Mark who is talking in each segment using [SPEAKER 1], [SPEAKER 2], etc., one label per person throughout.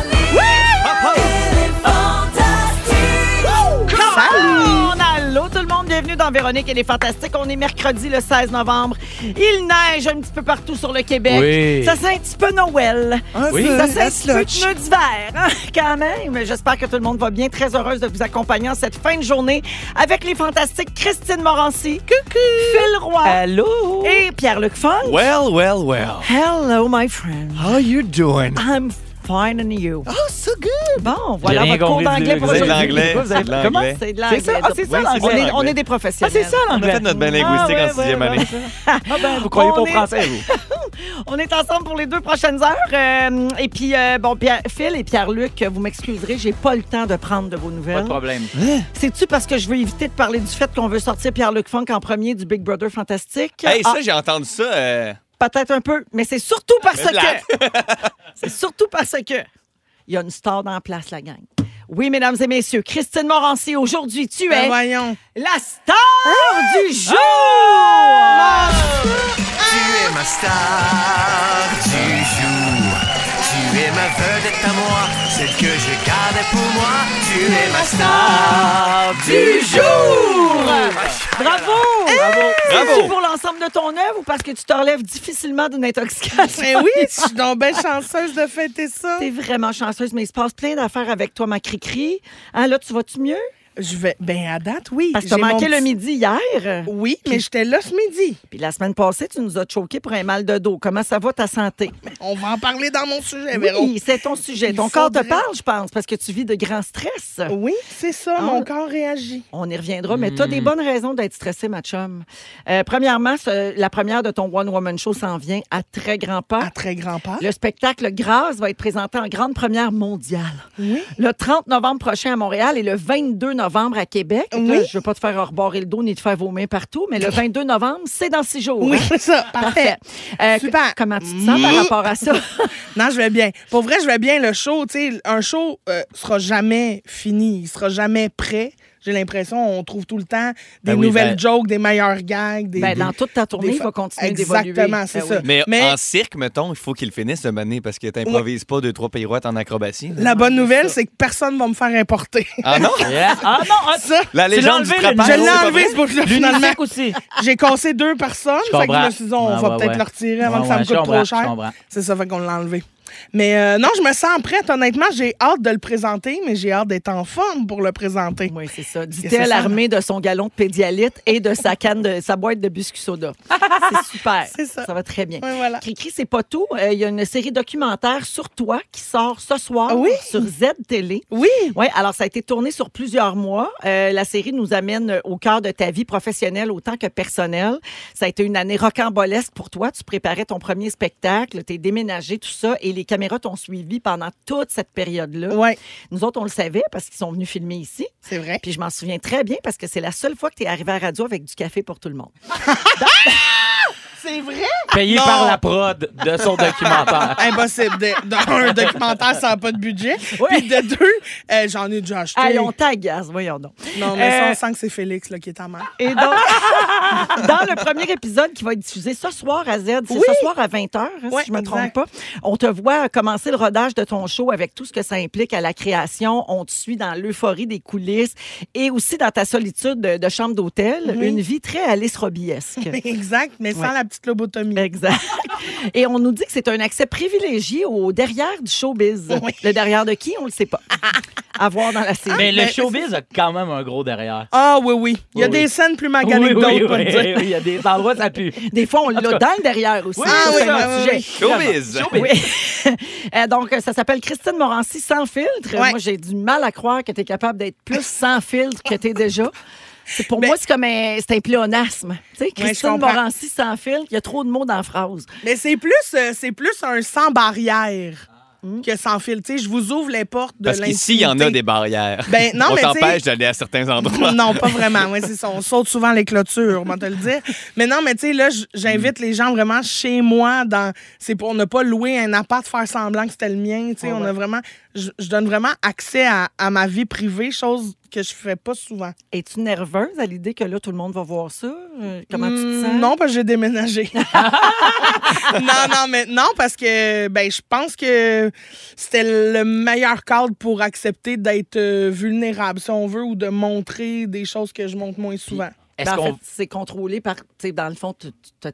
[SPEAKER 1] Bon, Oh, Allô tout le monde, bienvenue dans Véronique et les Fantastiques. On est mercredi le 16 novembre. Il neige un petit peu partout sur le Québec.
[SPEAKER 2] Oui.
[SPEAKER 1] Ça sent un petit peu Noël.
[SPEAKER 2] Oui.
[SPEAKER 1] Ça sent un petit peu pneu d'hiver, hein, quand même. J'espère que tout le monde va bien. Très heureuse de vous accompagner en cette fin de journée avec les Fantastiques Christine Morancy, Phil Roy
[SPEAKER 2] Allô?
[SPEAKER 1] et Pierre-Luc Funk.
[SPEAKER 2] Well, well, well.
[SPEAKER 1] Hello my friend,
[SPEAKER 2] How you doing?
[SPEAKER 3] Ah.
[SPEAKER 1] I'm fine and you.
[SPEAKER 2] Oh, so good.
[SPEAKER 1] Bon, voilà
[SPEAKER 3] rien
[SPEAKER 1] votre cours
[SPEAKER 3] compris du
[SPEAKER 1] d'anglais
[SPEAKER 3] début.
[SPEAKER 1] pour
[SPEAKER 3] C'est de
[SPEAKER 1] aujourd'hui.
[SPEAKER 3] l'anglais,
[SPEAKER 1] Vous avez-
[SPEAKER 3] c'est de
[SPEAKER 1] Comment
[SPEAKER 3] l'anglais.
[SPEAKER 1] c'est de
[SPEAKER 2] C'est ça,
[SPEAKER 1] l'anglais?
[SPEAKER 2] c'est
[SPEAKER 3] Oui,
[SPEAKER 2] ça
[SPEAKER 3] c'est
[SPEAKER 1] On
[SPEAKER 3] ça,
[SPEAKER 1] est,
[SPEAKER 2] l'anglais.
[SPEAKER 3] l'anglais.
[SPEAKER 1] on est des
[SPEAKER 2] Ah,
[SPEAKER 1] professionnels.
[SPEAKER 2] c'est ça
[SPEAKER 3] On a
[SPEAKER 2] l'anglais.
[SPEAKER 3] fait notre bain linguistique
[SPEAKER 1] Ah, ouais,
[SPEAKER 3] en sixième
[SPEAKER 1] ouais,
[SPEAKER 3] année.
[SPEAKER 2] Ah ben, vous croyez
[SPEAKER 1] On
[SPEAKER 2] pas au
[SPEAKER 1] est-
[SPEAKER 2] français, vous?
[SPEAKER 1] On est ensemble pour les deux prochaines heures. Euh, et puis, euh, bon, Pierre- Phil et Pierre-Luc, vous m'excuserez, j'ai pas le temps de prendre de vos
[SPEAKER 3] Pas
[SPEAKER 1] nouvelles.
[SPEAKER 3] de problème.
[SPEAKER 1] C'est-tu parce que je veux éviter de parler du fait qu'on veut sortir Pierre-Luc Funk en premier du Big Brother Fantastique?
[SPEAKER 3] Hey,
[SPEAKER 1] Ah,
[SPEAKER 3] ça, j'ai entendu ça. euh,
[SPEAKER 1] peut-être un peu, mais c'est surtout parce
[SPEAKER 3] Mais blague.
[SPEAKER 1] que. c'est surtout parce que. Il y a une star dans la place, la gang. Oui, mesdames et messieurs, Christine Morancy, aujourd'hui, tu es
[SPEAKER 4] Ben voyons. Ah!
[SPEAKER 1] la star du jour!
[SPEAKER 5] Tu es ma star tu joues Tu es ma vedette à moi, celle que je gardais pour moi. Tu es ma star du
[SPEAKER 1] Bravo!
[SPEAKER 3] Bravo!
[SPEAKER 1] C'est pour l'ensemble de ton œuvre ou parce que tu te relèves difficilement d'une intoxication?
[SPEAKER 4] Mais Ben oui, je suis donc bien chanceuse de fêter ça.
[SPEAKER 1] T'es vraiment chanceuse, mais il se passe plein d'affaires avec toi, ma cri-cri. Hein, là, tu vas-tu mieux?
[SPEAKER 4] Je vais. Ben, à date, oui.
[SPEAKER 1] Parce que t'as
[SPEAKER 4] J'ai mon
[SPEAKER 1] manqué le
[SPEAKER 4] petit-
[SPEAKER 1] midi hier.
[SPEAKER 4] Oui, mais j'étais là ce midi.
[SPEAKER 1] Puis la semaine passée, tu nous as choqué pour un mal de dos. Comment ça va ta santé?
[SPEAKER 4] On va en parler dans mon sujet, Véro.
[SPEAKER 1] Oui, c'est ton sujet.
[SPEAKER 4] Il
[SPEAKER 1] Ton corps te
[SPEAKER 4] faudrait-
[SPEAKER 1] parle, je pense, parce que tu vis de grands stress.
[SPEAKER 4] Oui, c'est ça,
[SPEAKER 1] Ah, on-
[SPEAKER 4] mon corps réagit.
[SPEAKER 1] On y reviendra, mais tu as des bonnes raisons d'être stressé, ma chum. Euh, premièrement, ce- la première de ton One Woman Show s'en vient à très grands pas.
[SPEAKER 4] À très grand pas.
[SPEAKER 1] Ah. Le spectacle Grâce va être présenté en grande première mondiale. Le 30 novembre prochain à Montréal et le 22 novembre à Québec. Là,
[SPEAKER 4] Oui.
[SPEAKER 1] je veux pas te faire rebarrer le dos ni te faire vomir partout, mais le 22 novembre, c'est dans six jours.
[SPEAKER 4] Oui,
[SPEAKER 1] hein?
[SPEAKER 4] c'est ça. Parfait.
[SPEAKER 1] Euh,
[SPEAKER 4] Super. Mm.
[SPEAKER 1] Comment tu te sens par rapport à ça?
[SPEAKER 4] Non, je vais bien. Pour vrai, je vais bien. Le show, tu sais, un show euh, sera jamais fini. Il sera jamais prêt. J'ai l'impression, on trouve tout le temps des
[SPEAKER 2] Ben oui,
[SPEAKER 4] nouvelles
[SPEAKER 2] ben-
[SPEAKER 4] jokes, des meilleurs gags. Des,
[SPEAKER 1] Ben, dans toute ta tournée,
[SPEAKER 4] des
[SPEAKER 1] il va
[SPEAKER 4] fa-
[SPEAKER 1] continuer d'évoluer.
[SPEAKER 4] Exactement, c'est
[SPEAKER 1] Ben
[SPEAKER 4] ça.
[SPEAKER 1] oui.
[SPEAKER 3] Mais,
[SPEAKER 4] Mais-
[SPEAKER 3] en cirque, mettons, il faut qu'il finisse de mener parce que t'improvises pas deux, trois pirouettes en acrobatie. là.
[SPEAKER 4] La bonne nouvelle, c'est que personne ne va me faire importer.
[SPEAKER 3] Ah non?
[SPEAKER 2] Ah non, ah,
[SPEAKER 4] ça,
[SPEAKER 3] La
[SPEAKER 2] Tu
[SPEAKER 3] légende
[SPEAKER 2] l'as
[SPEAKER 3] du
[SPEAKER 2] enlevé, le-
[SPEAKER 1] Ben
[SPEAKER 3] frappage.
[SPEAKER 4] je
[SPEAKER 3] c'est
[SPEAKER 4] l'ai
[SPEAKER 3] pas
[SPEAKER 4] enlevé,
[SPEAKER 3] vrai?
[SPEAKER 4] ce bout-là, finalement.
[SPEAKER 2] l'unisac aussi.
[SPEAKER 4] J'ai cassé deux personnes. Fait
[SPEAKER 2] Je
[SPEAKER 4] que je
[SPEAKER 2] comprends.
[SPEAKER 4] me suis dit, on
[SPEAKER 2] Ouais,
[SPEAKER 4] va
[SPEAKER 2] ouais,
[SPEAKER 4] peut-être
[SPEAKER 2] ouais.
[SPEAKER 4] le retirer avant
[SPEAKER 2] Ouais,
[SPEAKER 4] que ça
[SPEAKER 2] ouais,
[SPEAKER 4] me
[SPEAKER 2] je
[SPEAKER 4] coûte
[SPEAKER 2] comprends,
[SPEAKER 4] trop
[SPEAKER 2] je
[SPEAKER 4] cher.
[SPEAKER 2] comprends.
[SPEAKER 4] C'est ça, fait qu'on l'a enlevé. Mais euh, non, je me sens prête, honnêtement. J'ai hâte de le présenter, mais j'ai hâte d'être en forme pour le présenter.
[SPEAKER 1] Oui, c'est ça.
[SPEAKER 4] c'est
[SPEAKER 1] Dit-elle
[SPEAKER 4] ça.
[SPEAKER 1] armée de son galon de pédialyte et de sa canne de sa boîte de biscuits soda. C'est super.
[SPEAKER 4] C'est ça.
[SPEAKER 1] va très bien.
[SPEAKER 4] Ouais, voilà.
[SPEAKER 1] Cricri, c'est pas tout. Euh, Il y a une série documentaire sur toi qui sort ce soir
[SPEAKER 4] Ah oui?
[SPEAKER 1] sur Z Télé.
[SPEAKER 4] Oui,
[SPEAKER 1] Oui, alors ça a été tourné sur plusieurs mois. Euh, la série nous amène euh, au cœur de ta vie professionnelle autant que personnelle. Ça a été une année rocambolesque pour toi. Tu préparais ton premier spectacle, t'es déménagé, tout ça, et les caméras t'ont suivi pendant toute cette période-là.
[SPEAKER 4] oui,
[SPEAKER 1] Nous autres, on le savait parce qu'ils sont venus filmer ici.
[SPEAKER 4] c'est vrai.
[SPEAKER 1] Puis je m'en souviens très bien parce que c'est la seule fois que tu es arrivé à la radio avec du café pour tout le monde.
[SPEAKER 4] C'est vrai?
[SPEAKER 2] Payé
[SPEAKER 4] Non.
[SPEAKER 2] par la prod de son documentaire.
[SPEAKER 4] Impossible. De, de un documentaire, ça n'a pas de budget.
[SPEAKER 1] Ouais.
[SPEAKER 4] Puis de deux, euh, j'en ai déjà acheté.
[SPEAKER 1] Allons, t'agace, voyons donc.
[SPEAKER 4] Non, mais ça,
[SPEAKER 1] Euh,
[SPEAKER 4] on sent que c'est Félix là, qui est en mal.
[SPEAKER 1] Et donc, dans le premier épisode qui va être diffusé ce soir à Z, c'est
[SPEAKER 4] Oui.
[SPEAKER 1] ce soir à 20h, hein,
[SPEAKER 4] Ouais,
[SPEAKER 1] si je me trompe
[SPEAKER 4] exact.
[SPEAKER 1] pas, on te voit commencer le rodage de ton show avec tout ce que ça implique à la création. On te suit dans l'euphorie des coulisses et aussi dans ta solitude de, de chambre d'hôtel.
[SPEAKER 4] Oui.
[SPEAKER 1] Une vie très Alice Robiesque.
[SPEAKER 4] Exact, mais sans
[SPEAKER 1] Ouais.
[SPEAKER 4] la petite lobotomie.
[SPEAKER 1] Exact. Et on nous dit que c'est un accès privilégié au derrière du showbiz.
[SPEAKER 4] Oui.
[SPEAKER 1] Le derrière de qui, on le sait pas. À voir dans la série.
[SPEAKER 2] Mais le
[SPEAKER 4] mais-
[SPEAKER 2] showbiz a quand même un gros derrière.
[SPEAKER 4] Ah oui, oui. Il y a
[SPEAKER 2] Oui,
[SPEAKER 4] des
[SPEAKER 2] oui.
[SPEAKER 4] scènes plus
[SPEAKER 2] Oui, oui,
[SPEAKER 4] maganiques que
[SPEAKER 2] oui,
[SPEAKER 4] d'autres,
[SPEAKER 2] oui,
[SPEAKER 4] pour le dire.
[SPEAKER 2] oui, il y a des endroits ça pue.
[SPEAKER 1] Des fois, on l'a dans le derrière aussi.
[SPEAKER 4] Ah
[SPEAKER 1] Ça,
[SPEAKER 4] oui,
[SPEAKER 1] c'est
[SPEAKER 4] oui,
[SPEAKER 1] notre
[SPEAKER 4] oui,
[SPEAKER 1] sujet.
[SPEAKER 4] oui.
[SPEAKER 3] Showbiz.
[SPEAKER 1] Oui. Euh, Donc, euh, ça s'appelle Christine Morancy sans filtre.
[SPEAKER 4] Ouais.
[SPEAKER 1] Moi, j'ai du mal à croire que tu es capable d'être plus sans filtre que tu es déjà. C'est- Pour moi, c'est comme un, c'est un pléonasme. Tu sais,
[SPEAKER 4] je
[SPEAKER 1] Christine
[SPEAKER 4] comprends.
[SPEAKER 1] Morancy sans filtre, il y a trop de mots dans la phrase.
[SPEAKER 4] Mais c'est plus, euh, c'est plus un sans barrière. que s'enfile. Tu sais, je vous ouvre les portes de
[SPEAKER 3] Ah. Hmm. Parce qu'ici, il y en a
[SPEAKER 4] l'intimité.
[SPEAKER 3] des barrières.
[SPEAKER 4] Ben, non,
[SPEAKER 3] on
[SPEAKER 4] mais
[SPEAKER 3] t'empêche
[SPEAKER 4] t'sais-
[SPEAKER 3] d'aller à certains endroits.
[SPEAKER 4] Non, pas vraiment. Ouais, c'est ça. On saute souvent les clôtures, on va te le dire. Mais non, mais tu sais, là, j-
[SPEAKER 3] Hmm.
[SPEAKER 4] j'invite les gens vraiment chez moi. Dans... C'est pour ne pas louer un appart, faire semblant que c'était le mien. Tu sais, on a vraiment... Je je donne vraiment accès à, à ma vie privée, chose que je fais pas souvent.
[SPEAKER 1] Es-tu nerveuse à l'idée que là, tout le monde va voir ça? Euh, Comment tu te
[SPEAKER 4] Hmm,
[SPEAKER 1] sens?
[SPEAKER 4] Non, parce que j'ai déménagé. non, non, mais non, parce que ben, je pense que c'était le meilleur cadre pour accepter d'être euh, vulnérable, si on veut, ou de montrer des choses que je montre moins souvent.
[SPEAKER 2] Est-ce
[SPEAKER 1] Ben, en
[SPEAKER 2] qu'on.
[SPEAKER 1] fait, c'est contrôlé par. tu sais, Dans le fond, tu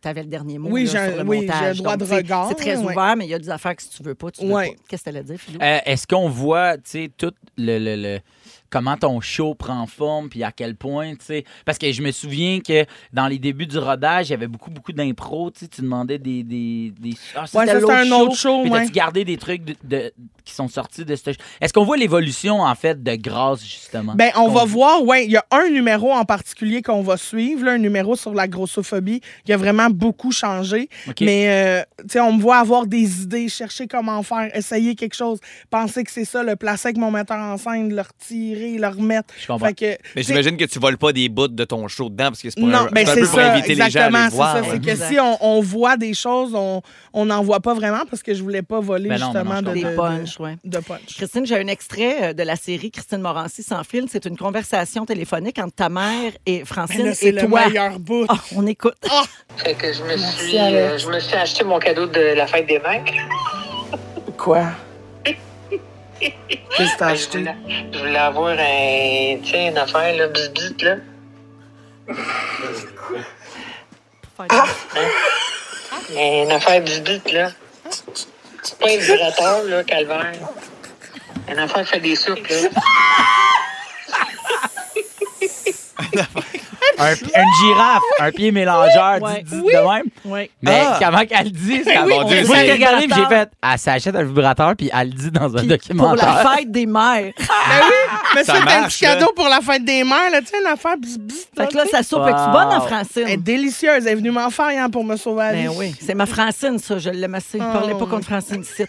[SPEAKER 1] avais le dernier mot.
[SPEAKER 4] Oui,
[SPEAKER 1] là,
[SPEAKER 4] j'ai un-
[SPEAKER 1] sur le
[SPEAKER 4] oui,
[SPEAKER 1] montage.
[SPEAKER 4] j'ai un droit
[SPEAKER 1] Donc,
[SPEAKER 4] de
[SPEAKER 1] tu sais,
[SPEAKER 4] regard,
[SPEAKER 1] C'est très
[SPEAKER 4] ouais.
[SPEAKER 1] ouvert, mais il y a des affaires que si tu veux pas, tu veux
[SPEAKER 4] Ouais.
[SPEAKER 1] pas. Qu'est-ce que tu allais dire, Philou?
[SPEAKER 2] Euh, Est-ce qu'on voit, tu sais, tout le, le- le- comment ton show prend forme, puis à quel point, tu sais. Parce que je me souviens que dans les débuts du rodage, il y avait beaucoup, beaucoup d'impro, tu sais. Tu demandais des. des, des- Ah,
[SPEAKER 4] Ouais, ça,
[SPEAKER 2] c'était
[SPEAKER 4] c'était un
[SPEAKER 2] l'autre
[SPEAKER 4] autre show,
[SPEAKER 2] Puis
[SPEAKER 4] ouais.
[SPEAKER 2] t'as-tu gardé des trucs de, de- qui sont sortis de ce show? Est-ce qu'on voit l'évolution, en fait, de grâce, justement?
[SPEAKER 4] Ben, on
[SPEAKER 2] Qu'on-
[SPEAKER 4] va voir, ouais, il y a un numéro en particulier qu'on va suivre, là, un numéro sur la grossophobie, qui a vraiment beaucoup changé.
[SPEAKER 2] OK.
[SPEAKER 4] Mais, euh, tu sais, on me voit avoir des idées, chercher comment faire, essayer quelque chose, penser que c'est ça, le placer avec mon metteur en scène, le retirer, le remettre.
[SPEAKER 2] Je comprends.
[SPEAKER 4] Fait que,
[SPEAKER 3] Mais
[SPEAKER 4] tu sais,
[SPEAKER 3] j'imagine que tu voles pas des bouts de ton show dedans parce que c'est pour,
[SPEAKER 4] non,
[SPEAKER 3] un,
[SPEAKER 4] ben
[SPEAKER 3] c'est un
[SPEAKER 4] c'est
[SPEAKER 3] peu pour
[SPEAKER 4] ça,
[SPEAKER 3] inviter les gens à aller
[SPEAKER 4] exactement,
[SPEAKER 3] le
[SPEAKER 4] c'est
[SPEAKER 3] voir.
[SPEAKER 4] ça.
[SPEAKER 3] ouais.
[SPEAKER 4] C'est que
[SPEAKER 1] Exact.
[SPEAKER 4] si on, on voit des choses, on on n'en voit pas vraiment parce que je voulais pas voler
[SPEAKER 2] Ben non, ben non,
[SPEAKER 4] justement
[SPEAKER 2] je
[SPEAKER 4] de,
[SPEAKER 1] Des
[SPEAKER 4] de- de-
[SPEAKER 1] punchs, ouais.
[SPEAKER 4] de punch.
[SPEAKER 1] Christine, j'ai un extrait euh, de la série Christine Morancy sans fil. C'est une conversation téléphonique entre ta mère et
[SPEAKER 4] Mais
[SPEAKER 1] Francine
[SPEAKER 4] là, c'est
[SPEAKER 1] et
[SPEAKER 4] le
[SPEAKER 1] toi.
[SPEAKER 4] meilleur bout.
[SPEAKER 1] Ah, on écoute.
[SPEAKER 6] Fait que je me suis, euh, je me suis acheté mon cadeau de la fête des mères.
[SPEAKER 4] Quoi? Qu'est-ce que
[SPEAKER 6] Je
[SPEAKER 4] t'as acheté?
[SPEAKER 6] voulais, je voulais avoir un, tu sais, une affaire là, bisbit là. Hein? Une affaire bisbit là. C'est pas un vibrateur là, calvaire. Une affaire qui fait des soupes là.
[SPEAKER 2] Un- une girafe, un pied mélangeur,
[SPEAKER 1] Ouais.
[SPEAKER 2] dit, dit de même.
[SPEAKER 1] Ouais.
[SPEAKER 2] Mais
[SPEAKER 3] Ah.
[SPEAKER 2] comment qu'elle le dit, c'est
[SPEAKER 3] oui,
[SPEAKER 2] mon
[SPEAKER 3] on
[SPEAKER 2] Dieu,
[SPEAKER 3] dit
[SPEAKER 2] moi, j'ai
[SPEAKER 1] un
[SPEAKER 2] regardé, puis j'ai
[SPEAKER 1] vibrateur.
[SPEAKER 2] fait, elle s'achète un vibrateur, puis elle le dit dans un
[SPEAKER 1] Puis Pour
[SPEAKER 2] documentaire.
[SPEAKER 1] la fête des mères.
[SPEAKER 4] Ben oui, mais
[SPEAKER 3] Ça
[SPEAKER 4] ça, c'est un
[SPEAKER 3] marche,
[SPEAKER 4] petit
[SPEAKER 3] là.
[SPEAKER 4] cadeau pour la fête des mères, là, tu sais, une affaire bis bis.
[SPEAKER 1] Fait que là, ça soupe.
[SPEAKER 2] Wow.
[SPEAKER 1] Es-tu bonne,
[SPEAKER 4] Elle
[SPEAKER 1] hein,
[SPEAKER 4] est
[SPEAKER 1] Francine?
[SPEAKER 4] délicieuse, elle est venue m'en faire hein, pour me sauver la vie.
[SPEAKER 1] Ben oui, c'est ma Francine, ça. Je l'aime assez. Je ne parlais pas
[SPEAKER 4] Oh.
[SPEAKER 1] contre Francine ici.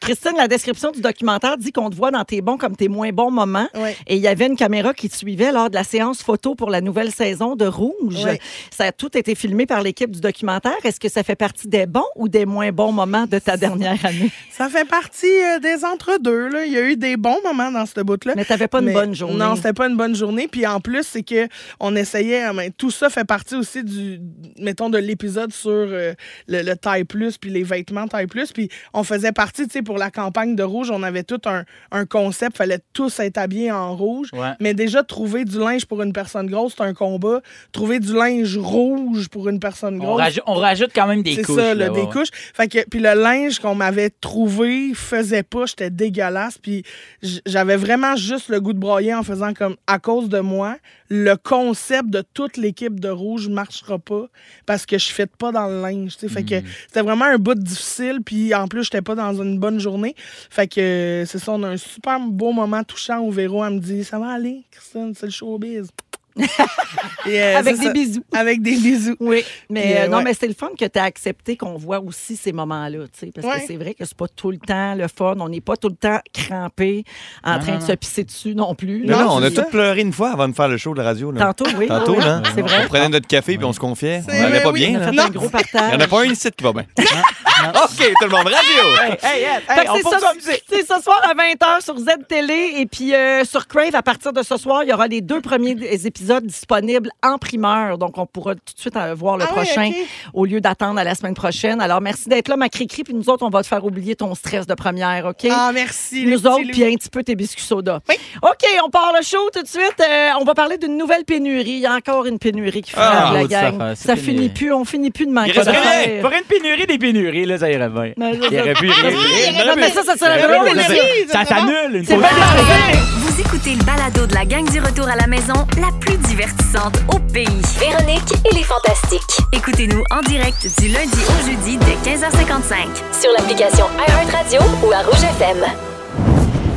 [SPEAKER 1] Christine, la description du documentaire dit qu'on te voit dans tes bons comme tes moins bons moments.
[SPEAKER 4] Ouais.
[SPEAKER 1] Et il y avait une caméra qui te suivait lors de la séance photo pour la nouvelle saison de Rouge.
[SPEAKER 4] Ouais.
[SPEAKER 1] Ça a tout été filmé par l'équipe du documentaire. Est-ce que ça fait partie des bons ou des moins bons moments de ta dernière année?
[SPEAKER 4] Ça fait partie euh, des entre-deux. là. Il y a eu des bons moments dans ce bout-là.
[SPEAKER 1] Mais t'avais pas une bonne journée.
[SPEAKER 4] Non, c'était pas une bonne journée. Puis en plus, c'est que on essayait. euh, ben, tout ça fait partie aussi du, mettons, de l'épisode sur euh, le, le taille plus, puis les vêtements taille plus. Puis on faisait partie, tu sais, pour la campagne de rouge, on avait tout un, un concept. Fallait tous être habillés en rouge.
[SPEAKER 2] Ouais.
[SPEAKER 4] Mais déjà, trouver du linge pour une personne grosse, c'est un combat. Trouver du linge rouge pour une personne
[SPEAKER 2] on,
[SPEAKER 4] grosse.
[SPEAKER 2] rajoute, on rajoute quand même des
[SPEAKER 4] C'est
[SPEAKER 2] couches.
[SPEAKER 4] ça, là,
[SPEAKER 2] là,
[SPEAKER 4] des
[SPEAKER 2] ouais, ouais.
[SPEAKER 4] couches. Fait que, puis le linge qu'on m'avait trouvé faisait pas, j'étais dégueulasse. Puis j- j'avais vraiment juste le goût de broyer en faisant comme, à cause de moi, le concept de toute l'équipe de rouge marchera pas parce que je fit pas dans le linge. tu sais. Fait
[SPEAKER 1] Hmm.
[SPEAKER 4] que c'était vraiment un bout difficile. Puis en plus, j'étais pas dans une bonne journée. Fait que euh, c'est ça, on a un super beau moment touchant où Véro, elle me dit, ça va aller, Christine, c'est le showbiz. Et, euh,
[SPEAKER 1] Avec
[SPEAKER 4] c'est
[SPEAKER 1] des
[SPEAKER 4] ça.
[SPEAKER 1] bisous.
[SPEAKER 4] Avec des bisous.
[SPEAKER 1] Oui, mais
[SPEAKER 4] Puis, euh,
[SPEAKER 1] euh, non,
[SPEAKER 4] ouais.
[SPEAKER 1] mais c'est le fun que tu as accepté qu'on voit aussi ces moments-là, tu sais, parce
[SPEAKER 4] Ouais.
[SPEAKER 1] que c'est vrai que c'est pas tout le temps le fun, on n'est pas tout le temps crampé en
[SPEAKER 2] Non,
[SPEAKER 1] train
[SPEAKER 2] non,
[SPEAKER 1] de
[SPEAKER 2] non.
[SPEAKER 1] se pisser dessus non plus.
[SPEAKER 3] Non,
[SPEAKER 4] Non,
[SPEAKER 3] non, on a
[SPEAKER 4] c'est ça.
[SPEAKER 3] tous pleuré une fois avant de faire le show de radio. Là.
[SPEAKER 1] Tantôt, oui. Ah
[SPEAKER 3] Tantôt, hein.
[SPEAKER 1] Oui,
[SPEAKER 3] là.
[SPEAKER 1] C'est
[SPEAKER 3] On
[SPEAKER 1] vrai.
[SPEAKER 3] prenait notre café puis on se confiait. On
[SPEAKER 4] C'est
[SPEAKER 3] allait
[SPEAKER 4] vrai,
[SPEAKER 3] pas
[SPEAKER 4] oui,
[SPEAKER 3] bien.
[SPEAKER 4] on a
[SPEAKER 3] là.
[SPEAKER 1] Fait
[SPEAKER 4] Non.
[SPEAKER 1] un gros
[SPEAKER 3] Il
[SPEAKER 1] partage.
[SPEAKER 3] n'y en a pas un ici qui va bien. OK, tout le monde, radio!
[SPEAKER 1] Fait que c'est ça- C'est ce soir à 20h sur Z Télé et puis euh, sur Crave à partir de ce soir, il y aura les deux premiers d- épisodes disponibles en primeur. Donc on pourra tout de suite euh, voir le
[SPEAKER 4] Ah oui,
[SPEAKER 1] prochain
[SPEAKER 4] ok.
[SPEAKER 1] au lieu d'attendre à la semaine prochaine. Alors merci d'être là ma cri-cri puis nous autres on va te faire oublier ton stress de première, OK
[SPEAKER 4] Ah, merci. les
[SPEAKER 1] Nous
[SPEAKER 4] petits
[SPEAKER 1] autres,
[SPEAKER 4] loups.
[SPEAKER 1] puis un petit peu tes biscuits soda.
[SPEAKER 4] Oui.
[SPEAKER 1] OK, on part le show tout de suite. Euh, on va parler d'une nouvelle pénurie. Il y a encore une pénurie qui frappe
[SPEAKER 3] Ah,
[SPEAKER 1] la
[SPEAKER 2] oh, ça
[SPEAKER 1] gang.
[SPEAKER 2] fait- c'est
[SPEAKER 1] Ça
[SPEAKER 2] pénurie.
[SPEAKER 1] finit plus, on finit plus de manquer
[SPEAKER 3] Il reste
[SPEAKER 1] d'affaires.
[SPEAKER 3] rien.
[SPEAKER 2] Pour une pénurie des pénuries, là, ça irait bien.
[SPEAKER 1] Mais
[SPEAKER 2] Il aurait pu rien.
[SPEAKER 1] Non, mais ça, ça serait
[SPEAKER 2] Non,
[SPEAKER 1] drôle.
[SPEAKER 2] mais
[SPEAKER 1] ça.
[SPEAKER 2] Ça s'annule, une
[SPEAKER 1] C'est
[SPEAKER 2] fois.
[SPEAKER 1] bien parfait.
[SPEAKER 7] Vous écoutez le balado de la gang du retour à la maison, la plus divertissante au pays.
[SPEAKER 8] Véronique et les Fantastiques.
[SPEAKER 7] Écoutez-nous en direct du lundi au jeudi dès 15h55.
[SPEAKER 8] Sur l'application iHeartRadio ou à Rouge FM.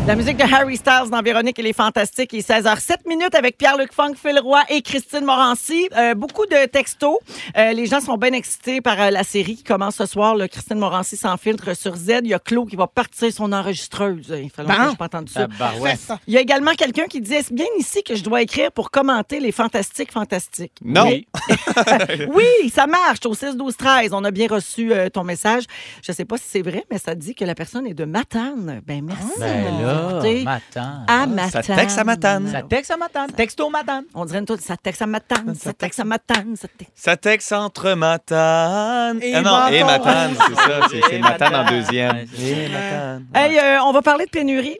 [SPEAKER 1] La musique de Harry Styles dans Véronique et les Fantastiques. Il est 16h07 minutes avec Pierre-Luc Funk, Phil Roy et Christine Morancy. Euh, beaucoup de textos. Euh, les gens sont bien excités par euh, la série qui commence ce soir. le Christine Morancy sans filtre sur Z. Il y a Claude qui va partir son enregistreuse. Il fallait
[SPEAKER 4] Bon.
[SPEAKER 1] que je pas entendu ça.
[SPEAKER 2] Tabarouette.
[SPEAKER 1] Il y a également quelqu'un qui dit Est-ce bien ici que je dois écrire pour commenter les Fantastiques Fantastiques
[SPEAKER 3] Non.
[SPEAKER 2] Oui.
[SPEAKER 1] Oui, ça marche. Au 6, 12, 13, on a bien reçu euh, ton message. Je sais pas si c'est vrai, mais ça dit que la personne est de Matane. Ben merci. de
[SPEAKER 2] Ben
[SPEAKER 1] nous
[SPEAKER 2] là,
[SPEAKER 1] écouter.
[SPEAKER 2] matin.
[SPEAKER 1] à
[SPEAKER 3] ça
[SPEAKER 1] Matane.
[SPEAKER 3] texte à Matane.
[SPEAKER 2] Ça texte à matane. Texto matane.
[SPEAKER 1] On dirait une toute ça texte à Matane, ça texte à Matane, ça texte.
[SPEAKER 3] Ça texte entre Matane.
[SPEAKER 4] Et
[SPEAKER 3] ah non, et
[SPEAKER 4] Bâton.
[SPEAKER 3] Matane, c'est ça. C'est, c'est
[SPEAKER 2] Et
[SPEAKER 3] Matane en
[SPEAKER 2] Matane.
[SPEAKER 3] deuxième.
[SPEAKER 2] Ouais, c'est ça.
[SPEAKER 3] Matane.
[SPEAKER 1] Hey, euh, on va parler de pénurie.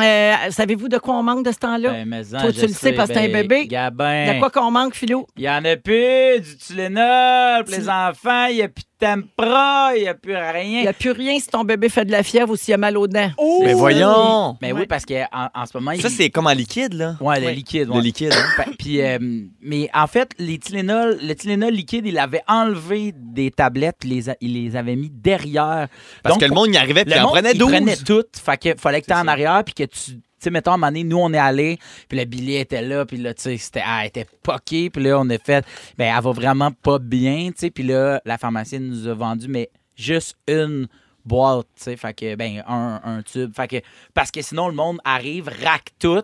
[SPEAKER 1] Euh, savez-vous de quoi on manque de ce temps-là?
[SPEAKER 2] Ben, mais en,
[SPEAKER 1] Toi,
[SPEAKER 2] je
[SPEAKER 1] tu le sais parce que t'es un
[SPEAKER 2] ben,
[SPEAKER 1] bébé.
[SPEAKER 2] Gabin.
[SPEAKER 1] De quoi qu'on manque, Philo?
[SPEAKER 2] Il y en a plus, du Tylenol pour les enfants, il n'y a plus de Tempra, il n'y a plus
[SPEAKER 1] Il n'y
[SPEAKER 2] rien.
[SPEAKER 1] a plus rien si ton bébé fait de la fièvre ou s'il a mal aux dents.
[SPEAKER 4] Oh!
[SPEAKER 3] Mais voyons.
[SPEAKER 2] Mais oui, parce qu'en en ce moment,
[SPEAKER 3] Ça,
[SPEAKER 2] il-
[SPEAKER 3] c'est comme en liquide, là.
[SPEAKER 2] Ouais, le liquide.
[SPEAKER 3] Le
[SPEAKER 2] ouais.
[SPEAKER 3] liquide. hein.
[SPEAKER 2] Pa- Puis, euh, mais en fait, les Tylenol, le Tylenol liquide, il avait enlevé des tablettes, puis les a- il les avait mis derrière.
[SPEAKER 3] Parce
[SPEAKER 2] Donc,
[SPEAKER 3] que le monde y arrivait, puis
[SPEAKER 2] le
[SPEAKER 3] il en
[SPEAKER 2] monde,
[SPEAKER 3] prenait
[SPEAKER 2] il
[SPEAKER 3] 12.
[SPEAKER 2] prenait tout. Fait que fallait que tu
[SPEAKER 3] C'est
[SPEAKER 2] en
[SPEAKER 3] ça.
[SPEAKER 2] arrière, puis que tu. Tu sais, mettons, à un moment donné, nous, on est allés, puis le billet était là, puis là, tu sais, c'était, ah, elle était poquée, puis là, on a fait, ben, elle va vraiment pas bien, tu sais, puis là, la pharmacienne nous a vendu, mais juste une boîte, tu sais, fait que, ben, un, un tube, fait que, parce que sinon, le monde arrive, raque tout,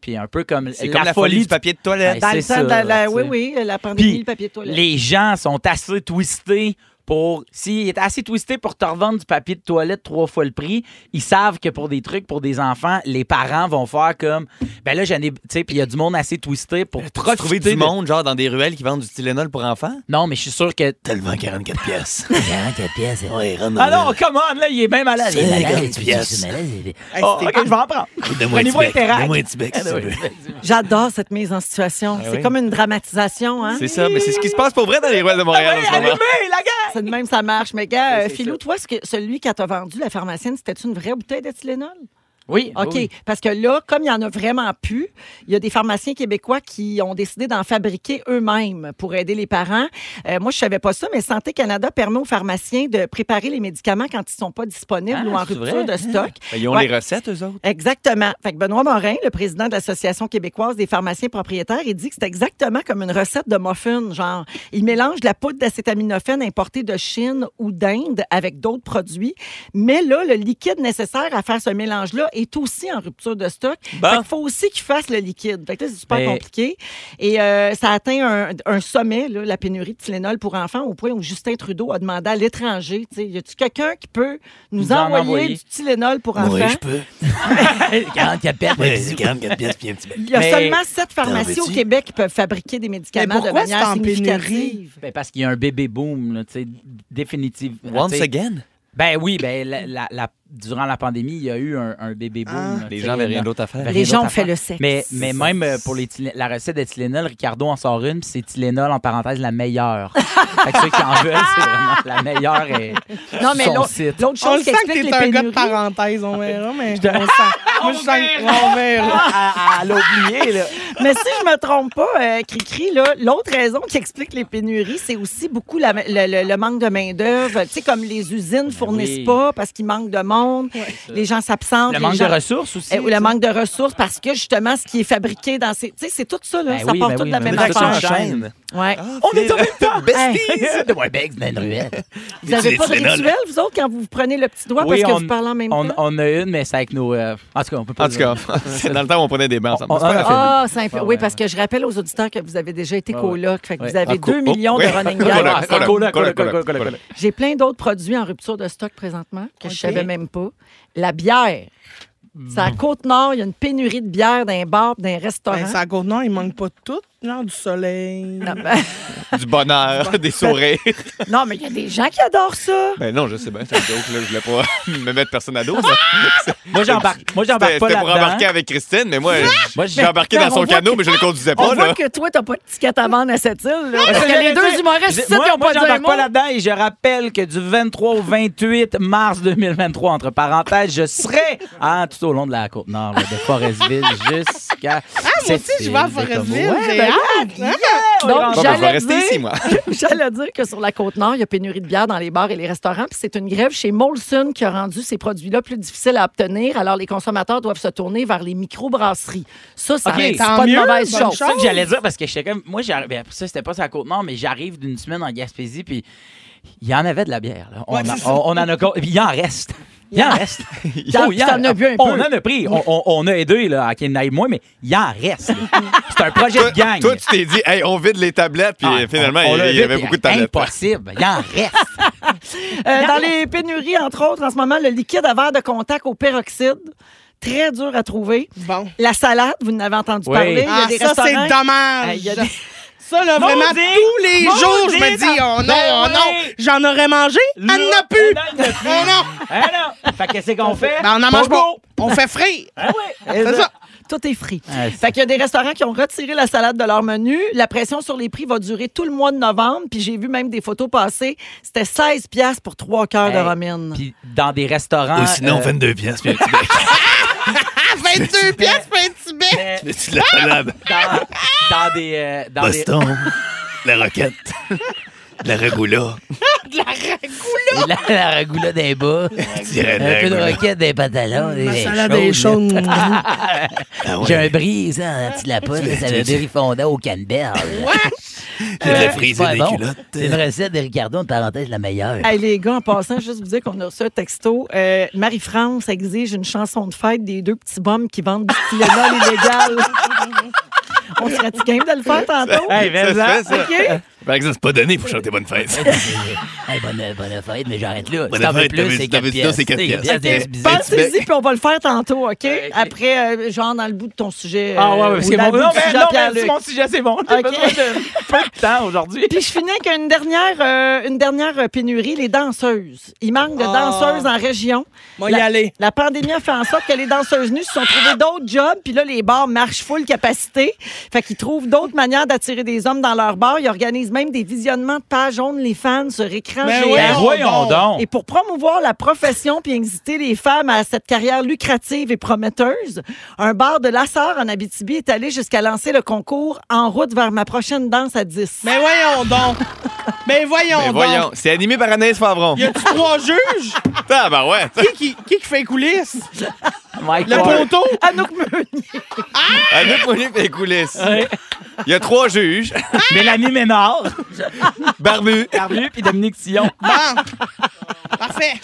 [SPEAKER 2] puis un peu comme,
[SPEAKER 3] C'est comme la folie du papier de toilette.
[SPEAKER 2] Ben,
[SPEAKER 1] Dans
[SPEAKER 2] c'est
[SPEAKER 1] le temps
[SPEAKER 2] ça,
[SPEAKER 1] de la- la-
[SPEAKER 2] tu
[SPEAKER 1] oui,
[SPEAKER 2] sais.
[SPEAKER 1] oui, la pandémie,
[SPEAKER 2] Puis,
[SPEAKER 1] le papier de toilette.
[SPEAKER 2] les gens sont assez twistés pour. S'ils étaient assez twistés pour te revendre du papier de toilette trois fois le prix, ils savent que pour des trucs, pour des enfants, les parents vont faire comme. Ben là, j'en ai. Tu sais, puis il y a du monde assez twisté pour
[SPEAKER 3] Tu
[SPEAKER 2] profiter.
[SPEAKER 3] trouvais du
[SPEAKER 2] de-
[SPEAKER 3] monde, genre, dans des ruelles qui vendent du Tylenol pour enfants?
[SPEAKER 2] Non, mais je suis sûr que.
[SPEAKER 9] Tellement 44 pièces. Ouais,
[SPEAKER 2] Ah non, come on, là, il est bien malade. Il est malade.
[SPEAKER 4] Hey,
[SPEAKER 2] Oh,
[SPEAKER 4] c'était-
[SPEAKER 2] ok, je vais en prendre.
[SPEAKER 9] Donne-moi un petit
[SPEAKER 2] Prenez-vous
[SPEAKER 9] bec.
[SPEAKER 2] Interact.
[SPEAKER 9] Donne-moi un petit bec, si tu veux.
[SPEAKER 1] J'adore cette mise en
[SPEAKER 2] Ben
[SPEAKER 1] situation. c'est
[SPEAKER 3] oui.
[SPEAKER 1] comme une dramatisation, hein?
[SPEAKER 3] C'est ça, mais c'est ce qui se passe pour vrai dans les ruelles de Montréal en ce moment.
[SPEAKER 2] Allumez, la gueule!
[SPEAKER 1] C'est de même, ça marche. Mais gars, euh,
[SPEAKER 2] c'est
[SPEAKER 1] Philou,
[SPEAKER 2] ça.
[SPEAKER 1] toi, ce que celui qui t'a vendu, la pharmacienne, c'était une vraie bouteille de Tylenol?
[SPEAKER 2] Oui,
[SPEAKER 1] OK.
[SPEAKER 2] oui.
[SPEAKER 1] Parce que là, comme il y en a vraiment plus, il y a des pharmaciens québécois qui ont décidé d'en fabriquer eux-mêmes pour aider les parents. Euh, moi, je savais pas ça, mais Santé Canada permet aux pharmaciens de préparer les médicaments quand ils sont pas disponibles
[SPEAKER 2] Ah,
[SPEAKER 1] ou en
[SPEAKER 2] c'est
[SPEAKER 1] rupture
[SPEAKER 2] vrai?
[SPEAKER 1] de stock.
[SPEAKER 3] Ben, ils ont
[SPEAKER 1] Ouais.
[SPEAKER 3] les recettes, eux autres.
[SPEAKER 1] Exactement. Fait que Benoît Morin, le président de l'Association québécoise des pharmaciens propriétaires, il dit que c'est exactement comme une recette de muffins. Genre, il mélange la poudre d'acétaminophène importée de Chine ou d'Inde avec d'autres produits. Mais là, le liquide nécessaire à faire ce mélange-là est aussi en rupture de stock.
[SPEAKER 3] Bon.
[SPEAKER 1] Fait qu'il faut aussi qu'il fasse le liquide. Fait que là, c'est super
[SPEAKER 2] Mais-
[SPEAKER 1] compliqué. Et euh, ça atteint un, un sommet, là, la pénurie de Tylenol pour enfants, au point où Justin Trudeau a demandé à l'étranger, tu sais, y a-tu quelqu'un qui peut nous,
[SPEAKER 2] Nous en
[SPEAKER 1] envoyer,
[SPEAKER 2] envoyer.
[SPEAKER 1] du Tylenol pour enfants?
[SPEAKER 9] Ouais, je peux.
[SPEAKER 2] 44 pièces,
[SPEAKER 9] Ouais, c'est 44 pièces puis un petit bec.
[SPEAKER 1] Il y a
[SPEAKER 2] Mais-
[SPEAKER 1] seulement sept pharmacies
[SPEAKER 9] T'en
[SPEAKER 1] au
[SPEAKER 9] veux-tu?
[SPEAKER 1] Québec qui peuvent fabriquer des
[SPEAKER 4] Mais
[SPEAKER 1] médicaments de
[SPEAKER 4] pourquoi c'est
[SPEAKER 1] manière
[SPEAKER 4] en
[SPEAKER 1] significative.
[SPEAKER 2] Ben, parce qu'il y a un bébé boom, là, tu sais, définitive.
[SPEAKER 3] Once
[SPEAKER 2] tu sais.
[SPEAKER 3] again.
[SPEAKER 2] Ben oui, ben la- la- la- durant la pandémie, il y a eu un, un bébé boom.
[SPEAKER 4] Ah.
[SPEAKER 2] là,
[SPEAKER 3] Les gens
[SPEAKER 2] tu sais,
[SPEAKER 3] n'avaient
[SPEAKER 2] là.
[SPEAKER 3] rien d'autre à faire.
[SPEAKER 2] Ben,
[SPEAKER 1] Les
[SPEAKER 2] rien
[SPEAKER 1] gens
[SPEAKER 2] d'autre
[SPEAKER 1] ont
[SPEAKER 2] à
[SPEAKER 1] fait
[SPEAKER 2] faire.
[SPEAKER 1] le sexe.
[SPEAKER 2] Mais, mais même euh, pour les Tylen- la recette de Tylenol, Ricardo en sort une, puis c'est Tylenol en parenthèse la meilleure. fait que ceux qui en veulent, c'est vraiment la meilleure. Et,
[SPEAKER 1] Non, mais
[SPEAKER 2] son
[SPEAKER 1] l'autre-
[SPEAKER 2] site.
[SPEAKER 1] l'autre
[SPEAKER 4] On le
[SPEAKER 1] chose qui
[SPEAKER 4] sent que t'es
[SPEAKER 1] explique les
[SPEAKER 4] un gars de
[SPEAKER 1] pénuries...
[SPEAKER 4] parenthèse, on verra, mais on le sent. Moi, je sens que- on verra. Ah,
[SPEAKER 2] À, l'oublier, là.
[SPEAKER 1] Mais si je me trompe pas, euh, Cricri, là, l'autre raison qui explique les pénuries, c'est aussi beaucoup la- le, le- le manque de main-d'œuvre. Tu sais, comme les usines fournissent
[SPEAKER 2] Ben oui.
[SPEAKER 1] pas parce qu'il manque de monde, les gens s'absentent.
[SPEAKER 2] Le
[SPEAKER 1] les
[SPEAKER 2] manque
[SPEAKER 1] gens-
[SPEAKER 2] de ressources aussi.
[SPEAKER 1] Eh, Ou le manque de ressources parce que justement, ce qui est fabriqué dans ces. Tu sais, c'est tout ça, là.
[SPEAKER 2] Ben
[SPEAKER 1] ça
[SPEAKER 2] oui,
[SPEAKER 1] part
[SPEAKER 2] ben
[SPEAKER 1] tout
[SPEAKER 2] oui,
[SPEAKER 1] de la
[SPEAKER 2] ben
[SPEAKER 1] même
[SPEAKER 2] oui.
[SPEAKER 3] Tout ça
[SPEAKER 2] affaire.
[SPEAKER 3] en
[SPEAKER 1] affaire.
[SPEAKER 3] chaîne.
[SPEAKER 1] Ouais.
[SPEAKER 2] On est en même temps!
[SPEAKER 3] Besties!
[SPEAKER 2] De moi, bec, ben, ruelle.
[SPEAKER 1] Vous avez pas de
[SPEAKER 9] Tylenol.
[SPEAKER 1] rituel, vous autres, quand vous vous prenez le petit doigt
[SPEAKER 2] Oui,
[SPEAKER 1] parce que
[SPEAKER 2] on-
[SPEAKER 1] vous parlez en même
[SPEAKER 2] On,
[SPEAKER 1] temps?
[SPEAKER 2] on a une, mais c'est avec nos. euh, en tout cas, on peut pas.
[SPEAKER 3] En tout cas, c'est dans le temps où on prenait des bains ensemble.
[SPEAKER 2] On-
[SPEAKER 3] C'est pas grave.
[SPEAKER 1] Ah, c'est un peu-
[SPEAKER 2] Ah,
[SPEAKER 1] Oui,
[SPEAKER 2] ouais.
[SPEAKER 1] parce que je rappelle aux auditeurs que vous avez déjà été
[SPEAKER 2] Ouais,
[SPEAKER 1] coloc. Fait que
[SPEAKER 2] Ouais.
[SPEAKER 1] vous avez
[SPEAKER 3] En co-
[SPEAKER 1] 2 millions
[SPEAKER 3] oh,
[SPEAKER 1] de
[SPEAKER 3] oui.
[SPEAKER 1] running
[SPEAKER 3] Coloc,
[SPEAKER 2] Ah,
[SPEAKER 1] gag.
[SPEAKER 3] coloc, coloc,
[SPEAKER 2] Coloc, coloc,
[SPEAKER 3] coloc,
[SPEAKER 2] coloc,
[SPEAKER 3] coloc.
[SPEAKER 1] J'ai plein d'autres produits en rupture de stock présentement que je
[SPEAKER 4] Ok.
[SPEAKER 1] savais même pas. La bière. C'est
[SPEAKER 2] Hmm.
[SPEAKER 1] à Côte-Nord, il y a une pénurie de bière dans les bars, dans les restaurants.
[SPEAKER 4] Ben, ça compte, non, il manque pas de tout, genre du soleil.
[SPEAKER 1] hein? Non, ben-
[SPEAKER 3] Du bonheur, des sourires.
[SPEAKER 1] non, mais il y a des gens qui adorent ça.
[SPEAKER 3] Ben non, je sais bien, c'est un joke, là. Je voulais pas me mettre personne à dos. là.
[SPEAKER 2] Moi, j'embarque. Moi, j'embarque
[SPEAKER 3] C'était
[SPEAKER 2] pas
[SPEAKER 3] c'était pour embarquer
[SPEAKER 2] là-dedans.
[SPEAKER 3] avec Christine, mais moi,
[SPEAKER 2] Moi,
[SPEAKER 3] j'ai embarqué
[SPEAKER 1] Mais
[SPEAKER 3] dans
[SPEAKER 1] on
[SPEAKER 3] son
[SPEAKER 1] voit
[SPEAKER 3] canot,
[SPEAKER 1] que-
[SPEAKER 3] mais je le conduisais
[SPEAKER 1] On
[SPEAKER 3] pas,
[SPEAKER 1] voit
[SPEAKER 3] là.
[SPEAKER 1] que toi, t'as pas de ticket à vendre à cette île. là. parce
[SPEAKER 2] Ça,
[SPEAKER 1] que
[SPEAKER 2] j'allais
[SPEAKER 1] les deux
[SPEAKER 2] dire,
[SPEAKER 1] humoristes,
[SPEAKER 2] j'ai-
[SPEAKER 1] ici, qui
[SPEAKER 2] moi,
[SPEAKER 1] n'ont
[SPEAKER 2] moi,
[SPEAKER 1] pas dit un
[SPEAKER 2] j'embarque
[SPEAKER 1] mot.
[SPEAKER 2] pas là-dedans et je rappelle que du 23 au 28 mars 2023, entre parenthèses, je serai hein, tout au long de la Côte-Nord, là, de Forestville jusqu'à.
[SPEAKER 4] Ah, moi aussi, je vais à Forestville, j'ai
[SPEAKER 1] ben Donc,
[SPEAKER 3] Bon, ben, je vais
[SPEAKER 1] j'allais
[SPEAKER 3] rester
[SPEAKER 1] dire,
[SPEAKER 3] ici, moi.
[SPEAKER 1] j'allais dire que sur la côte nord, il y a pénurie de bière dans les bars et les restaurants. Puis c'est une grève chez Molson qui a rendu ces produits-là plus difficiles à obtenir. Alors les consommateurs doivent se tourner vers les microbrasseries. Ça, ça
[SPEAKER 2] Ok,
[SPEAKER 1] reste
[SPEAKER 4] tant
[SPEAKER 1] pas de
[SPEAKER 4] mieux,
[SPEAKER 1] mauvaise
[SPEAKER 4] bonne chance.
[SPEAKER 1] chose.
[SPEAKER 2] C'est ça que j'allais dire parce que j'étais comme. Moi, j'arrive. ben, Pour ça, c'était pas sur la côte nord, mais j'arrive d'une semaine en Gaspésie, puis il y en avait de la bière. là. On,
[SPEAKER 4] Ouais,
[SPEAKER 2] en-
[SPEAKER 4] c'est ça.
[SPEAKER 2] on, on en a. co- Puis il en reste. Il en reste.
[SPEAKER 1] T'en-
[SPEAKER 2] il
[SPEAKER 1] t'en as bu un
[SPEAKER 2] on
[SPEAKER 1] peu.
[SPEAKER 2] en a pris. On, on- on a aidé là, à qu'il y en aille moins, mais il en reste. C'est un projet
[SPEAKER 3] Toi,
[SPEAKER 2] de gang.
[SPEAKER 3] toi, tu t'es dit, hey, on vide les tablettes, puis
[SPEAKER 2] Ah,
[SPEAKER 3] euh, finalement,
[SPEAKER 2] on- on
[SPEAKER 3] il-
[SPEAKER 2] l'a
[SPEAKER 3] il
[SPEAKER 2] vu,
[SPEAKER 3] y avait
[SPEAKER 2] puis
[SPEAKER 3] beaucoup de tablettes.
[SPEAKER 2] Impossible. Il en reste.
[SPEAKER 1] Euh, dans les pénuries, entre autres, en ce moment, le liquide à verre de contact au peroxyde, très dur à trouver.
[SPEAKER 4] Bon.
[SPEAKER 1] La salade, vous n'avez entendu
[SPEAKER 2] Oui.
[SPEAKER 1] parler. Il y a
[SPEAKER 4] Ah,
[SPEAKER 1] des
[SPEAKER 4] ça, c'est
[SPEAKER 1] restaurants- Ah,
[SPEAKER 4] dommage.
[SPEAKER 1] il y a des-
[SPEAKER 4] Ça, là,
[SPEAKER 2] Maudit!
[SPEAKER 4] vraiment, tous les
[SPEAKER 2] Maudit
[SPEAKER 4] jours, je me dis,
[SPEAKER 2] dans-
[SPEAKER 4] oh non,
[SPEAKER 2] Ben
[SPEAKER 4] oh non,
[SPEAKER 2] oui!
[SPEAKER 4] j'en aurais mangé, elle
[SPEAKER 2] Là,
[SPEAKER 4] n'en a plus.
[SPEAKER 2] elle n'en a plus.
[SPEAKER 4] Oh non.
[SPEAKER 2] Hein, non? Fait que qu'est-ce qu'on fait?
[SPEAKER 4] Ben, on en mange pas.
[SPEAKER 2] beau.
[SPEAKER 4] On fait frire.
[SPEAKER 2] Hein, ouais.
[SPEAKER 4] C'est ça.
[SPEAKER 1] Tout est frit.
[SPEAKER 2] Ouais, Ah, c'est-
[SPEAKER 1] fait qu'il y a des restaurants qui ont retiré la salade de leur menu. La pression sur les prix va durer tout le mois de novembre. Puis j'ai vu même des photos passer. C'était 16 piastres pour trois quarts de
[SPEAKER 2] Hey,
[SPEAKER 1] romaine.
[SPEAKER 2] Puis dans des restaurants.
[SPEAKER 9] Ou sinon,
[SPEAKER 2] euh,
[SPEAKER 9] 22 piastres, puis un petit bec.
[SPEAKER 4] À 22 pièces, un petit bec.
[SPEAKER 9] Mais tu la salade.
[SPEAKER 2] dans, dans des. euh, dans des-
[SPEAKER 9] Boston. La roquette. La regoula.
[SPEAKER 2] La, la ragoula d'un bas.
[SPEAKER 9] Tu dirais
[SPEAKER 2] Un peu de
[SPEAKER 9] la regoula.
[SPEAKER 2] roquette des pantalons.
[SPEAKER 4] La
[SPEAKER 2] des
[SPEAKER 4] salade est
[SPEAKER 2] chaudes.
[SPEAKER 4] chaude.
[SPEAKER 9] Ah ouais.
[SPEAKER 2] J'ai un brise, hein, tu la pote, ça veut dire fondant au canneberge.
[SPEAKER 9] J'ai de la
[SPEAKER 2] C'est
[SPEAKER 9] frisée
[SPEAKER 2] pas
[SPEAKER 9] des
[SPEAKER 2] bon.
[SPEAKER 9] culottes.
[SPEAKER 2] C'est une recette de Ricardo, une parenthèse la meilleure.
[SPEAKER 1] Hey, les gars, en passant, juste vous dire qu'on a reçu un texto. Euh, Marie-France exige une chanson de fête des deux petits bums qui vendent du Tylenol illégal. On serait-tu game de le faire tantôt?
[SPEAKER 2] Hey,
[SPEAKER 3] Ça se fait, ça.
[SPEAKER 2] Euh,
[SPEAKER 1] OK?
[SPEAKER 9] Par exemple, c'est pas donné pour chanter Bonne Fête.
[SPEAKER 2] Hey, bonne, bonne fête, mais j'arrête là.
[SPEAKER 9] Bonne
[SPEAKER 2] Si t'en veux
[SPEAKER 9] fête, t'as
[SPEAKER 2] plus,
[SPEAKER 9] vu-
[SPEAKER 2] c'est
[SPEAKER 9] t'as
[SPEAKER 2] 4
[SPEAKER 9] vu-
[SPEAKER 2] pièces.
[SPEAKER 9] c'est quatre pièces.
[SPEAKER 2] C'est
[SPEAKER 9] Ok.
[SPEAKER 2] quatre pièces.
[SPEAKER 1] Pensez-y, puis on va le faire tantôt, OK?
[SPEAKER 2] Ouais, OK.
[SPEAKER 1] Après, euh, genre dans le bout de ton sujet.
[SPEAKER 2] Ah ouais,
[SPEAKER 1] euh,
[SPEAKER 2] ouais,
[SPEAKER 1] ou
[SPEAKER 2] c'est
[SPEAKER 1] dans le
[SPEAKER 2] mon
[SPEAKER 1] bout
[SPEAKER 2] non,
[SPEAKER 1] du
[SPEAKER 2] mais,
[SPEAKER 1] sujet à
[SPEAKER 2] non, mais
[SPEAKER 1] Pierre-Luc.
[SPEAKER 2] mon sujet, c'est bon. J'ai
[SPEAKER 1] Ok.
[SPEAKER 2] besoin de peu de temps aujourd'hui.
[SPEAKER 1] Puis je finis avec une dernière, euh, une dernière euh, pénurie, les danseuses. Il manque de
[SPEAKER 4] Ah.
[SPEAKER 1] danseuses en région.
[SPEAKER 4] Moi, y aller.
[SPEAKER 1] La pandémie a fait en sorte que les danseuses nues se sont trouvées d'autres jobs, puis là, les bars marchent full capacité. Fait qu'ils trouvent d'autres manières d'attirer des hommes dans leurs bars. Ils organisent même des visionnements de pages jaunes, les fans sur écran
[SPEAKER 4] Ben
[SPEAKER 1] géant.
[SPEAKER 4] voyons donc.
[SPEAKER 1] Et pour promouvoir la profession puis inciter les femmes à cette carrière lucrative et prometteuse, un bar de Lassar en Abitibi est allé jusqu'à lancer le concours En route vers ma prochaine danse à 10.
[SPEAKER 4] Mais voyons donc. Mais voyons
[SPEAKER 3] Ben
[SPEAKER 4] donc.
[SPEAKER 3] voyons, c'est animé par Anaïs Favron.
[SPEAKER 4] Y a-tu trois juges?
[SPEAKER 3] Ah, ben ouais.
[SPEAKER 4] Qui qui, qui qui fait les coulisses?
[SPEAKER 2] Mike
[SPEAKER 4] Le
[SPEAKER 2] Ward.
[SPEAKER 4] poteau?
[SPEAKER 1] Anouk Meunier.
[SPEAKER 3] Anouk Mounier fait les coulisses.
[SPEAKER 2] Ouais.
[SPEAKER 3] Il y a trois juges.
[SPEAKER 2] Mélanie Ménard,
[SPEAKER 3] Barbu.
[SPEAKER 2] Carlu puis Dominique Sillon.
[SPEAKER 4] Bon. Parfait.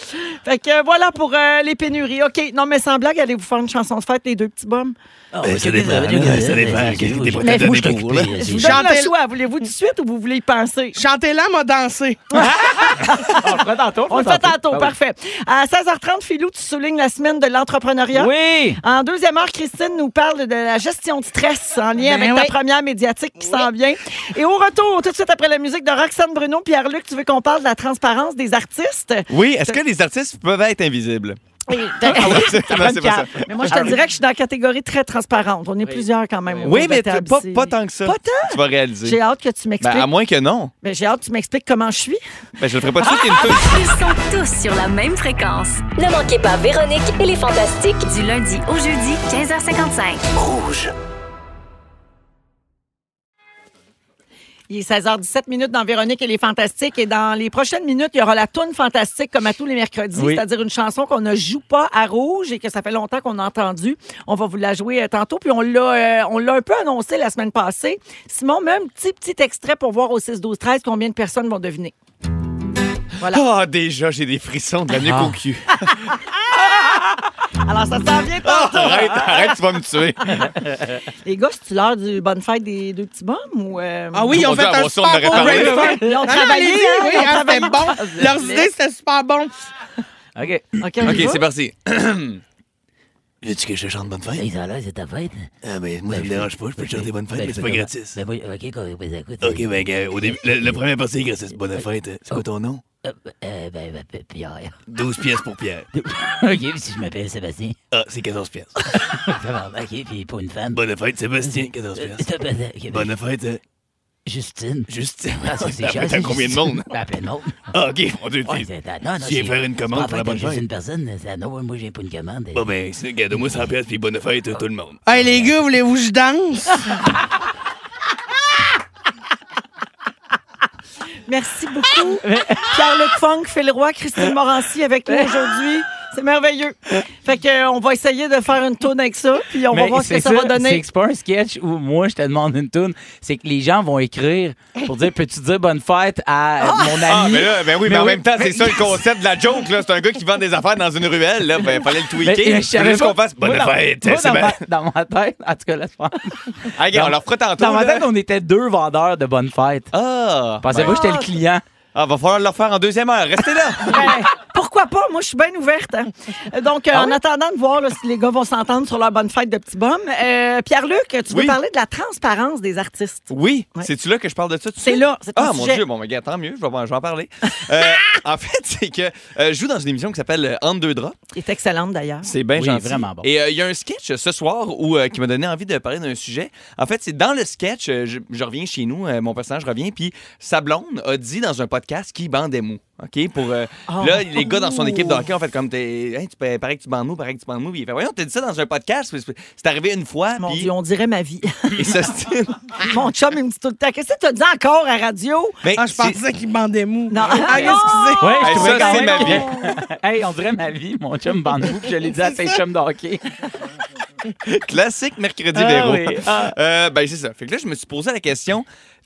[SPEAKER 1] Fait que euh, voilà pour euh, les pénuries. OK, non, mais sans blague, allez vous faire une chanson de fête, les deux petits bums.
[SPEAKER 9] Euh, ça dépend, là, ça dépend. Qu'est-ce que t'es prêt à
[SPEAKER 2] faut que
[SPEAKER 9] donner
[SPEAKER 2] je
[SPEAKER 9] pour, là?
[SPEAKER 2] t'occupe,
[SPEAKER 1] Je vous
[SPEAKER 2] c'est-
[SPEAKER 1] donne le
[SPEAKER 4] Chantel-
[SPEAKER 1] choix. Voulez-vous tout de suite ou vous voulez y penser?
[SPEAKER 4] Chantez-la m'a dansé.
[SPEAKER 2] On le fera tantôt.
[SPEAKER 1] On le fait tantôt,
[SPEAKER 2] Ah oui.
[SPEAKER 1] parfait. À 16h30, Philou, tu soulignes la semaine de
[SPEAKER 2] hein?
[SPEAKER 1] l'entrepreneuriat.
[SPEAKER 2] Oui!
[SPEAKER 1] En deuxième heure, Christine nous parle de la gestion de stress en lien
[SPEAKER 4] Ben
[SPEAKER 1] avec
[SPEAKER 4] oui.
[SPEAKER 1] ta première médiatique qui s'en vient. Et au retour, tout de suite après la musique de Roxane Bruno, Pierre-Luc, tu veux qu'on parle de la transparence des artistes?
[SPEAKER 3] Oui, est-ce que les artistes peuvent être invisibles?
[SPEAKER 1] Et-
[SPEAKER 3] Ah Non, c'est pas ça.
[SPEAKER 1] mais moi, je te dirais que je suis dans la catégorie très transparente. On est plusieurs quand même.
[SPEAKER 3] Oui, mais t'as pas, pas tant que ça.
[SPEAKER 1] Pas tant?
[SPEAKER 3] Tu vas réaliser.
[SPEAKER 1] J'ai hâte que tu
[SPEAKER 3] Ben,
[SPEAKER 1] m'expliques.
[SPEAKER 3] à moins que non.
[SPEAKER 1] Ben, J'ai hâte que tu m'expliques comment je suis.
[SPEAKER 3] Ben, je le ferai pas tout de suite, il y a une toune.
[SPEAKER 7] Ils sont tous sur la même fréquence.
[SPEAKER 8] Ne manquez pas Véronique et les Fantastiques.
[SPEAKER 7] Du lundi au jeudi, 15h55.
[SPEAKER 1] Il est 16h17 minutes dans Véronique et les Fantastiques. Et dans les prochaines minutes, il y aura la toune fantastique comme à tous les mercredis,
[SPEAKER 2] Oui.
[SPEAKER 1] c'est-à-dire une chanson qu'on ne joue pas à rouge et que ça fait longtemps qu'on a entendue. On va vous la jouer euh, tantôt. Puis on l'a, euh, on l'a un peu annoncé la semaine passée. Simon, même petit, petit extrait pour voir au 6-12-13 combien de personnes vont deviner. Voilà.
[SPEAKER 3] Ah, déjà, j'ai des frissons de la nuque
[SPEAKER 2] Ah.
[SPEAKER 3] au cul.
[SPEAKER 1] Alors, ça s'en vient
[SPEAKER 3] Ah,
[SPEAKER 1] tantôt.
[SPEAKER 3] arrête, arrête, tu vas me tuer.
[SPEAKER 1] Les gars, c'est-tu l'heure du Bonne Fête des deux petits bombes ou... euh,
[SPEAKER 4] Ah oui, ils ont
[SPEAKER 3] Mon
[SPEAKER 4] fait
[SPEAKER 3] Dieu,
[SPEAKER 4] un
[SPEAKER 3] bon, ça, on
[SPEAKER 4] super
[SPEAKER 3] aurait
[SPEAKER 4] bon
[SPEAKER 3] parlé.
[SPEAKER 4] brainstorm.
[SPEAKER 1] Ils ont
[SPEAKER 4] Ah,
[SPEAKER 1] travaillé,
[SPEAKER 4] allez-y,
[SPEAKER 1] hein, ils
[SPEAKER 4] oui,
[SPEAKER 1] ont
[SPEAKER 4] ah, c'était
[SPEAKER 1] travaillé.
[SPEAKER 4] bon. Leurs idées, c'était super bon.
[SPEAKER 2] OK.
[SPEAKER 1] OK, on y va?
[SPEAKER 3] parti.
[SPEAKER 9] Veux-tu que je te chante Bonne Fête?
[SPEAKER 10] Hey, ça a l'air, c'est ta fête.
[SPEAKER 9] Ah, mais moi, ça me dérange pas. Je peux te chanter Bonne Fête, mais c'est pas gratis.
[SPEAKER 10] Ben, oui, ok, quoi, ben, écoute.
[SPEAKER 9] OK, ben, euh, au début, le, le premier passé est gratis. Bonne Fête. euh, C'est quoi ton nom?
[SPEAKER 10] Euh, euh, ben, ben, ben, Pierre.
[SPEAKER 9] 12 pièces pour Pierre.
[SPEAKER 10] ok, puis si je m'appelle Sébastien.
[SPEAKER 9] Ah, c'est 14 pièces.
[SPEAKER 10] ok, puis pour une femme.
[SPEAKER 9] Bonne Fête, Sébastien, 14
[SPEAKER 10] Euh,
[SPEAKER 9] pièces.
[SPEAKER 10] s'il te plaît, ok, ben,
[SPEAKER 9] Bonne Fête, euh,
[SPEAKER 10] Justine.
[SPEAKER 9] Justine.
[SPEAKER 10] Ah, ça, c'est
[SPEAKER 9] Ah,
[SPEAKER 10] cher,
[SPEAKER 9] t'as
[SPEAKER 10] ça,
[SPEAKER 9] combien de
[SPEAKER 10] Justine.
[SPEAKER 9] monde?
[SPEAKER 10] Ben, plein de monde.
[SPEAKER 9] Ah, OK, mon Dieu,
[SPEAKER 10] Ouais,
[SPEAKER 9] t'es-
[SPEAKER 10] c'est- ah, non, non,
[SPEAKER 9] Tu viens
[SPEAKER 10] c'est-
[SPEAKER 9] faire une commande
[SPEAKER 10] c'est
[SPEAKER 9] pour
[SPEAKER 10] pas
[SPEAKER 9] la bonne
[SPEAKER 10] juste
[SPEAKER 9] fête.
[SPEAKER 10] une personne, c'est- non, moi, j'ai pas une commande.
[SPEAKER 9] Bon, ben, c'est- garde-moi 100 pièces, puis bonne fête, tout le monde.
[SPEAKER 4] Hey, les gars, voulez-vous que je danse?
[SPEAKER 1] Merci beaucoup. Pierre-Luc Funk, Phil Roy, Christine Morancy avec nous aujourd'hui. C'est merveilleux. Fait que, euh, on va essayer de faire une tourne avec ça, puis on va
[SPEAKER 2] Mais
[SPEAKER 1] voir ce que
[SPEAKER 2] c'est
[SPEAKER 1] ça,
[SPEAKER 2] ça,
[SPEAKER 1] va donner.
[SPEAKER 2] C'est que c'est pas un sketch où moi je te demande une tune, c'est que les gens vont écrire pour dire peux-tu dire bonne fête à mon ami.
[SPEAKER 3] Ah, mais là, ben oui, mais, en même temps, c'est ça le concept de la joke. là. C'est un gars qui vend des affaires dans une ruelle. Là. Ben, fallait le
[SPEAKER 2] Mais-
[SPEAKER 3] tweaker. Je
[SPEAKER 2] mais je savais
[SPEAKER 3] juste
[SPEAKER 2] pas-
[SPEAKER 3] qu'on fasse bonne
[SPEAKER 2] moi, dans-
[SPEAKER 3] fête.
[SPEAKER 2] moi,
[SPEAKER 3] c'est
[SPEAKER 2] dans,
[SPEAKER 3] bien.
[SPEAKER 2] ma, dans ma tête, en tout cas, laisse faire.
[SPEAKER 3] Ah, gars, on leur fera tantôt.
[SPEAKER 2] Dans ma
[SPEAKER 3] là.
[SPEAKER 2] tête, on était deux vendeurs de bonne fête.
[SPEAKER 3] Ah,
[SPEAKER 2] Pensez
[SPEAKER 3] ben-
[SPEAKER 2] pas que j'étais le client.
[SPEAKER 3] ah, va falloir le faire en deuxième heure. Restez là.
[SPEAKER 1] Ben, pourquoi pas? Moi, je suis bien ouverte. hein. Euh, Donc, euh,
[SPEAKER 2] Ah
[SPEAKER 1] en attendant de voir là, si les gars vont s'entendre sur leur bonne fête de petit bum, euh, Pierre-Luc, tu veux
[SPEAKER 3] Oui.
[SPEAKER 1] parler de la transparence des artistes.
[SPEAKER 3] Oui,
[SPEAKER 1] Ouais.
[SPEAKER 3] c'est-tu là que je parle de ça? tout de
[SPEAKER 1] C'est
[SPEAKER 3] suite?
[SPEAKER 1] là, c'est ton
[SPEAKER 3] Ah, mon
[SPEAKER 1] sujet.
[SPEAKER 3] Dieu, bon, mais gars, tant mieux, je vais, je vais en parler. Euh, en fait, c'est que euh, je joue dans une émission qui s'appelle euh, Entre deux draps.
[SPEAKER 1] Il est excellente, d'ailleurs.
[SPEAKER 3] C'est bien
[SPEAKER 2] Oui,
[SPEAKER 3] gentil.
[SPEAKER 2] vraiment bon.
[SPEAKER 3] Et euh, il y a un sketch euh, ce soir où, euh, qui m'a donné envie de parler d'un sujet. En fait, c'est dans le sketch, euh, je, je reviens chez nous, euh, mon personnage revient, puis sa blonde a dit dans un podcast qu'il bandait mou. OK? Pour, euh,
[SPEAKER 1] Oh.
[SPEAKER 3] Là, les gars dans son équipe de hockey ont fait comme, t'es- hein, tu pa- pareil que tu bandes mou, pareil que tu bandes mou. Puis il fait, voyons, t'as dit ça dans un podcast. C'est arrivé une fois,
[SPEAKER 1] Ah, Mon
[SPEAKER 3] puis
[SPEAKER 1] Dieu, on dirait ma vie.
[SPEAKER 3] il s'ostine.
[SPEAKER 1] Mon chum, il me dit tout le temps Qu'est-ce que tu as dit encore à radio?
[SPEAKER 3] Mais
[SPEAKER 4] Ah, je
[SPEAKER 3] c'est-
[SPEAKER 4] pensais qu'il bandait mou.
[SPEAKER 1] Non.
[SPEAKER 4] Ah, excusez.
[SPEAKER 2] Ouais, je
[SPEAKER 3] Hey,
[SPEAKER 2] trouvais
[SPEAKER 3] ça,
[SPEAKER 2] quand
[SPEAKER 3] c'est
[SPEAKER 2] même
[SPEAKER 3] ma
[SPEAKER 2] que-
[SPEAKER 3] vie.
[SPEAKER 2] hey, on dirait ma vie, mon chum Bandou, puis je l'ai dit à ses chums de hockey.
[SPEAKER 3] Classique mercredi
[SPEAKER 2] Ah
[SPEAKER 3] Véro.
[SPEAKER 2] oui, ah.
[SPEAKER 3] Euh, ben, c'est ça. Fait que là, je me suis posé la question.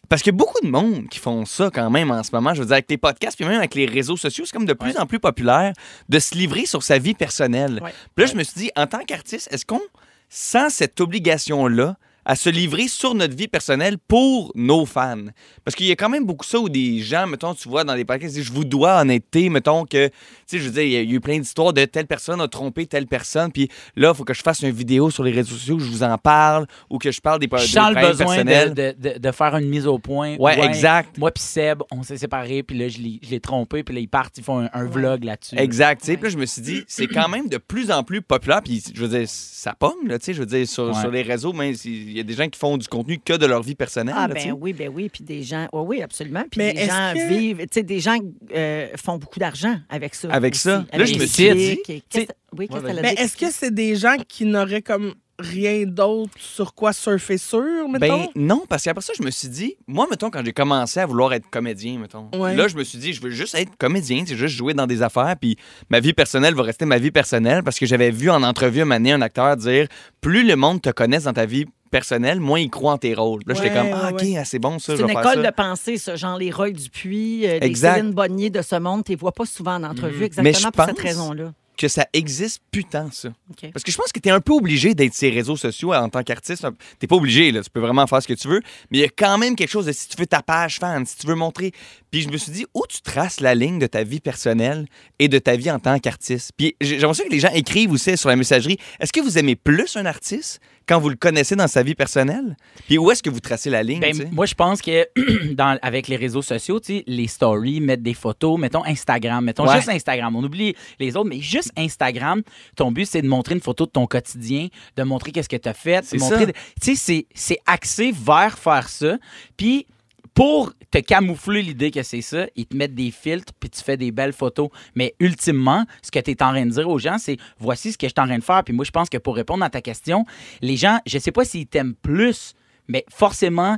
[SPEAKER 3] Parce qu'il y a beaucoup de monde qui font ça quand même en ce moment. Je veux dire, avec les podcasts, puis même avec les réseaux sociaux, c'est comme de plus en plus populaire de se livrer sur sa vie personnelle.
[SPEAKER 1] Ouais.
[SPEAKER 3] Puis là, je me suis dit, en tant qu'artiste, est-ce qu'on sent cette obligation-là à se livrer sur notre vie personnelle pour nos fans? Parce qu'il y a quand même beaucoup ça où des gens, mettons, tu vois dans des podcasts, ils disent, je vous dois honnêteté, mettons que, tu sais, je veux dire, il y a eu plein d'histoires de telle personne a trompé telle personne, puis là, il faut que je fasse une vidéo sur les réseaux sociaux où je vous en parle ou que je parle des,
[SPEAKER 2] Je
[SPEAKER 3] Bah, des
[SPEAKER 2] sens le
[SPEAKER 3] problèmes
[SPEAKER 2] besoin de,
[SPEAKER 3] personnels.
[SPEAKER 2] de, de- de faire une mise au point.
[SPEAKER 3] Ouais, exact.
[SPEAKER 2] Moi puis Seb, on s'est séparés, puis là, je l'ai je l'ai trompé, puis là, ils partent, ils font un, un vlog là-dessus.
[SPEAKER 3] Exact. tu sais. Puis là, je me suis dit, c'est quand même de plus en plus populaire. Puis, je veux dire, ça pomme, là, tu sais. Je veux dire, sur,
[SPEAKER 2] Ouais.
[SPEAKER 3] sur les réseaux, même s'il y a des gens qui font du contenu que de leur vie personnelle.
[SPEAKER 1] Ah
[SPEAKER 3] là, tu sais.
[SPEAKER 1] ben oui, ben oui, puis des gens, oui, oui, absolument, puis
[SPEAKER 4] Mais
[SPEAKER 1] des
[SPEAKER 4] est-ce
[SPEAKER 1] gens
[SPEAKER 4] que-
[SPEAKER 1] vivent, tu sais, des gens euh, font beaucoup d'argent avec ça.
[SPEAKER 3] Avec
[SPEAKER 1] aussi,
[SPEAKER 3] ça. Là,
[SPEAKER 1] avec
[SPEAKER 3] je me
[SPEAKER 1] les
[SPEAKER 3] suis
[SPEAKER 2] dit,
[SPEAKER 1] clics et-
[SPEAKER 2] tu sais-
[SPEAKER 1] qu'est-ce- Oui, qu'est-ce
[SPEAKER 2] Ouais,
[SPEAKER 1] qu'elle a
[SPEAKER 4] Mais
[SPEAKER 1] dit?
[SPEAKER 3] Ben,
[SPEAKER 4] est-ce que c'est des gens qui n'auraient comme rien d'autre sur quoi surfer sur, mettons?
[SPEAKER 3] Ben non, parce qu'après ça, je me suis dit, moi, mettons, quand j'ai commencé à vouloir être comédien, mettons,
[SPEAKER 4] Ouais.
[SPEAKER 3] là, je me suis dit, je veux juste être comédien, c'est juste jouer dans des affaires, puis ma vie personnelle va rester ma vie personnelle, parce que j'avais vu en entrevue une année un acteur dire, plus le monde te connaisse dans ta vie personnelle, moins ils croient en tes rôles. Là, j'étais
[SPEAKER 4] Ouais,
[SPEAKER 3] comme, ah,
[SPEAKER 4] ouais,
[SPEAKER 3] ok,
[SPEAKER 4] ouais.
[SPEAKER 3] ah, c'est bon ça,
[SPEAKER 1] C'est
[SPEAKER 3] je
[SPEAKER 1] une
[SPEAKER 3] vais faire
[SPEAKER 1] école de
[SPEAKER 3] ça.
[SPEAKER 1] pensée, ce genre les Roy Dupuis, euh, les
[SPEAKER 3] Exact. Mm-hmm.
[SPEAKER 1] Céline Bonnier de ce monde, tu les vois pas souvent en entrevue
[SPEAKER 3] Mais
[SPEAKER 1] exactement
[SPEAKER 3] je
[SPEAKER 1] pour cette
[SPEAKER 3] pense-
[SPEAKER 1] raison-là.
[SPEAKER 3] Que ça existe putain, ça.
[SPEAKER 1] OK.
[SPEAKER 3] Parce que je pense que tu es un peu obligé d'être sur les réseaux sociaux hein, en tant qu'artiste. T'es pas obligé, là. Tu peux vraiment faire ce que tu veux. Mais il y a quand même quelque chose de si tu veux ta page fan, si tu veux montrer. Puis je me suis dit, où tu traces la ligne de ta vie personnelle et de ta vie en tant qu'artiste? Puis j'ai- j'aimerais ça que les gens écrivent aussi sur la messagerie. Est-ce que vous aimez plus un artiste quand vous le connaissez dans sa vie personnelle? Puis où est-ce que vous tracez la ligne?
[SPEAKER 2] Ben,
[SPEAKER 3] tu sais?
[SPEAKER 2] moi, je pense que dans, avec les réseaux sociaux, tu sais, les stories, mettre des photos, mettons Instagram, mettons
[SPEAKER 3] Ouais.
[SPEAKER 2] juste Instagram. On oublie les autres, mais juste Instagram, ton but, c'est de montrer une photo de ton quotidien, de montrer qu'est-ce que tu as fait.
[SPEAKER 3] C'est
[SPEAKER 2] montrer
[SPEAKER 3] ça.
[SPEAKER 2] de- Tu sais, c'est- c'est axé vers faire ça. Puis. Pour te camoufler l'idée que c'est ça, ils te mettent des filtres puis tu fais des belles photos. Mais ultimement, ce que tu es en train de dire aux gens, c'est voici ce que je suis en train de faire. Puis moi, je pense que pour répondre à ta question, les gens, je sais pas s'ils t'aiment plus, mais forcément,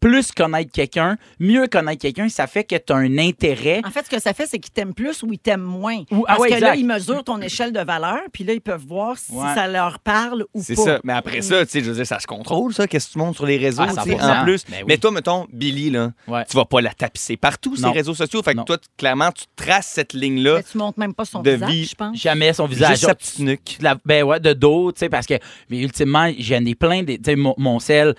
[SPEAKER 2] plus connaître quelqu'un, mieux connaître quelqu'un, ça fait que tu as un intérêt.
[SPEAKER 1] En fait, ce que ça fait, c'est qu'ils t'aiment plus ou ils t'aiment moins.
[SPEAKER 2] Ou- ah
[SPEAKER 1] Parce
[SPEAKER 2] ouais,
[SPEAKER 1] que là,
[SPEAKER 2] exact.
[SPEAKER 1] ils mesurent ton échelle de valeur, puis là, ils peuvent voir si
[SPEAKER 2] Ouais.
[SPEAKER 1] ça leur parle ou pas.
[SPEAKER 3] C'est ça. Mais après ça, tu sais, je veux dire, ça se contrôle, ça. Qu'est-ce que tu montres sur les réseaux,
[SPEAKER 2] Ah,
[SPEAKER 3] tu sais,
[SPEAKER 2] 100%.
[SPEAKER 3] en plus.
[SPEAKER 2] Ben oui.
[SPEAKER 3] Mais toi, mettons, Billy, là,
[SPEAKER 2] Ouais.
[SPEAKER 3] tu vas pas la tapisser partout, ces
[SPEAKER 2] Non.
[SPEAKER 3] réseaux sociaux. Fait que
[SPEAKER 2] Non.
[SPEAKER 3] toi, tu- clairement, tu traces cette ligne-là
[SPEAKER 1] Mais tu montres même pas son
[SPEAKER 3] de
[SPEAKER 1] visage,
[SPEAKER 3] vie.
[SPEAKER 1] je pense.
[SPEAKER 2] Jamais son visage.
[SPEAKER 3] Juste sa petite nuque.
[SPEAKER 2] de la- ben ouais, de dos, tu sais, parce que, mais ultimement, j'en ai plein, de, tu sais, mon, mon sel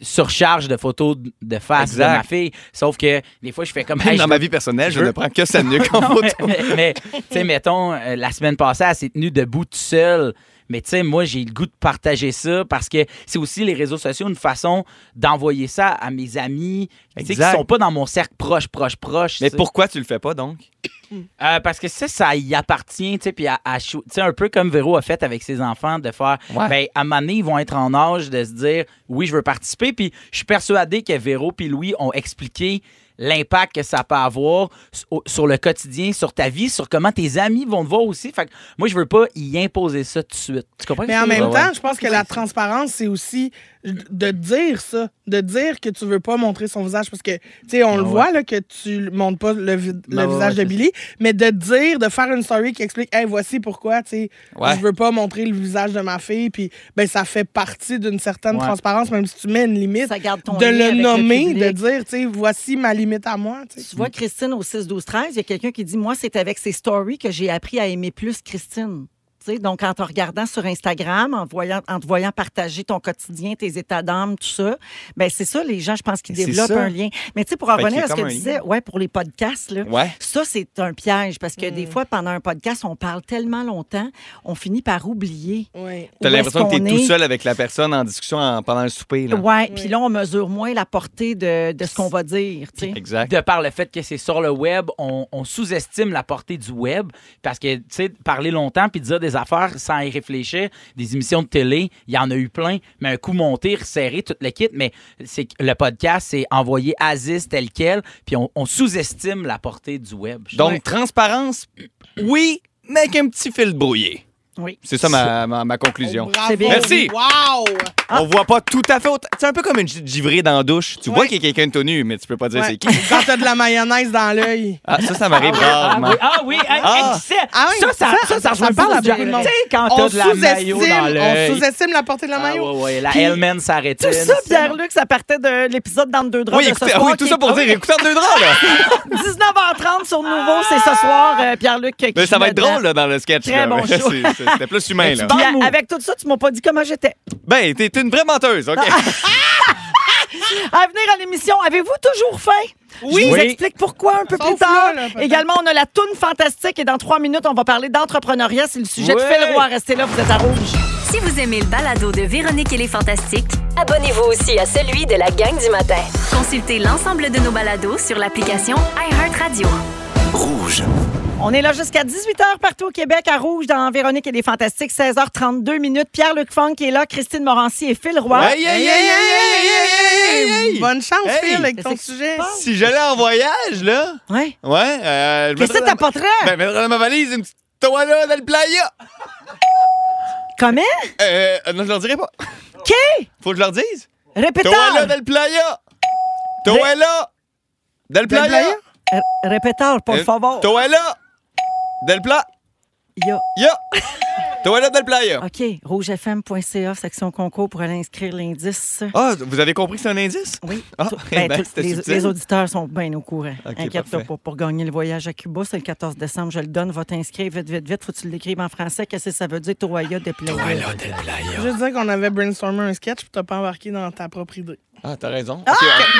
[SPEAKER 2] surcharge de photos de- de face
[SPEAKER 3] Exact.
[SPEAKER 2] de ma fille, sauf que des fois, je fais comme... Hey, je
[SPEAKER 3] Dans ma vie personnelle, je, ne prends que sa nuque en
[SPEAKER 2] Non, mais-
[SPEAKER 3] photo.
[SPEAKER 2] mais, mais, tu sais, mettons, euh, la semaine passée, elle s'est tenue debout toute seule. Mais tu sais, moi, j'ai le goût de partager ça parce que c'est aussi les réseaux sociaux une façon d'envoyer ça à mes amis tu sais, qui
[SPEAKER 3] Exact.
[SPEAKER 2] sont pas dans mon cercle proche, proche, proche.
[SPEAKER 3] Mais
[SPEAKER 2] tu sais.
[SPEAKER 3] pourquoi tu le fais pas, donc?
[SPEAKER 2] Euh, parce que ça, ça y appartient, tu sais, puis à- à chou- tu sais, un peu comme Véro a fait avec ses enfants, de faire,
[SPEAKER 3] Ouais.
[SPEAKER 2] ben, à un moment donné, ils vont être en âge de se dire, oui, je veux participer, puis je suis persuadé que Véro puis Louis ont expliqué l'impact que ça peut avoir sur, sur le quotidien, sur ta vie, sur comment tes amis vont te voir aussi. Fait que moi, je veux pas y imposer ça tout de suite. Tu comprends?
[SPEAKER 4] Mais en même
[SPEAKER 2] Ouais, ouais.
[SPEAKER 4] temps, je pense que la transparence, c'est aussi de dire ça, de dire que tu veux pas montrer son visage parce que tu sais on le voit là que tu montres pas le, vi- le
[SPEAKER 2] ouais,
[SPEAKER 4] visage
[SPEAKER 2] Ah Ben, ouais,
[SPEAKER 4] de Billy, mais de dire de faire une story qui explique hey voici pourquoi tu sais
[SPEAKER 3] Ouais.
[SPEAKER 4] je veux pas montrer le visage de ma fille puis ben ça fait partie d'une certaine
[SPEAKER 2] Ouais.
[SPEAKER 4] transparence même si tu mets une limite
[SPEAKER 1] Ça garde ton
[SPEAKER 4] de
[SPEAKER 1] lien
[SPEAKER 4] le
[SPEAKER 1] avec le
[SPEAKER 4] nommer, de
[SPEAKER 1] public.
[SPEAKER 4] dire tu sais voici ma limite à moi, tu sais.
[SPEAKER 1] Tu vois, Christine, au 6-12-13, il y a quelqu'un qui dit Moi, c'est avec ses stories que j'ai appris à aimer plus Christine. Tu sais, donc, en te regardant sur Instagram, en, voyant, en te voyant partager ton quotidien, tes états d'âme, tout ça, ben c'est ça, les gens, je pense, qui
[SPEAKER 3] Mais c'est
[SPEAKER 1] développent
[SPEAKER 3] ça.
[SPEAKER 1] un lien. Mais tu sais, pour en
[SPEAKER 3] Fait qu'il y a
[SPEAKER 1] revenir à ce
[SPEAKER 3] comme
[SPEAKER 1] que
[SPEAKER 3] un
[SPEAKER 1] tu disais, ouais, pour les podcasts, là,
[SPEAKER 3] Ouais.
[SPEAKER 1] ça, c'est un piège parce que des fois, pendant un podcast, on parle tellement longtemps, on finit par oublier.
[SPEAKER 4] Ouais.
[SPEAKER 3] T'as
[SPEAKER 1] où est-ce
[SPEAKER 3] l'impression que
[SPEAKER 1] qu'on
[SPEAKER 3] t'es tout
[SPEAKER 1] est.
[SPEAKER 3] seul avec la personne en discussion en- pendant le souper. Là.
[SPEAKER 1] Ouais, puis là, on mesure moins la portée de, de ce qu'on va dire. tu sais.
[SPEAKER 3] Exact.
[SPEAKER 2] de par le fait que c'est sur le web, on, on sous-estime la portée du web parce que, tu sais, parler longtemps puis dire des affaires sans y réfléchir, des émissions de télé, il y en a eu plein, mais un coup monté, resserré, tout le kit, mais c'est que le podcast, c'est envoyer Aziz tel quel, puis on, on sous-estime la portée du web. Je
[SPEAKER 3] Donc,
[SPEAKER 2] trouve.
[SPEAKER 3] transparence, oui, mais avec un petit fil brouillé.
[SPEAKER 1] Oui.
[SPEAKER 3] C'est ça ma, ma, ma conclusion.
[SPEAKER 4] Oh, Bravo.
[SPEAKER 1] bien.
[SPEAKER 3] Merci.
[SPEAKER 4] Wow!
[SPEAKER 3] On voit pas tout à fait autant. C'est un peu comme une gi- givrée dans la douche. Tu vois
[SPEAKER 4] Ouais.
[SPEAKER 3] qu'il y a quelqu'un de tenu, mais tu peux pas dire
[SPEAKER 4] Ouais.
[SPEAKER 3] c'est qui.
[SPEAKER 4] Quand t'as de la mayonnaise dans l'œil.
[SPEAKER 3] Ah, ça, ça m'arrive
[SPEAKER 2] Ah
[SPEAKER 3] rarement.
[SPEAKER 2] oui, ah oui, hey,
[SPEAKER 3] Ah.
[SPEAKER 2] Excel.
[SPEAKER 4] Ah oui,
[SPEAKER 2] ça, ça,
[SPEAKER 4] ça,
[SPEAKER 2] ça, ça,
[SPEAKER 4] ça
[SPEAKER 2] rejoint
[SPEAKER 4] parle à
[SPEAKER 2] beaucoup de
[SPEAKER 4] beaucoup de
[SPEAKER 2] gens.
[SPEAKER 4] monde.
[SPEAKER 2] Tu sais, quand
[SPEAKER 4] on
[SPEAKER 2] t'as de la maillot dans
[SPEAKER 4] sous-estime, on
[SPEAKER 2] l'œil.
[SPEAKER 4] sous-estime la portée de la maillot.
[SPEAKER 2] Ah, ouais, ouais, la
[SPEAKER 1] Puis-
[SPEAKER 2] Hellman s'arrêtait.
[SPEAKER 1] Tout ça, Pierre Luc, ça partait de l'épisode dans le deux draps
[SPEAKER 3] Oui,
[SPEAKER 1] de
[SPEAKER 3] écoutez, ah
[SPEAKER 1] ce soir.
[SPEAKER 3] oui, tout
[SPEAKER 1] qui
[SPEAKER 3] ça
[SPEAKER 1] est-
[SPEAKER 3] pour dire écoutez deux draps, là.
[SPEAKER 1] 19h30 sur Nouveau, c'est ce soir, euh, Pierre-Luc. qui
[SPEAKER 3] Ah! Mais ça va
[SPEAKER 1] joue
[SPEAKER 3] être
[SPEAKER 1] là-dedans.
[SPEAKER 3] drôle là, dans le sketch.
[SPEAKER 1] Très
[SPEAKER 3] là.
[SPEAKER 1] bon
[SPEAKER 3] C'est-
[SPEAKER 1] show.
[SPEAKER 3] c'est- C'était plus humain. Là.
[SPEAKER 1] Puis,
[SPEAKER 2] Dans le mou.
[SPEAKER 1] avec tout ça, tu m'as pas dit comment j'étais.
[SPEAKER 3] Ben, t'es t'es une vraie menteuse, OK?
[SPEAKER 1] Ah, À venir à l'émission, avez-vous toujours faim? Je vous
[SPEAKER 2] Oui.
[SPEAKER 1] explique pourquoi un peu
[SPEAKER 4] Sauf
[SPEAKER 1] plus tard.
[SPEAKER 4] là, là, peut-être.
[SPEAKER 1] Également, on a la toune fantastique et dans trois minutes, on va parler d'entrepreneuriat. C'est le sujet
[SPEAKER 3] Ouais.
[SPEAKER 1] de Phil Roy. Restez là, vous êtes à rouge.
[SPEAKER 7] Si vous aimez le balado de Véronique et les Fantastiques,
[SPEAKER 8] Abonnez-vous aussi à celui de la gang du matin.
[SPEAKER 7] consultez l'ensemble de nos balados sur l'application iHeartRadio.
[SPEAKER 1] On est là jusqu'à 18h partout au Québec, à Rouge, dans Véronique et les Fantastiques, 16h32 minutes. Pierre-Luc Funk est là, Christine Morancy et Phil Roy.
[SPEAKER 3] Hey, hey, hey, hey, hey, hey, hey, hey, hey.
[SPEAKER 4] Bonne chance,
[SPEAKER 3] Hey.
[SPEAKER 4] Phil, avec
[SPEAKER 1] Qu'est-ce
[SPEAKER 4] ton
[SPEAKER 1] que tu
[SPEAKER 4] sujet.
[SPEAKER 1] parles?
[SPEAKER 3] Si j'allais en voyage, là,
[SPEAKER 1] Ouais.
[SPEAKER 3] ouais, euh, je
[SPEAKER 1] Qu'est-ce
[SPEAKER 3] mettrais
[SPEAKER 1] que
[SPEAKER 3] dans-
[SPEAKER 1] t'apporterais?
[SPEAKER 3] Ben, je mettrais dans ma valise une petite toala dans le playa.
[SPEAKER 1] Comment?
[SPEAKER 3] Euh, euh, non, je leur dirai pas.
[SPEAKER 1] OK.
[SPEAKER 3] Faut que je leur dise. Toala
[SPEAKER 1] Répétard.
[SPEAKER 3] dans le playa. Toala dans le
[SPEAKER 4] playa?
[SPEAKER 3] playa.
[SPEAKER 1] R- Répétard, por
[SPEAKER 3] Euh,
[SPEAKER 1] favor.
[SPEAKER 3] Toala dans le playa.
[SPEAKER 1] Yo.
[SPEAKER 3] Toala dans le playa.
[SPEAKER 1] OK. rougefm.ca, section concours pour aller inscrire l'indice.
[SPEAKER 3] Ah, vous avez compris que c'est un indice?
[SPEAKER 1] Oui.
[SPEAKER 3] Ah,
[SPEAKER 1] Tout-
[SPEAKER 3] eh
[SPEAKER 1] ben,
[SPEAKER 3] ben,
[SPEAKER 1] tout-
[SPEAKER 3] c'était
[SPEAKER 1] les,
[SPEAKER 3] subtil.
[SPEAKER 1] les auditeurs sont bien au courant.
[SPEAKER 3] OK,
[SPEAKER 1] Inquiète-toi
[SPEAKER 3] parfait.
[SPEAKER 1] pas pour gagner le voyage à Cuba. C'est le 14 décembre. Je le donne. Va t'inscrire vite, vite, vite. Faut que tu l'écrives en français. Qu'est-ce que ça veut dire, Toaya de Playa?
[SPEAKER 4] Je veux dire qu'on avait brainstormé un sketch, puis t'as pas embarqué dans ta propre idée.
[SPEAKER 3] Ah, t'as raison.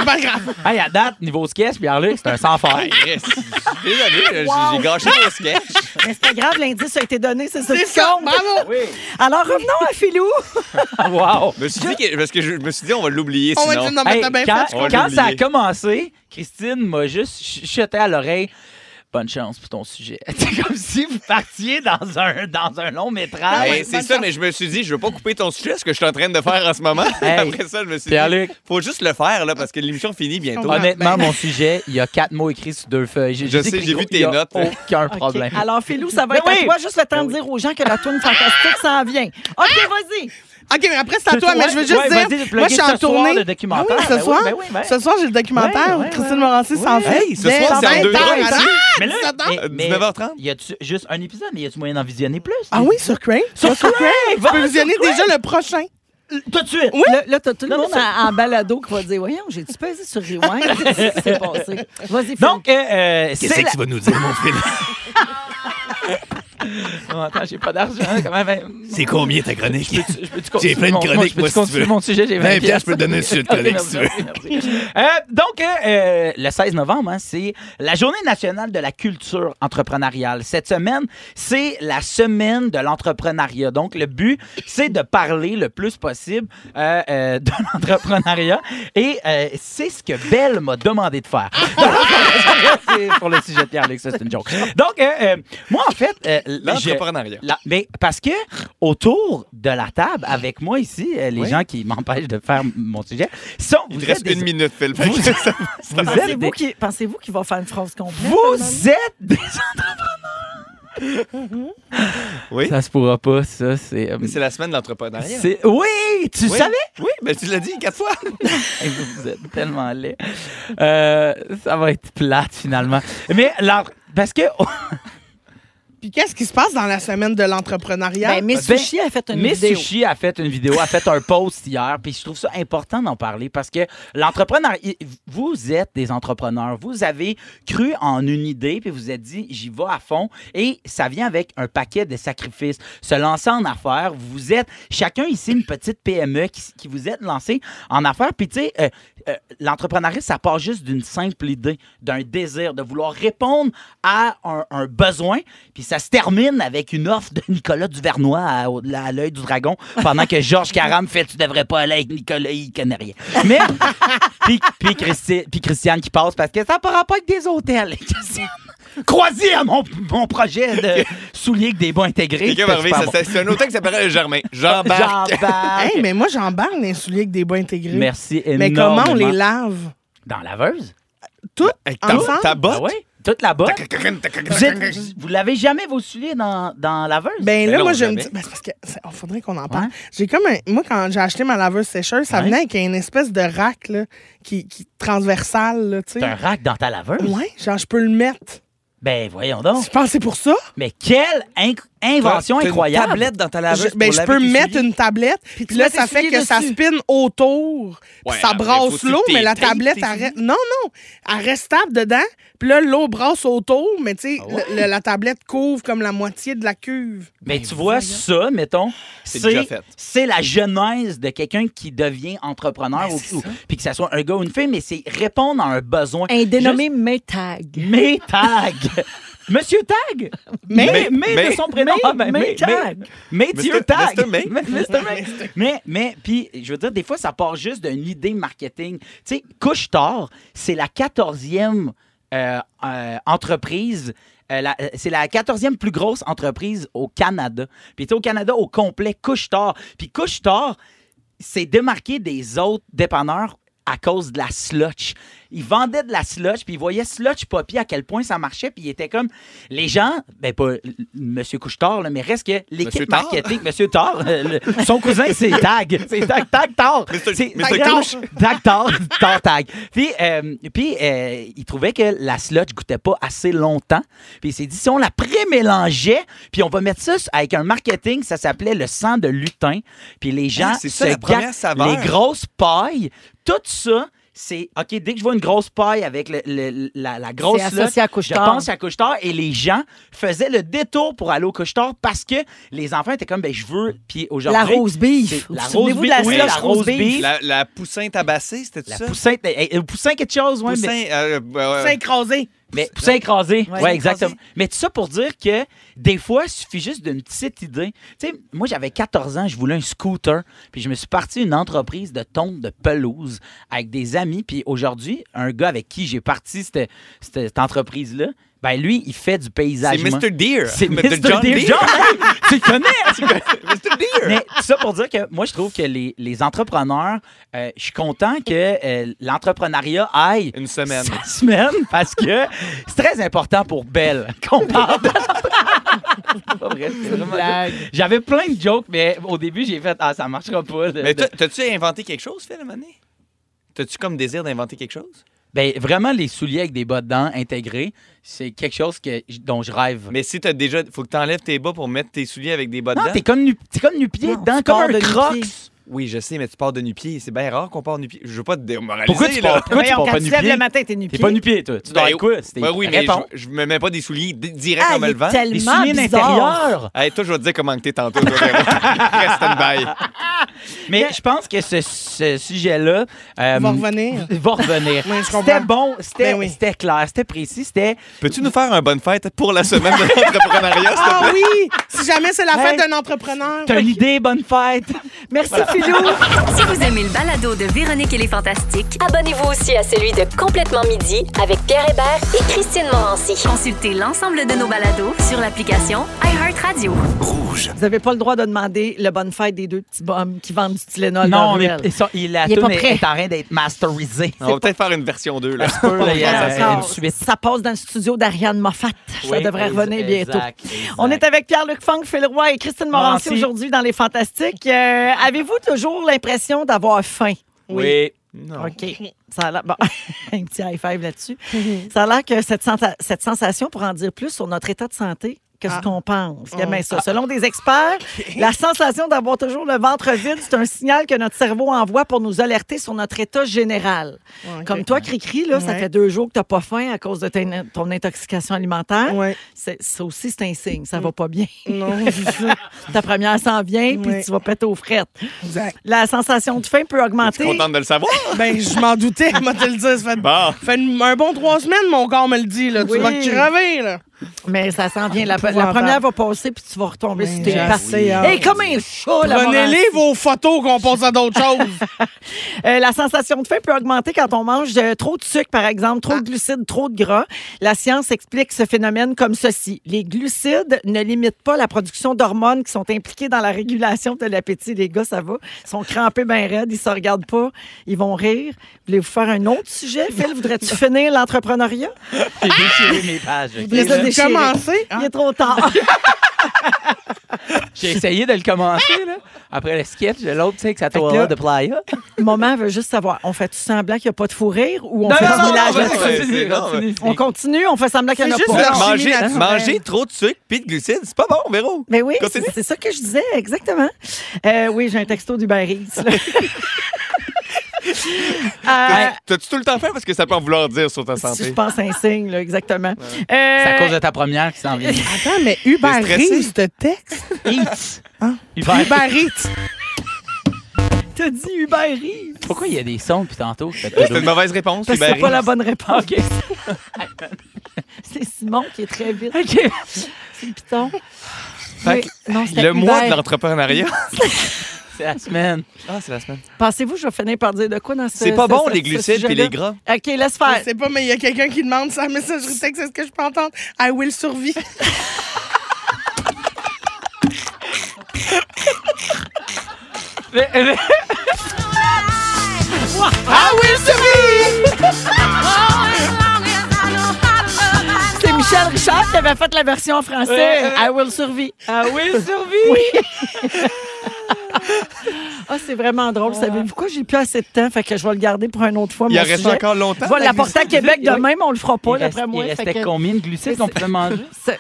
[SPEAKER 4] Pas grave.
[SPEAKER 2] Hey, à date, niveau sketch, Pierre-Luc, c'est un sans-faire.
[SPEAKER 3] Yes. Désolé, j'ai gâché mon sketch.
[SPEAKER 1] Mais c'est pas grave, l'indice a été donné. C'est ça
[SPEAKER 4] C'est
[SPEAKER 1] qui
[SPEAKER 4] ça, ben-
[SPEAKER 1] compte.
[SPEAKER 4] bravo!
[SPEAKER 1] Alors, revenons à Philou.
[SPEAKER 2] wow!
[SPEAKER 3] Je me suis dit que, parce que je me suis dit, on va l'oublier
[SPEAKER 4] On va
[SPEAKER 3] sinon.
[SPEAKER 4] dire, non, mais
[SPEAKER 2] Hey,
[SPEAKER 4] t'as bien
[SPEAKER 2] quand
[SPEAKER 4] fait.
[SPEAKER 3] On va
[SPEAKER 2] quand ça a
[SPEAKER 3] l'oublier.
[SPEAKER 2] commencé, Christine m'a juste ch- chuté à l'oreille. Bonne chance pour ton sujet. C'est comme si vous partiez dans un, dans un long métrage.
[SPEAKER 3] Ben, c'est ça, mais je me suis dit, je veux pas couper ton sujet, ce que je suis en train de faire en ce moment.
[SPEAKER 2] Hey.
[SPEAKER 3] Après ça, je me suis
[SPEAKER 2] Pierre-Luc.
[SPEAKER 3] dit, faut juste le faire, là, parce que l'émission finit bientôt.
[SPEAKER 4] Ouais,
[SPEAKER 2] Honnêtement,
[SPEAKER 4] ben-
[SPEAKER 2] mon sujet, il y a quatre mots écrits sur deux feuilles.
[SPEAKER 3] Je sais, j'ai vu tes notes.
[SPEAKER 2] Aucun problème.
[SPEAKER 1] OK. Alors, Philou, ça va être à
[SPEAKER 2] oui. Ah!
[SPEAKER 1] toi. Juste le temps de dire aux gens que la tourne fantastique s'en vient. OK, vas-y.
[SPEAKER 4] OK, mais après, c'est à toi, mais je veux juste
[SPEAKER 2] Ouais, vas-y,
[SPEAKER 4] dire,
[SPEAKER 2] plugger
[SPEAKER 4] moi, je suis
[SPEAKER 2] ce
[SPEAKER 4] en
[SPEAKER 2] soir
[SPEAKER 4] tournée.
[SPEAKER 2] le documentaire.
[SPEAKER 4] Ah oui,
[SPEAKER 2] Ben
[SPEAKER 4] ce
[SPEAKER 2] oui,
[SPEAKER 4] soir,
[SPEAKER 2] ben oui, ben-
[SPEAKER 4] ce soir, j'ai le documentaire.
[SPEAKER 2] Ouais, ouais,
[SPEAKER 4] Christine
[SPEAKER 2] ouais.
[SPEAKER 4] Morancy s'en
[SPEAKER 2] Ouais.
[SPEAKER 4] fait.
[SPEAKER 3] Hey, ce soir, c'est en deux
[SPEAKER 4] heures.
[SPEAKER 3] heures.
[SPEAKER 2] mais là,
[SPEAKER 4] 17
[SPEAKER 3] Euh,
[SPEAKER 2] mais- mais
[SPEAKER 3] 19h30.
[SPEAKER 2] Y a-tu juste un épisode, mais y a-tu moyen d'en visionner plus?
[SPEAKER 4] Ah oui, sur Crave. Sur Crave. Tu
[SPEAKER 2] va
[SPEAKER 4] peux
[SPEAKER 2] sur
[SPEAKER 4] visionner
[SPEAKER 2] Crave.
[SPEAKER 4] déjà le prochain.
[SPEAKER 2] Tout de suite!
[SPEAKER 1] Là, là, t'as tout le monde en en balado qui va dire Voyons, j'ai-tu pesé sur Rewind? Qu'est-ce qui s'est passé? Vas-y, Philou.
[SPEAKER 2] Donc, euh, euh,
[SPEAKER 9] Qu'est-ce
[SPEAKER 2] c'est
[SPEAKER 9] que
[SPEAKER 2] la-
[SPEAKER 9] tu vas nous dire, mon fils?
[SPEAKER 2] Oh, attends, j'ai pas d'argent quand même.
[SPEAKER 9] C'est combien ta chronique?
[SPEAKER 2] Je peux-tu
[SPEAKER 9] J'ai plein de
[SPEAKER 2] mon-
[SPEAKER 9] chroniques,
[SPEAKER 2] mon-
[SPEAKER 9] moi, si
[SPEAKER 2] je peux-tu
[SPEAKER 9] tu
[SPEAKER 2] continuer
[SPEAKER 9] veux.
[SPEAKER 2] mon sujet, j'ai 20
[SPEAKER 9] 20
[SPEAKER 2] piastres.
[SPEAKER 9] je peux te donner une suite de
[SPEAKER 2] Ok,
[SPEAKER 9] chroniques, si tu
[SPEAKER 2] merci,
[SPEAKER 9] veux.
[SPEAKER 2] merci, merci. Euh, donc, euh, euh, le 16 novembre, hein, c'est la Journée nationale de la culture entrepreneuriale. Cette semaine, c'est la semaine de l'entrepreneuriat. Donc, le but, c'est de parler le plus possible euh, euh, de l'entrepreneuriat. Et euh, c'est ce que Belle m'a demandé de faire. C'est pour le sujet de Pierre-Luc, ça, c'est une joke. Donc, euh, euh, moi, en fait... euh, je-
[SPEAKER 3] L'entrepreneuriat.
[SPEAKER 2] la- ben, parce que autour de la table,
[SPEAKER 3] Ah.
[SPEAKER 2] avec moi ici, euh, les gens qui m'empêchent de faire m- mon sujet, sont.
[SPEAKER 3] Il
[SPEAKER 2] vous
[SPEAKER 3] te reste
[SPEAKER 2] êtes des-
[SPEAKER 3] une minute, Phil. Fait
[SPEAKER 2] Vous-
[SPEAKER 3] que ça-
[SPEAKER 2] Vous êtes
[SPEAKER 1] Pensez-vous
[SPEAKER 2] des-
[SPEAKER 1] qu'il pensez-vous qu'il va faire une phrase complète?
[SPEAKER 2] vous êtes des entrepreneurs.
[SPEAKER 3] Oui.
[SPEAKER 2] Ça se pourra pas, ça. C'est. euh,
[SPEAKER 3] Mais c'est la semaine de l'entrepreneuriat.
[SPEAKER 2] c'est- Oui, tu
[SPEAKER 3] Oui.
[SPEAKER 2] savais?
[SPEAKER 3] Oui, mais tu l'as dit quatre fois.
[SPEAKER 2] Hey, vous, vous êtes tellement laid. Euh, ça va être plate finalement. Mais là, parce que
[SPEAKER 4] Puis qu'est-ce qui se passe dans la semaine de l'entrepreneuriat?
[SPEAKER 1] Ben, Miss
[SPEAKER 2] Ben,
[SPEAKER 1] Sushi a fait une
[SPEAKER 2] Miss
[SPEAKER 1] vidéo.
[SPEAKER 2] Sushi a fait une vidéo, a fait un post hier, puis je trouve ça important d'en parler parce que l'entrepreneur, il- vous êtes des entrepreneurs, vous avez cru en une idée, puis vous vous êtes dit, j'y vais à fond, et ça vient avec un paquet de sacrifices. Se lancer en affaires, vous êtes, chacun ici, une petite PME qui, qui vous êtes lancé en affaires, puis tu sais, euh, euh, l'entrepreneuriat, ça part juste d'une simple idée, d'un désir, de vouloir répondre à un, un besoin. Puis ça se termine avec une offre de Nicolas Duvernois à, au- à l'œil du dragon pendant que Georges Caram fait Tu devrais pas aller avec Nicolas, il connaît rien. Mais, puis, puis, Christi- puis Christiane qui passe parce que ça ne rapport avec des hôtels. Christiane. Croisière, mon, mon projet de souliers avec des bons intégrés.
[SPEAKER 3] Quelqu'un
[SPEAKER 2] C'était
[SPEAKER 3] va arriver,
[SPEAKER 2] super
[SPEAKER 3] ça-
[SPEAKER 2] bon.
[SPEAKER 3] ça- c'est un hôtel qui s'appelle Germain. Jean-Baptiste.
[SPEAKER 2] J'embarque.
[SPEAKER 4] Hey, mais moi, j'embarque dans les souliers avec des bains intégrés.
[SPEAKER 2] Merci
[SPEAKER 4] Mais
[SPEAKER 2] énormément.
[SPEAKER 4] comment on les lave?
[SPEAKER 2] Dans la laveuse?
[SPEAKER 4] Toutes
[SPEAKER 3] Avec ta,
[SPEAKER 4] ensemble?
[SPEAKER 3] ta botte?
[SPEAKER 2] Ah ouais? Toute la botte? Vous, êtes-
[SPEAKER 3] Vous
[SPEAKER 2] vous l'avez jamais, vos souliers, dans, dans la laveuse?
[SPEAKER 4] Ben là,
[SPEAKER 3] non,
[SPEAKER 4] moi, je me
[SPEAKER 3] jamais.
[SPEAKER 4] dis. Ben, c'est parce que. c'est- oh, faudrait qu'on en parle. J'ai comme un- Moi, quand j'ai acheté ma laveuse sécheuse, ça
[SPEAKER 2] Ouais.
[SPEAKER 4] venait avec une espèce de rack, là, qui, qui transversale, là, tu sais.
[SPEAKER 2] T'as un rack dans ta laveuse?
[SPEAKER 4] Ouais, genre, je peux le mettre.
[SPEAKER 2] Ben voyons donc.
[SPEAKER 4] Tu penses que c'est pour ça?
[SPEAKER 2] Mais quelle inc- invention
[SPEAKER 3] T'as- t'as
[SPEAKER 2] incroyable.
[SPEAKER 3] Une tablette dans ta
[SPEAKER 2] Ah,
[SPEAKER 3] laveuse.
[SPEAKER 4] Je, ben,
[SPEAKER 3] pour
[SPEAKER 4] je
[SPEAKER 3] laver
[SPEAKER 4] peux
[SPEAKER 3] tes
[SPEAKER 4] mettre
[SPEAKER 3] souliers.
[SPEAKER 4] une tablette, puis
[SPEAKER 1] tu
[SPEAKER 4] là,
[SPEAKER 1] mets tes
[SPEAKER 4] ça fait
[SPEAKER 1] souliers
[SPEAKER 4] que ça
[SPEAKER 1] dessus.
[SPEAKER 4] spin autour, puis
[SPEAKER 3] Ouais,
[SPEAKER 4] ça
[SPEAKER 3] après,
[SPEAKER 4] brasse
[SPEAKER 3] faut-tu
[SPEAKER 4] l'eau,
[SPEAKER 3] que
[SPEAKER 4] mais la
[SPEAKER 3] t'es tape
[SPEAKER 4] tablette,
[SPEAKER 3] tes
[SPEAKER 4] elle reste... Non, non, elle reste stable dedans, puis là, l'eau brasse autour, mais tu sais,
[SPEAKER 3] Ah
[SPEAKER 4] le- le- la tablette couvre comme la moitié de la cuve.
[SPEAKER 2] Mais tu vois, ça, mettons,
[SPEAKER 3] C'est
[SPEAKER 2] c'est-
[SPEAKER 3] déjà fait.
[SPEAKER 2] c'est la genèse de quelqu'un qui devient entrepreneur
[SPEAKER 4] Ben,
[SPEAKER 2] ou,
[SPEAKER 4] c'est
[SPEAKER 2] ou-
[SPEAKER 4] ça.
[SPEAKER 2] puis que ça soit un gars ou une fille, mais c'est répondre à un besoin.
[SPEAKER 1] Un dénommé Maytag.
[SPEAKER 2] Juste- Mais Tag. Monsieur Tag.
[SPEAKER 3] Mais-
[SPEAKER 2] Mais, mais, de
[SPEAKER 3] mais-
[SPEAKER 2] son prénom.
[SPEAKER 1] mais-
[SPEAKER 2] Ah, ben,
[SPEAKER 1] mais
[SPEAKER 2] mais-
[SPEAKER 1] Tag.
[SPEAKER 2] mais- mais Dieu
[SPEAKER 3] Mr.
[SPEAKER 2] Tag.
[SPEAKER 3] Mr. May.
[SPEAKER 2] Mr. May. Mais, mais, puis, je veux dire, des fois, ça part juste d'une idée marketing. Tu sais, Couche Tard, c'est la 14e euh, euh, entreprise. euh, la- euh, c'est la 14e plus grosse entreprise au Canada. Puis, tu sais, au Canada, au complet, Couche Tard. Puis, Couche Tard, c'est démarqué des autres dépanneurs à cause de la slotch. Ils vendaient de la slotch, puis ils voyaient slotch poppy à quel point ça marchait, puis ils étaient comme les gens, ben pas euh, Monsieur Couchetard, là, mais reste que
[SPEAKER 3] Monsieur
[SPEAKER 2] l'équipe
[SPEAKER 3] Tard.
[SPEAKER 2] marketing, Monsieur Tard, euh, le- son cousin c'est Tag, c'est Tag Tag Tard,
[SPEAKER 3] Mr.
[SPEAKER 2] C'est-
[SPEAKER 3] Mr.
[SPEAKER 2] Tag,
[SPEAKER 3] Couche.
[SPEAKER 2] Tag Tard, Tard Tag. Puis euh, puis euh, il trouvait que la slotch goûtait pas assez longtemps, puis il s'est dit si on la pré-mélangeait, puis on va mettre ça avec un marketing, ça s'appelait le sang de lutin, puis les gens
[SPEAKER 3] Ah, c'est ça,
[SPEAKER 2] se
[SPEAKER 3] la première
[SPEAKER 2] gâtent,
[SPEAKER 3] saveur.
[SPEAKER 2] les grosses pailles, tout ça, c'est OK, dès que je vois une grosse paille avec le- le- la, la grosse
[SPEAKER 1] C'est
[SPEAKER 2] là,
[SPEAKER 1] associé à
[SPEAKER 2] je
[SPEAKER 1] Couche-Tard.
[SPEAKER 2] pense à Couche-Tard et les gens faisaient le détour pour aller au Couche-Tard parce que les enfants étaient comme ben je veux puis aujourd'hui
[SPEAKER 1] La rose beef.
[SPEAKER 2] c'est la
[SPEAKER 1] Souvenez-vous
[SPEAKER 2] rose
[SPEAKER 1] de la
[SPEAKER 2] beef, oui,
[SPEAKER 1] slush
[SPEAKER 2] la
[SPEAKER 1] rose
[SPEAKER 2] rose
[SPEAKER 1] beef.
[SPEAKER 2] beef.
[SPEAKER 3] La, la poussin tabassée, c'était
[SPEAKER 2] la
[SPEAKER 3] ça?
[SPEAKER 2] poussin eh, eh, poussin quelque chose ouais mais-
[SPEAKER 3] Poussin, euh, euh,
[SPEAKER 4] C'est écrasé.
[SPEAKER 2] mais poussin écrasé.
[SPEAKER 1] Ouais,
[SPEAKER 2] Ouais,
[SPEAKER 1] écrasé.
[SPEAKER 2] exactement. Mais tout ça pour dire que des fois, il suffit juste d'une petite idée. Tu sais, moi, j'avais 14 ans, je voulais un scooter, puis je me suis parti une entreprise de tonte de pelouse avec des amis. Puis aujourd'hui, un gars avec qui j'ai parti cette, cette- cette entreprise-là, ben lui, il fait du
[SPEAKER 3] c'est
[SPEAKER 2] paysage.
[SPEAKER 3] Mr. Deer.
[SPEAKER 2] C'est
[SPEAKER 3] Mais
[SPEAKER 2] Mr.
[SPEAKER 3] de John
[SPEAKER 2] Deere.
[SPEAKER 3] Deere.
[SPEAKER 2] John, hey, tu le connais! tu le connais.
[SPEAKER 3] Mr. Deer.
[SPEAKER 2] Mais tout ça pour dire que moi, je trouve que les, les entrepreneurs, euh, je suis content que euh, l'entrepreneuriat aille
[SPEAKER 3] Une semaine.
[SPEAKER 2] sa semaine parce que c'est très important pour Belle qu'on parle de- C'est pas vrai, c'est vraiment- J'avais plein de jokes, mais au début, j'ai fait Ah, ça marchera pas. de-
[SPEAKER 3] Mais
[SPEAKER 2] de-
[SPEAKER 3] t'as- t'as-tu inventé quelque chose, Phil, à un moment donné? T'as-tu comme désir d'inventer quelque chose?
[SPEAKER 2] Ben, vraiment, les souliers avec des bottes dents intégrés, c'est quelque chose que, dont je rêve.
[SPEAKER 3] Mais si t'as déjà. Faut que t'enlèves tes bas pour mettre tes souliers avec des bottes
[SPEAKER 2] non,
[SPEAKER 3] dedans.
[SPEAKER 2] t'es comme, nu- t'es comme nu-pied
[SPEAKER 1] Non,
[SPEAKER 2] dedans,
[SPEAKER 1] tu
[SPEAKER 2] comme
[SPEAKER 1] pars de
[SPEAKER 2] un
[SPEAKER 1] nu-pied.
[SPEAKER 2] crocs.
[SPEAKER 3] Oui, je sais, mais tu pars de nu-pied. C'est bien rare qu'on part de nu-pied. Je veux pas te démoraliser.
[SPEAKER 2] Pourquoi tu
[SPEAKER 3] là.
[SPEAKER 2] pars, pourquoi tu
[SPEAKER 1] Voyons,
[SPEAKER 2] pars
[SPEAKER 1] quand
[SPEAKER 2] pas
[SPEAKER 1] tu te lèves
[SPEAKER 2] nu-pied?
[SPEAKER 1] le matin, t'es nu
[SPEAKER 2] T'es pas nu-pied, toi. Tu dors
[SPEAKER 3] Ben,
[SPEAKER 2] avec quoi? C'était-
[SPEAKER 3] Ben oui, mais
[SPEAKER 2] Réponds.
[SPEAKER 3] je, je me mets pas des souliers di- direct
[SPEAKER 2] Ah,
[SPEAKER 3] en me levant.
[SPEAKER 2] Les
[SPEAKER 1] tellement
[SPEAKER 2] souliers
[SPEAKER 1] bizarre.
[SPEAKER 2] d'intérieur.
[SPEAKER 3] Hey, toi, je vais te dire comment que t'es tantôt. toi, Véro. Reste stand-by.
[SPEAKER 2] Mais je pense que ce, ce sujet-là. euh,
[SPEAKER 3] Hum.
[SPEAKER 4] va revenir.
[SPEAKER 2] va revenir.
[SPEAKER 4] Oui, je comprends.
[SPEAKER 2] c'était bon, c'était
[SPEAKER 4] Ben oui.
[SPEAKER 2] c'était clair, c'était précis, c'était.
[SPEAKER 3] Peux-tu nous faire un bonne fête pour la semaine de l'entrepreneuriat, s'il te
[SPEAKER 4] Ah oui! Si jamais c'est la fête
[SPEAKER 2] Hey.
[SPEAKER 4] d'un entrepreneur.
[SPEAKER 2] T'as une idée, bonne fête!
[SPEAKER 1] Merci, Philou.
[SPEAKER 7] Si vous aimez le balado de Véronique et les Fantastiques,
[SPEAKER 8] Abonnez-vous aussi à celui de Complètement Midi avec Pierre Hébert et Christine Morancy.
[SPEAKER 7] consultez l'ensemble de nos balados sur l'application iHeartRadio.
[SPEAKER 1] Vous n'avez pas le droit de demander le bonne fête des deux petits bums qui vendent du Tylenol.
[SPEAKER 2] Ah, Non,
[SPEAKER 1] dans
[SPEAKER 2] mais
[SPEAKER 1] la ruelle.
[SPEAKER 2] et ça, il, la
[SPEAKER 1] Il est
[SPEAKER 2] toune
[SPEAKER 1] pas
[SPEAKER 2] est,
[SPEAKER 1] prêt.
[SPEAKER 2] est en train d'être masterisée.
[SPEAKER 3] On va peut-être faire une version 2. Là.
[SPEAKER 2] peut, là, il y a-
[SPEAKER 1] Ça sort.
[SPEAKER 2] une suite.
[SPEAKER 1] Ça passe dans le studio d'Ariane Moffat. ça
[SPEAKER 2] Oui,
[SPEAKER 1] devrait
[SPEAKER 2] ex-
[SPEAKER 1] revenir bientôt.
[SPEAKER 2] exact, exact.
[SPEAKER 1] On est avec Pierre-Luc Funk, Phil Roy et Christine Morancy
[SPEAKER 2] Morancy.
[SPEAKER 1] aujourd'hui dans Les Fantastiques. Euh, Avez-vous toujours l'impression d'avoir faim?
[SPEAKER 2] Oui.
[SPEAKER 1] OK. Ça a l'air- bon, un petit high five là-dessus. Ça a l'air que cette, senta- cette sensation, pour en dire plus sur notre état de santé, que ce
[SPEAKER 4] Ah.
[SPEAKER 1] qu'on pense. Il y a bien ça. Selon des experts, la sensation d'avoir toujours le ventre vide, c'est un signal que notre cerveau envoie pour nous alerter sur notre état général.
[SPEAKER 4] Ouais, ok.
[SPEAKER 1] Comme toi, Cricri, là, ça
[SPEAKER 4] Ouais.
[SPEAKER 1] fait deux jours que tu n'as pas faim à cause de ton, ton intoxication alimentaire.
[SPEAKER 4] Ouais. Mm.
[SPEAKER 1] C'est- Ça aussi, c'est un signe. Ça va pas bien.
[SPEAKER 4] Non, c'est ça.
[SPEAKER 1] Ta première s'en vient, puis
[SPEAKER 4] Ouais.
[SPEAKER 1] tu vas péter aux frettes.
[SPEAKER 4] Exact.
[SPEAKER 1] La sensation de faim peut
[SPEAKER 3] Je suis
[SPEAKER 1] augmenter.
[SPEAKER 3] contente de le savoir.
[SPEAKER 4] Ben, je m'en doutais, moi, te le dire. Ça fait,
[SPEAKER 3] Bon.
[SPEAKER 4] fait une- un bon trois semaines, mon corps me le dit, là. Tu
[SPEAKER 1] Oui.
[SPEAKER 4] vas crever, là.
[SPEAKER 1] Mais ça s'en vient. La, la
[SPEAKER 4] Épouvantable.
[SPEAKER 1] première va passer, puis tu vas retomber
[SPEAKER 4] Ben,
[SPEAKER 1] sur tes
[SPEAKER 4] j'ai
[SPEAKER 1] pattes.
[SPEAKER 4] assez hâte.
[SPEAKER 1] Et comme un chat, la
[SPEAKER 4] Prenez-les
[SPEAKER 1] Morancy.
[SPEAKER 4] vos photos qu'on passe à d'autres choses.
[SPEAKER 1] Euh, la sensation de faim peut augmenter quand on mange euh, trop de sucre, par exemple,
[SPEAKER 4] Ah.
[SPEAKER 1] trop de glucides, trop de gras. La science explique ce phénomène comme ceci. Les glucides ne limitent pas la production d'hormones qui sont impliquées dans la régulation de l'appétit. Les gars, ça va. Ils sont crampés ben raides, ils se regardent pas, ils vont rire. Voulez-vous faire un autre sujet, Phil? Voudrais-tu finir l'entrepreneuriat?
[SPEAKER 2] J'ai déchiré mes pages. ok?
[SPEAKER 1] Les a
[SPEAKER 4] J'ai
[SPEAKER 1] déchirés.
[SPEAKER 4] commencé, hein?
[SPEAKER 1] Il est trop tard.
[SPEAKER 2] J'ai essayé de le commencer, là. Après le sketch, de l'autre, tu sais, que ça
[SPEAKER 1] que
[SPEAKER 2] tourne
[SPEAKER 1] là-
[SPEAKER 2] de playa.
[SPEAKER 1] Maman veut juste savoir, on fait-tu semblant qu'il n'y a pas de fou rire ou on fait
[SPEAKER 3] non,
[SPEAKER 1] du
[SPEAKER 3] non,
[SPEAKER 1] millage
[SPEAKER 3] non,
[SPEAKER 1] là-dessus?
[SPEAKER 3] non, c'est-
[SPEAKER 2] continue.
[SPEAKER 1] On continue, on fait semblant qu'il n'y en a
[SPEAKER 4] C'est
[SPEAKER 1] pas.
[SPEAKER 4] juste leur chimie
[SPEAKER 3] Manger,
[SPEAKER 4] naturelle.
[SPEAKER 3] manger trop de sucre puis de glucides, c'est pas bon, Véro.
[SPEAKER 1] Mais oui,
[SPEAKER 3] Continue.
[SPEAKER 1] c'est c'est ça que je disais, exactement. Euh, oui, j'ai un texto du Barry. Euh,
[SPEAKER 3] T'as-tu tout le temps fait parce que ça peut en vouloir dire sur ta
[SPEAKER 1] si je
[SPEAKER 3] santé?
[SPEAKER 1] pense à un signe, là, exactement.
[SPEAKER 2] C'est à
[SPEAKER 1] Euh,
[SPEAKER 2] cause de ta première qui s'en vient.
[SPEAKER 4] Attends, mais Uber
[SPEAKER 3] T'es stressé?
[SPEAKER 4] Eats, ce texte.
[SPEAKER 2] Eats.
[SPEAKER 4] Hein?
[SPEAKER 2] Hubert.
[SPEAKER 4] Uber Eats.
[SPEAKER 1] T'as dit Hubert Reeves.
[SPEAKER 2] Pourquoi il y a des sons depuis tantôt? Je fais
[SPEAKER 3] C'est une
[SPEAKER 2] toujours-
[SPEAKER 3] mauvaise réponse,
[SPEAKER 1] Parce que c'est
[SPEAKER 3] Hubert
[SPEAKER 1] pas la
[SPEAKER 3] Reeves.
[SPEAKER 1] bonne réponse.
[SPEAKER 2] OK.
[SPEAKER 1] C'est Simon qui est très vite.
[SPEAKER 2] OK.
[SPEAKER 1] C'est le piton.
[SPEAKER 3] Fait que
[SPEAKER 1] Oui, non, c'était
[SPEAKER 3] Le mois de
[SPEAKER 1] Hubert.
[SPEAKER 3] l'entrepreneuriat.
[SPEAKER 2] C'est la semaine.
[SPEAKER 3] Ah, c'est la semaine.
[SPEAKER 1] Pensez-vous, je vais finir par dire de quoi dans ce
[SPEAKER 3] C'est pas
[SPEAKER 1] ce-
[SPEAKER 3] bon,
[SPEAKER 1] ce-
[SPEAKER 3] les
[SPEAKER 1] ce
[SPEAKER 3] glucides et
[SPEAKER 1] sujet-là?
[SPEAKER 3] les gras.
[SPEAKER 1] OK, laisse
[SPEAKER 4] Je
[SPEAKER 1] faire.
[SPEAKER 4] sais pas, mais il y a quelqu'un qui demande sa messagerie texte. Est-ce que je peux entendre? I will survivre.
[SPEAKER 1] C'est Michel Richard qui avait fait la version en français. I will survive.
[SPEAKER 2] Ah oui, survie!
[SPEAKER 1] Ah, c'est vraiment drôle. Savez-vous pourquoi j'ai plus assez de temps? Fait que je vais le garder pour une autre fois.
[SPEAKER 3] Il
[SPEAKER 1] mon
[SPEAKER 3] en reste
[SPEAKER 1] sujet.
[SPEAKER 3] encore longtemps.
[SPEAKER 1] Je vais l'apporter à Québec
[SPEAKER 2] Oui.
[SPEAKER 1] demain, mais on le fera pas,
[SPEAKER 2] Il, reste-
[SPEAKER 1] d'après
[SPEAKER 2] il
[SPEAKER 1] moi.
[SPEAKER 2] restait
[SPEAKER 1] Fait que-
[SPEAKER 2] combien de glucides qu'on pouvait manger?
[SPEAKER 1] C'est-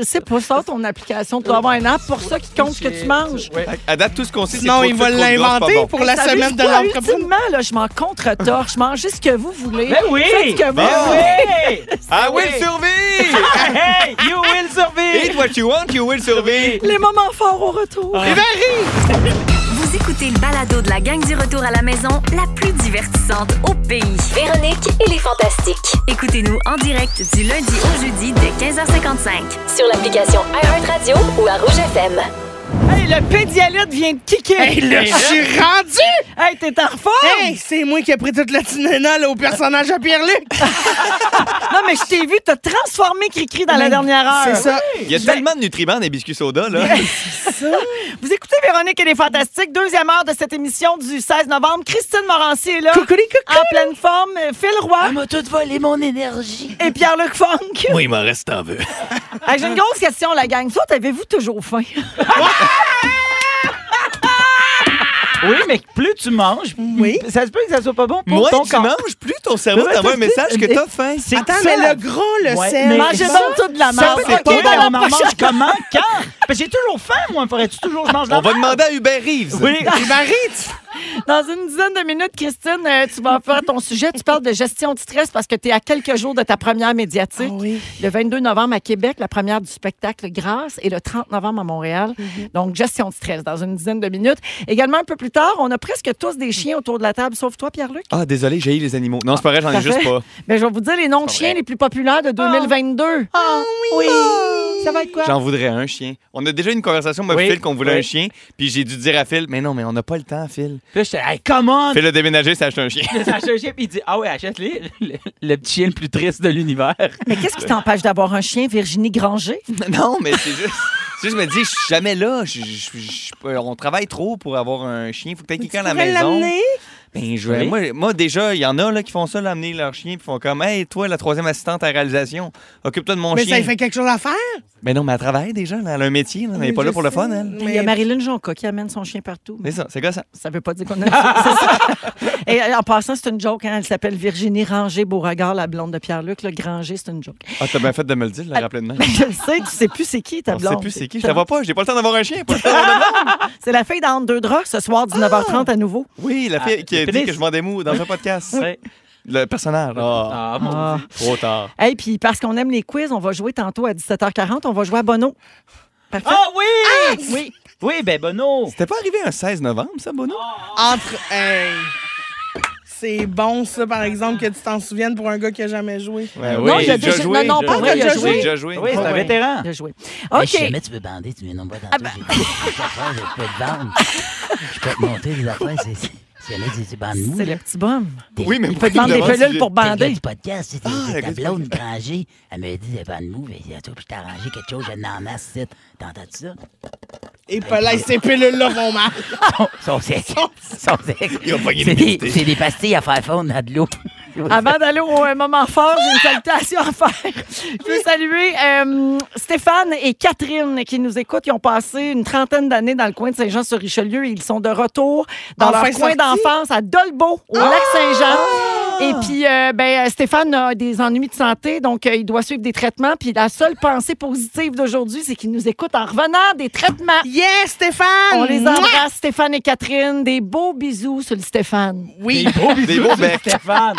[SPEAKER 1] Je sais pas ça, ton application. Tu dois avoir un app pour ça qui compte ce que tu manges.
[SPEAKER 2] Ouais.
[SPEAKER 3] Fait que À date, tout ce qu'on sait, c'est
[SPEAKER 4] Sinon,
[SPEAKER 3] trop de
[SPEAKER 4] il
[SPEAKER 3] sucre,
[SPEAKER 4] va
[SPEAKER 3] trop de gras, c'est
[SPEAKER 4] l'inventer
[SPEAKER 3] pas bon.
[SPEAKER 4] pour la
[SPEAKER 1] Hey, savez-vous
[SPEAKER 4] semaine de
[SPEAKER 1] quoi?
[SPEAKER 4] l'entreprise.
[SPEAKER 1] Ultimement, là, je m'en contre-torche. Mangez ce que vous voulez.
[SPEAKER 2] Ben oui!
[SPEAKER 1] Faites ce que vous
[SPEAKER 3] Bon.
[SPEAKER 1] voulez.
[SPEAKER 2] Hey!
[SPEAKER 3] I will survive!
[SPEAKER 2] Hey! You will survive!
[SPEAKER 3] Eat what you want, you will survive!
[SPEAKER 1] Les moments forts au retour.
[SPEAKER 7] Vous écoutez le balado de la gang du retour à la maison, la plus divertissante au pays.
[SPEAKER 8] Véronique et les Fantastiques.
[SPEAKER 7] Écoutez-nous en direct du lundi au jeudi dès 15h55.
[SPEAKER 8] Sur l'application iHeartRadio ou à Rouge FM.
[SPEAKER 1] Hey, le pédialyte vient de kicker.
[SPEAKER 4] Hey, là, je suis rendu!
[SPEAKER 1] Hey, t'es en forme?
[SPEAKER 4] Hey, c'est moi qui ai pris toute la tinénale au personnage à Pierre-Luc.
[SPEAKER 1] Non, mais je t'ai vu, t'as transformé Cricri dans la
[SPEAKER 4] Mais
[SPEAKER 1] dernière
[SPEAKER 3] Ah,
[SPEAKER 1] heure.
[SPEAKER 4] C'est ça.
[SPEAKER 3] Il y a tellement de nutriments dans les biscuits soda, là.
[SPEAKER 1] Vous écoutez Véronique et les Fantastiques, deuxième heure de cette émission du 16 novembre. Christine Morancy est là. En pleine forme, euh, Phil Roy
[SPEAKER 10] Elle m'a tout volé mon énergie.
[SPEAKER 1] et Pierre-Luc Funk.
[SPEAKER 9] Moi, il m'en reste en veux.
[SPEAKER 1] Hey, J'ai une grosse question, la gang. Vous autres, avez-vous toujours faim?
[SPEAKER 2] Oui, mais plus tu manges,
[SPEAKER 4] Oui.
[SPEAKER 2] ça se peut que ça soit pas bon pour
[SPEAKER 3] Moins
[SPEAKER 2] ton
[SPEAKER 3] tu
[SPEAKER 2] corps.
[SPEAKER 3] manges, plus ton cerveau t'envoie un message que t'as faim.
[SPEAKER 2] C'est
[SPEAKER 4] Attends,
[SPEAKER 2] ça,
[SPEAKER 4] mais
[SPEAKER 2] la-
[SPEAKER 4] le gras, le
[SPEAKER 2] Ouais,
[SPEAKER 4] sel.
[SPEAKER 2] mais-
[SPEAKER 1] Mangez
[SPEAKER 2] ça,
[SPEAKER 1] donc toute de la
[SPEAKER 2] Ça,
[SPEAKER 1] merde.
[SPEAKER 2] c'est
[SPEAKER 1] Ok,
[SPEAKER 2] pas
[SPEAKER 1] dans
[SPEAKER 2] bon,
[SPEAKER 1] la
[SPEAKER 2] on en
[SPEAKER 1] prochaine-
[SPEAKER 2] mange comment? Quand? Parce que j'ai toujours faim, moi. Faudrait-tu toujours que je mange de la
[SPEAKER 3] On va
[SPEAKER 2] merde?
[SPEAKER 3] demander à Hubert Reeves.
[SPEAKER 2] Oui.
[SPEAKER 4] Marie, tu-
[SPEAKER 1] Dans une dizaine de minutes, Christine, euh, tu vas faire ton sujet. Tu parles de gestion du stress parce que tu es à quelques jours de ta première médiatique.
[SPEAKER 10] Ah
[SPEAKER 4] oui.
[SPEAKER 1] Le 22 novembre à Québec, la première du spectacle Grâce et le 30 novembre à Montréal.
[SPEAKER 10] Mhm.
[SPEAKER 1] Donc, gestion de stress dans une dizaine de minutes. Également, un peu plus tard, on a presque tous des chiens autour de la table, sauf toi, Pierre-Luc.
[SPEAKER 3] Ah, désolé, j'ai eu les animaux. Non, c'est pas vrai, j'en ai
[SPEAKER 1] Parfait.
[SPEAKER 3] juste pas.
[SPEAKER 1] Ben, je vais vous dire les noms de chiens les plus populaires de 2022. Ah oui! Ça va être quoi?
[SPEAKER 3] J'en voudrais un chien. On a déjà eu une conversation avec
[SPEAKER 2] Oui,
[SPEAKER 3] Phil qu'on voulait
[SPEAKER 2] oui.
[SPEAKER 3] un chien, puis j'ai dû dire à Phil, mais non, mais on n'a pas le temps, Phil.
[SPEAKER 2] Puis là, j'étais, hey, come on!
[SPEAKER 3] Phil a déménagé, s'est acheté un chien.
[SPEAKER 2] Puis là, j'ai un chien, puis il dit, ah ouais, achète-les. Le, le petit chien le plus triste de l'univers.
[SPEAKER 1] Mais qu'est-ce qui t'empêche d'avoir un chien, Virginie Granger?
[SPEAKER 3] non, mais c'est juste. Tu sais, je me dis, je suis jamais là. Je- je- je- je- on travaille trop pour avoir un chien. Faut que t'aies quelqu'un à la
[SPEAKER 4] pourrais
[SPEAKER 3] maison.
[SPEAKER 4] l'amener?
[SPEAKER 3] Ben, je vais-
[SPEAKER 2] Oui.
[SPEAKER 3] moi, moi, déjà, il y en a là, qui font ça, l'amener leur chien, puis font comme, hey, toi, la troisième assistante à la réalisation, occupe-toi de mon
[SPEAKER 4] Mais ça
[SPEAKER 3] chien.
[SPEAKER 4] lui fait quelque chose à faire.
[SPEAKER 3] Mais non, mais elle travaille déjà. là. Elle a un métier. là. Elle n'est
[SPEAKER 4] Mais
[SPEAKER 3] pas là
[SPEAKER 4] je
[SPEAKER 3] pour le
[SPEAKER 4] sais,
[SPEAKER 3] fun, elle.
[SPEAKER 1] Il y a
[SPEAKER 4] mais-
[SPEAKER 1] Marilyn Jonca qui amène son chien partout.
[SPEAKER 3] C'est ça, c'est quoi ça?
[SPEAKER 1] Ça veut pas dire qu'on a. c'est ça. Et euh, en passant, c'est une joke. hein. Elle s'appelle Virginie Ranger Beauregard, la blonde de Pierre-Luc. Le Granger, c'est une joke.
[SPEAKER 3] Ah, t'as bien fait de me le dire, je la rappelais de même.
[SPEAKER 1] Je le sais, tu sais plus c'est qui ta
[SPEAKER 3] On sait
[SPEAKER 1] blonde.
[SPEAKER 3] plus c'est qui, je la vois pas, j'ai pas le temps d'avoir un chien. pas le temps.
[SPEAKER 1] C'est la fille d'Anne Deux Draps ce soir, 19h30 à nouveau.
[SPEAKER 3] Oui, la fille
[SPEAKER 2] Ah,
[SPEAKER 3] qui a
[SPEAKER 2] le
[SPEAKER 3] dit
[SPEAKER 2] pénis.
[SPEAKER 3] que je m'en démoue dans un podcast.
[SPEAKER 2] Ouais.
[SPEAKER 3] Le personnage. Ah,
[SPEAKER 2] Ah, mon
[SPEAKER 1] Ah.
[SPEAKER 3] Trop tard.
[SPEAKER 1] Hey, puis parce qu'on aime les quiz, on va jouer tantôt à 17h40. On va jouer à Bono. Parfait.
[SPEAKER 2] Ah oui! Oui! Oui, ben Bono!
[SPEAKER 3] C'était pas arrivé un 16 novembre, ça, Bono?
[SPEAKER 1] Ah!
[SPEAKER 4] Entre. Hey. C'est bon, ça, par exemple, que tu t'en souviennes pour un gars qui a jamais joué.
[SPEAKER 3] Ouais,
[SPEAKER 1] Non, il a déjà- non, non, pas
[SPEAKER 3] il
[SPEAKER 1] vrai, il a
[SPEAKER 3] J'ai
[SPEAKER 1] joué.
[SPEAKER 3] déjà joué.
[SPEAKER 2] Oui, c'est un vétéran.
[SPEAKER 1] De jouer.
[SPEAKER 10] Mais si
[SPEAKER 1] OK.
[SPEAKER 10] jamais tu veux bander, tu viens non pas dans
[SPEAKER 2] ben.
[SPEAKER 10] ah j'ai des affaires, j'ai pas de bande. Je peux te monter des affaires, c'est... Si jamais tu dis bande nous,
[SPEAKER 1] C'est
[SPEAKER 10] là,
[SPEAKER 1] le petit bum.
[SPEAKER 3] Oui, mais
[SPEAKER 1] Il peut te vendre des pelules pour
[SPEAKER 10] T'es le gars
[SPEAKER 1] bander.
[SPEAKER 10] du podcast, c'était
[SPEAKER 3] Ah,
[SPEAKER 10] ta
[SPEAKER 3] le gars du
[SPEAKER 10] blonde rangée. Elle m'avait dit, devant nous, mais toi, puis je t'ai arrangé quelque chose, je n'en masse, c'est. T'entends-tu ça?
[SPEAKER 4] Et pas là, ces pilules-là vont mal.
[SPEAKER 2] Ah,
[SPEAKER 10] Sont secs. Sont secs.
[SPEAKER 3] ont pogné
[SPEAKER 10] C'est
[SPEAKER 3] l'humidité.
[SPEAKER 10] des, c'est des pastilles à faire fondre dans de l'eau.
[SPEAKER 1] Avant d'aller au euh, moment fort, j'ai une salutation à faire. Je veux saluer euh, Stéphane et Catherine qui nous écoutent. Ils ont passé une trentaine d'années dans le coin de Saint-Jean-sur-Richelieu. Ils sont de retour dans
[SPEAKER 4] Enfin
[SPEAKER 1] leur coin
[SPEAKER 4] sortis.
[SPEAKER 1] d'enfance à Dolbeau, au lac Saint-Jean. Et puis, euh, ben, Stéphane a des ennuis de santé, donc euh, il doit suivre des traitements. Puis la seule pensée positive d'aujourd'hui, c'est qu'il nous écoute en revenant des traitements.
[SPEAKER 4] Yes, Stéphane!
[SPEAKER 1] On les
[SPEAKER 4] Mouah!
[SPEAKER 1] embrasse, Stéphane et Catherine. Des beaux bisous sur le Stéphane.
[SPEAKER 4] Oui.
[SPEAKER 2] Des beaux bisous,
[SPEAKER 3] Des beaux becs.
[SPEAKER 2] Stéphane!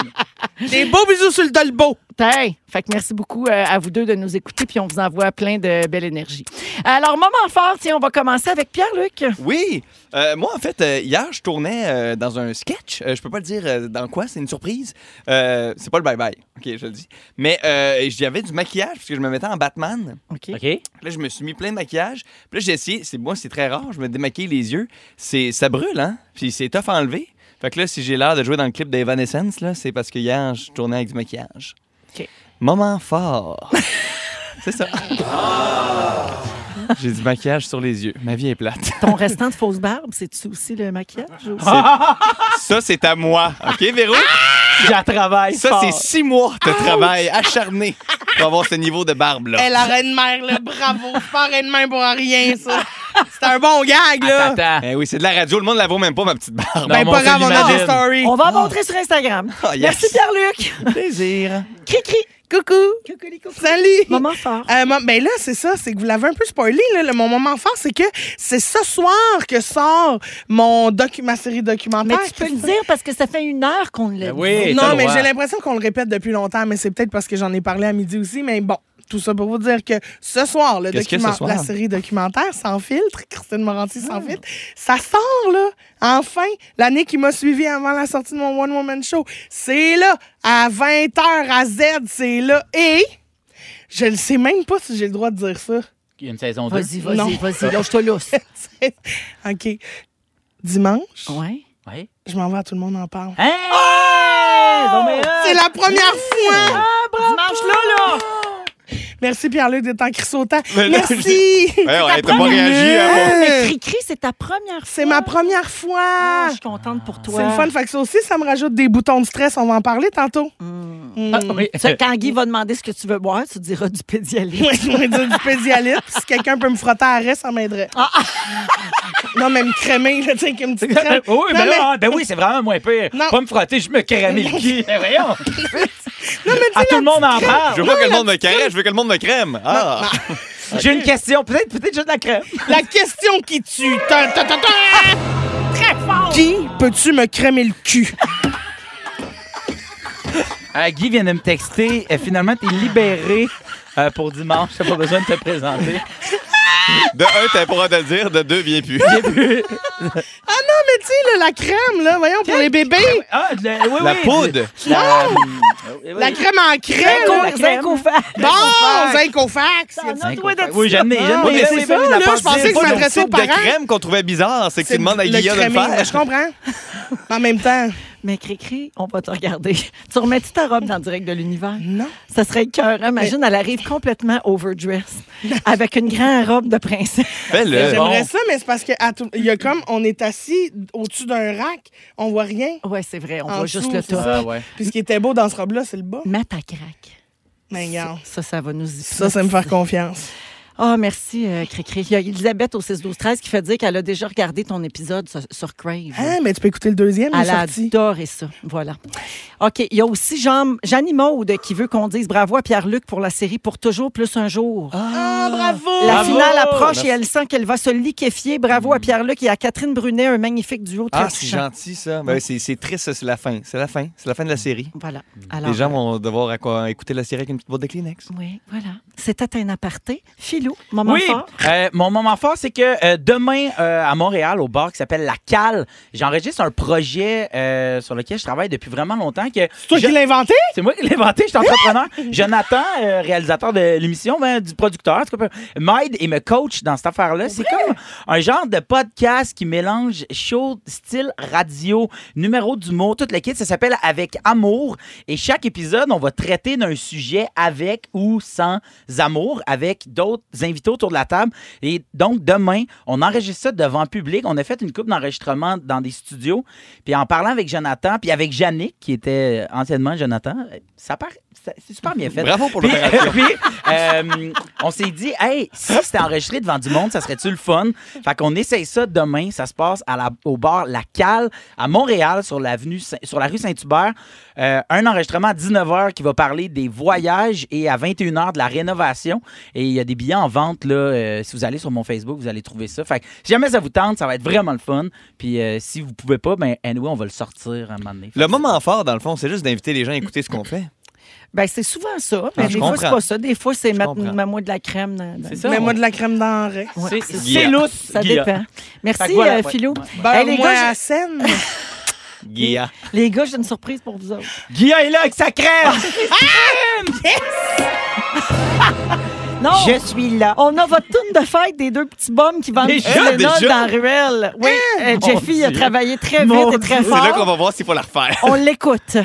[SPEAKER 4] Des beaux bisous sur le dolbo.
[SPEAKER 1] Hey! Fait que merci beaucoup euh, à vous deux de nous écouter, puis on vous envoie plein de belle énergie. Alors, moment fort, tiens, on va commencer avec Pierre-Luc.
[SPEAKER 3] Oui, Euh, moi en fait, euh, hier je tournais euh, dans un sketch. Euh, je peux pas le dire euh, dans quoi, c'est une surprise. Euh, c'est pas le bye bye, ok, je le dis. Mais euh, j'avais du maquillage parce que je me mettais en Batman.
[SPEAKER 1] OK.
[SPEAKER 2] OK?
[SPEAKER 3] Là, je me suis mis plein de maquillage. Puis là, j'ai essayé. C'est moi, c'est très rare. Je me démaquille les yeux. C'est ça brûle, hein. Puis c'est tough à enlever. Fait que là, si j'ai l'air de jouer dans le clip d'Evanescence, là, c'est parce que hier je tournais avec du maquillage.
[SPEAKER 1] OK.
[SPEAKER 3] Moment fort. c'est ça. J'ai du maquillage sur les yeux. Ma vie est plate.
[SPEAKER 1] Ton restant de fausse barbe, c'est-tu aussi le maquillage? ou-
[SPEAKER 3] Ça, c'est à moi. OK, Véro?
[SPEAKER 2] J'en travaille
[SPEAKER 3] Ça,
[SPEAKER 2] fort.
[SPEAKER 3] c'est six mois de travail acharné pour avoir ce niveau de barbe-là.
[SPEAKER 4] Elle la reine mère, là, bravo. Pas reine mère pour rien, ça. C'est un bon gag, là.
[SPEAKER 2] Attends, attends.
[SPEAKER 3] Eh oui, c'est de la radio. Le monde la vaut même pas, ma petite barbe.
[SPEAKER 4] Ben,
[SPEAKER 2] Non,
[SPEAKER 4] pas
[SPEAKER 2] mais Ben, on
[SPEAKER 4] grave, on a
[SPEAKER 2] s'imagine.
[SPEAKER 4] des stories.
[SPEAKER 1] On va montrer sur Instagram.
[SPEAKER 3] Ah, yes.
[SPEAKER 1] Merci, Pierre-Luc.
[SPEAKER 3] plaisir.
[SPEAKER 1] Cri-cri.
[SPEAKER 4] Coucou. Salut.
[SPEAKER 1] Moment fort.
[SPEAKER 4] Euh, mo- ben là, c'est ça, c'est que vous l'avez un peu spoilé. Là, le- mon moment fort, c'est que c'est ce soir que sort mon docu ma série
[SPEAKER 1] Mais
[SPEAKER 4] documentaire.
[SPEAKER 1] tu peux le dire parce que Ah, ça fait une heure qu'on l'a
[SPEAKER 2] Ben
[SPEAKER 1] dit.
[SPEAKER 2] oui, t'as
[SPEAKER 4] Non,
[SPEAKER 2] le
[SPEAKER 4] mais
[SPEAKER 2] droit.
[SPEAKER 4] j'ai l'impression qu'on le répète depuis longtemps, mais c'est peut-être parce que j'en ai parlé à midi aussi. Mais bon, tout ça pour vous dire que ce soir, le
[SPEAKER 3] Qu'est-ce que
[SPEAKER 4] document-
[SPEAKER 3] ce soir? Ah.
[SPEAKER 4] la série documentaire sans filtre, Christine Moranti sans filtre, ça sort là, enfin, l'année qui m'a suivi avant la sortie de mon One Woman Show. C'est là, à 20h à Z, c'est là. Et je ne sais même pas si j'ai le droit de dire ça.
[SPEAKER 2] Il y a une saison 2.
[SPEAKER 1] Vas-y,
[SPEAKER 4] Non.
[SPEAKER 1] vas-y, vas-y. Lâche-toi lousse.
[SPEAKER 4] OK.
[SPEAKER 3] Oh.
[SPEAKER 4] Dimanche,
[SPEAKER 1] Ouais.
[SPEAKER 2] Oui.
[SPEAKER 4] je m'en vais à tout le monde en parle.
[SPEAKER 2] Hey! Bon, mais là,
[SPEAKER 4] C'est la première
[SPEAKER 3] Ah.
[SPEAKER 4] fois!
[SPEAKER 1] Dimanche-là, là.
[SPEAKER 4] Merci Pierre-Luc de t'en crisser autant.
[SPEAKER 3] Mais là,
[SPEAKER 4] Merci!
[SPEAKER 3] Eh Ouais, ouais,
[SPEAKER 1] C'est ta
[SPEAKER 3] t'as pas
[SPEAKER 1] première-
[SPEAKER 3] réagi, hein,
[SPEAKER 4] mon-
[SPEAKER 1] Mais Cri-cri, c'est ta première fois. Ah,
[SPEAKER 4] C'est ma première fois!
[SPEAKER 1] Je suis contente pour toi.
[SPEAKER 4] C'est le fun. Fait que ça aussi, ça me rajoute des boutons de stress. On va en parler tantôt. Mm.
[SPEAKER 2] Ah, oui.
[SPEAKER 1] Ça, quand Guy va demander ce que tu veux boire, tu diras du pédialyte.
[SPEAKER 4] Ouais, je vais dire du pédialyte. Puis Si quelqu'un peut me frotter à l'arrêt, ça m'aiderait. non, mais me crémer, là, tu sais, avec une petite crème.
[SPEAKER 2] Oui,
[SPEAKER 4] Non,
[SPEAKER 2] mais
[SPEAKER 4] mais-
[SPEAKER 2] là, ah, ben oui, c'est vraiment moins pire.
[SPEAKER 4] Non.
[SPEAKER 2] Pas me frotter, je me cramais le cul. Eh, Voyons.
[SPEAKER 4] Non, mais tu
[SPEAKER 2] À
[SPEAKER 4] sais,
[SPEAKER 2] tout le monde en
[SPEAKER 3] Je
[SPEAKER 2] parle.
[SPEAKER 3] veux pas que le monde me crème, je veux que le monde me crème. Ah!
[SPEAKER 2] J'ai une question. Peut-être peut-être juste de la crème.
[SPEAKER 4] La question qui tue. Ta, ta, ta, ta. Guy, peux-tu me crémer le cul?
[SPEAKER 2] Euh, Guy vient de me texter. Euh, finalement, t'es libéré euh, pour dimanche. T'as pas besoin de te présenter.
[SPEAKER 3] De un, t'as pas le droit de le dire, de deux, viens plus.
[SPEAKER 4] Ah non, mais tu sais, là, la crème, là, voyons, pour les bébés.
[SPEAKER 2] Ah, de la- oui,
[SPEAKER 3] La
[SPEAKER 2] oui,
[SPEAKER 3] poudre!
[SPEAKER 2] La, euh,
[SPEAKER 4] La crème en crème.
[SPEAKER 1] Zinco-
[SPEAKER 4] là.
[SPEAKER 1] Zincofax.
[SPEAKER 4] Bon, Zincofax.
[SPEAKER 1] T'en as
[SPEAKER 2] Oui,
[SPEAKER 1] doué de
[SPEAKER 2] oui,
[SPEAKER 1] ça.
[SPEAKER 2] j'en ai, j'en ai.
[SPEAKER 4] mais c'est ça, là, je pensais que
[SPEAKER 3] C'est
[SPEAKER 4] je
[SPEAKER 3] pas le
[SPEAKER 4] m'adressais aux
[SPEAKER 3] type de
[SPEAKER 4] parents.
[SPEAKER 3] crème qu'on trouvait bizarre, c'est que tu demandes à
[SPEAKER 4] le
[SPEAKER 3] Guilla de le
[SPEAKER 4] crémer,
[SPEAKER 3] faire.
[SPEAKER 4] Je comprends. Mais En même temps,
[SPEAKER 1] Mais Cricri, on va te regarder. Tu remets-tu ta robe dans le direct de l'univers?
[SPEAKER 4] non.
[SPEAKER 1] Ça serait écœurant. Imagine, elle arrive complètement overdressed avec une grande robe de princesse.
[SPEAKER 3] Fais-le.
[SPEAKER 4] J'aimerais
[SPEAKER 2] Eh, bon.
[SPEAKER 4] ça, mais c'est parce que à tout- il y a comme on est assis au-dessus d'un rack, on voit rien.
[SPEAKER 1] Oui, c'est vrai. On
[SPEAKER 4] En
[SPEAKER 1] voit juste
[SPEAKER 4] dessous,
[SPEAKER 1] le
[SPEAKER 4] c'est
[SPEAKER 1] top.
[SPEAKER 2] Ah ouais.
[SPEAKER 4] Puis ce qui était beau dans ce robe-là, c'est le bas.
[SPEAKER 1] Mets ta craque.
[SPEAKER 4] Mais regarde,
[SPEAKER 1] Ça, ça va nous y
[SPEAKER 4] ça, c'est me faire confiance.
[SPEAKER 1] Ah, merci, euh, Cricri. Il y a Elisabeth au 6-12-13 qui fait dire qu'elle a déjà regardé ton épisode sur, sur Crave.
[SPEAKER 4] Ah, mais tu peux écouter le deuxième, il est
[SPEAKER 1] Elle a
[SPEAKER 4] sorti.
[SPEAKER 1] adoré ça. Voilà. OK. Il y a aussi Jean, Jeannie Maude qui veut qu'on dise bravo à Pierre-Luc pour la série Pour toujours plus un jour.
[SPEAKER 4] Ah, bravo!
[SPEAKER 1] La
[SPEAKER 2] Bravo!
[SPEAKER 1] finale approche
[SPEAKER 3] Merci. Mm.
[SPEAKER 1] et elle sent qu'elle va se liquéfier. Bravo à Pierre-Luc et à Catherine Brunet, un magnifique duo très
[SPEAKER 3] Ah, c'est
[SPEAKER 1] touchant.
[SPEAKER 3] gentil, ça. Ben, c'est c'est triste, ça, c'est la fin. C'est la fin. C'est la fin de la série.
[SPEAKER 1] Voilà. Alors,
[SPEAKER 3] Mm. Les gens vont devoir à quoi- écouter la série avec une petite boîte de Kleenex.
[SPEAKER 1] Oui, voilà. C'était un aparté. Philou, moment
[SPEAKER 2] Oui,
[SPEAKER 1] fort.
[SPEAKER 2] euh, mon moment fort, c'est que euh, demain, euh, à Montréal, au bar qui s'appelle La Cale, j'enregistre un projet euh, sur lequel je travaille depuis vraiment longtemps. Que
[SPEAKER 4] C'est toi
[SPEAKER 2] je-
[SPEAKER 4] qui l'as inventé?
[SPEAKER 2] C'est moi qui l'ai inventé, je suis entrepreneur. Jonathan, euh, réalisateur de l'émission, ben, du producteur, en tout cas, peu- m'aide et me coach dans cette affaire-là. C'est comme un genre de podcast qui mélange show, style radio, numéro du mot, toute l'équipe. Ça s'appelle Avec Amour. Et chaque épisode, on va traiter d'un sujet avec ou sans amour, avec d'autres invités autour de la table. Et donc, demain, on enregistre ça devant public. On a fait une coupe d'enregistrement dans des studios. Puis en parlant avec Jonathan, puis avec Yannick, qui était anciennement Jonathan, ça part, ça- c'est super bien fait.
[SPEAKER 3] Bravo pour
[SPEAKER 2] Puis,
[SPEAKER 3] l'opération.
[SPEAKER 2] puis, euh, on s'est dit, hey, si c'était enregistré devant du monde, ça serait-tu le fun? Fait qu'on essaye ça demain. Ça se passe à la, au bar La Cale, à Montréal, sur, l'avenue Saint- sur la rue Saint-Hubert. Euh, un enregistrement à 19h qui va parler des voyages et à 21h de la rénovation. Et il y a des billets en vente, là. euh, si vous allez sur mon Facebook, vous allez trouver ça. Fait que si jamais ça vous tente, ça va être vraiment le fun. Puis euh, si vous pouvez pas, ben, anyway, on va le sortir à un moment donné. Fait
[SPEAKER 3] Le
[SPEAKER 2] que-
[SPEAKER 3] moment fort, dans le fond, c'est juste d'inviter les gens à écouter ce qu'on fait.
[SPEAKER 1] Ben, c'est souvent ça. Mais
[SPEAKER 3] Ah, je
[SPEAKER 1] des fois, c'est
[SPEAKER 3] comprends.
[SPEAKER 1] pas ça. Des fois, c'est mettre
[SPEAKER 3] comprends.
[SPEAKER 1] mets-moi de la crème. dans- dans-
[SPEAKER 2] C'est ça.
[SPEAKER 4] Mets-moi de la crème dans la raie.
[SPEAKER 1] Ouais,
[SPEAKER 2] C'est-
[SPEAKER 1] c'est-
[SPEAKER 2] C'est
[SPEAKER 3] Yeah.
[SPEAKER 2] lousse.
[SPEAKER 1] Ça
[SPEAKER 2] Guilla.
[SPEAKER 1] dépend.
[SPEAKER 2] Fait
[SPEAKER 1] Merci,
[SPEAKER 2] que voilà,
[SPEAKER 1] euh,
[SPEAKER 2] ouais,
[SPEAKER 1] Philou.
[SPEAKER 2] ouais,
[SPEAKER 4] Beurre
[SPEAKER 1] Hey, les,
[SPEAKER 4] moins
[SPEAKER 1] gars,
[SPEAKER 4] à scène.
[SPEAKER 3] Yeah.
[SPEAKER 1] j'ai- les gars, j'ai une surprise pour vous autres.
[SPEAKER 2] Guilla est là avec sa crème!
[SPEAKER 1] Non,
[SPEAKER 2] Je suis là.
[SPEAKER 1] on a votre tourne de fête des deux petits bombes qui vendent du
[SPEAKER 2] Déjà,
[SPEAKER 1] Tylenol
[SPEAKER 3] déjà?
[SPEAKER 1] dans la ruelle. Oui, euh,
[SPEAKER 2] Eh, mon
[SPEAKER 1] Jeffy a
[SPEAKER 2] Dieu.
[SPEAKER 1] travaillé très vite
[SPEAKER 2] Mon
[SPEAKER 1] et très
[SPEAKER 3] C'est là qu'on
[SPEAKER 1] fort. Oh,
[SPEAKER 3] va voir s'il faut la refaire.
[SPEAKER 1] On l'écoute.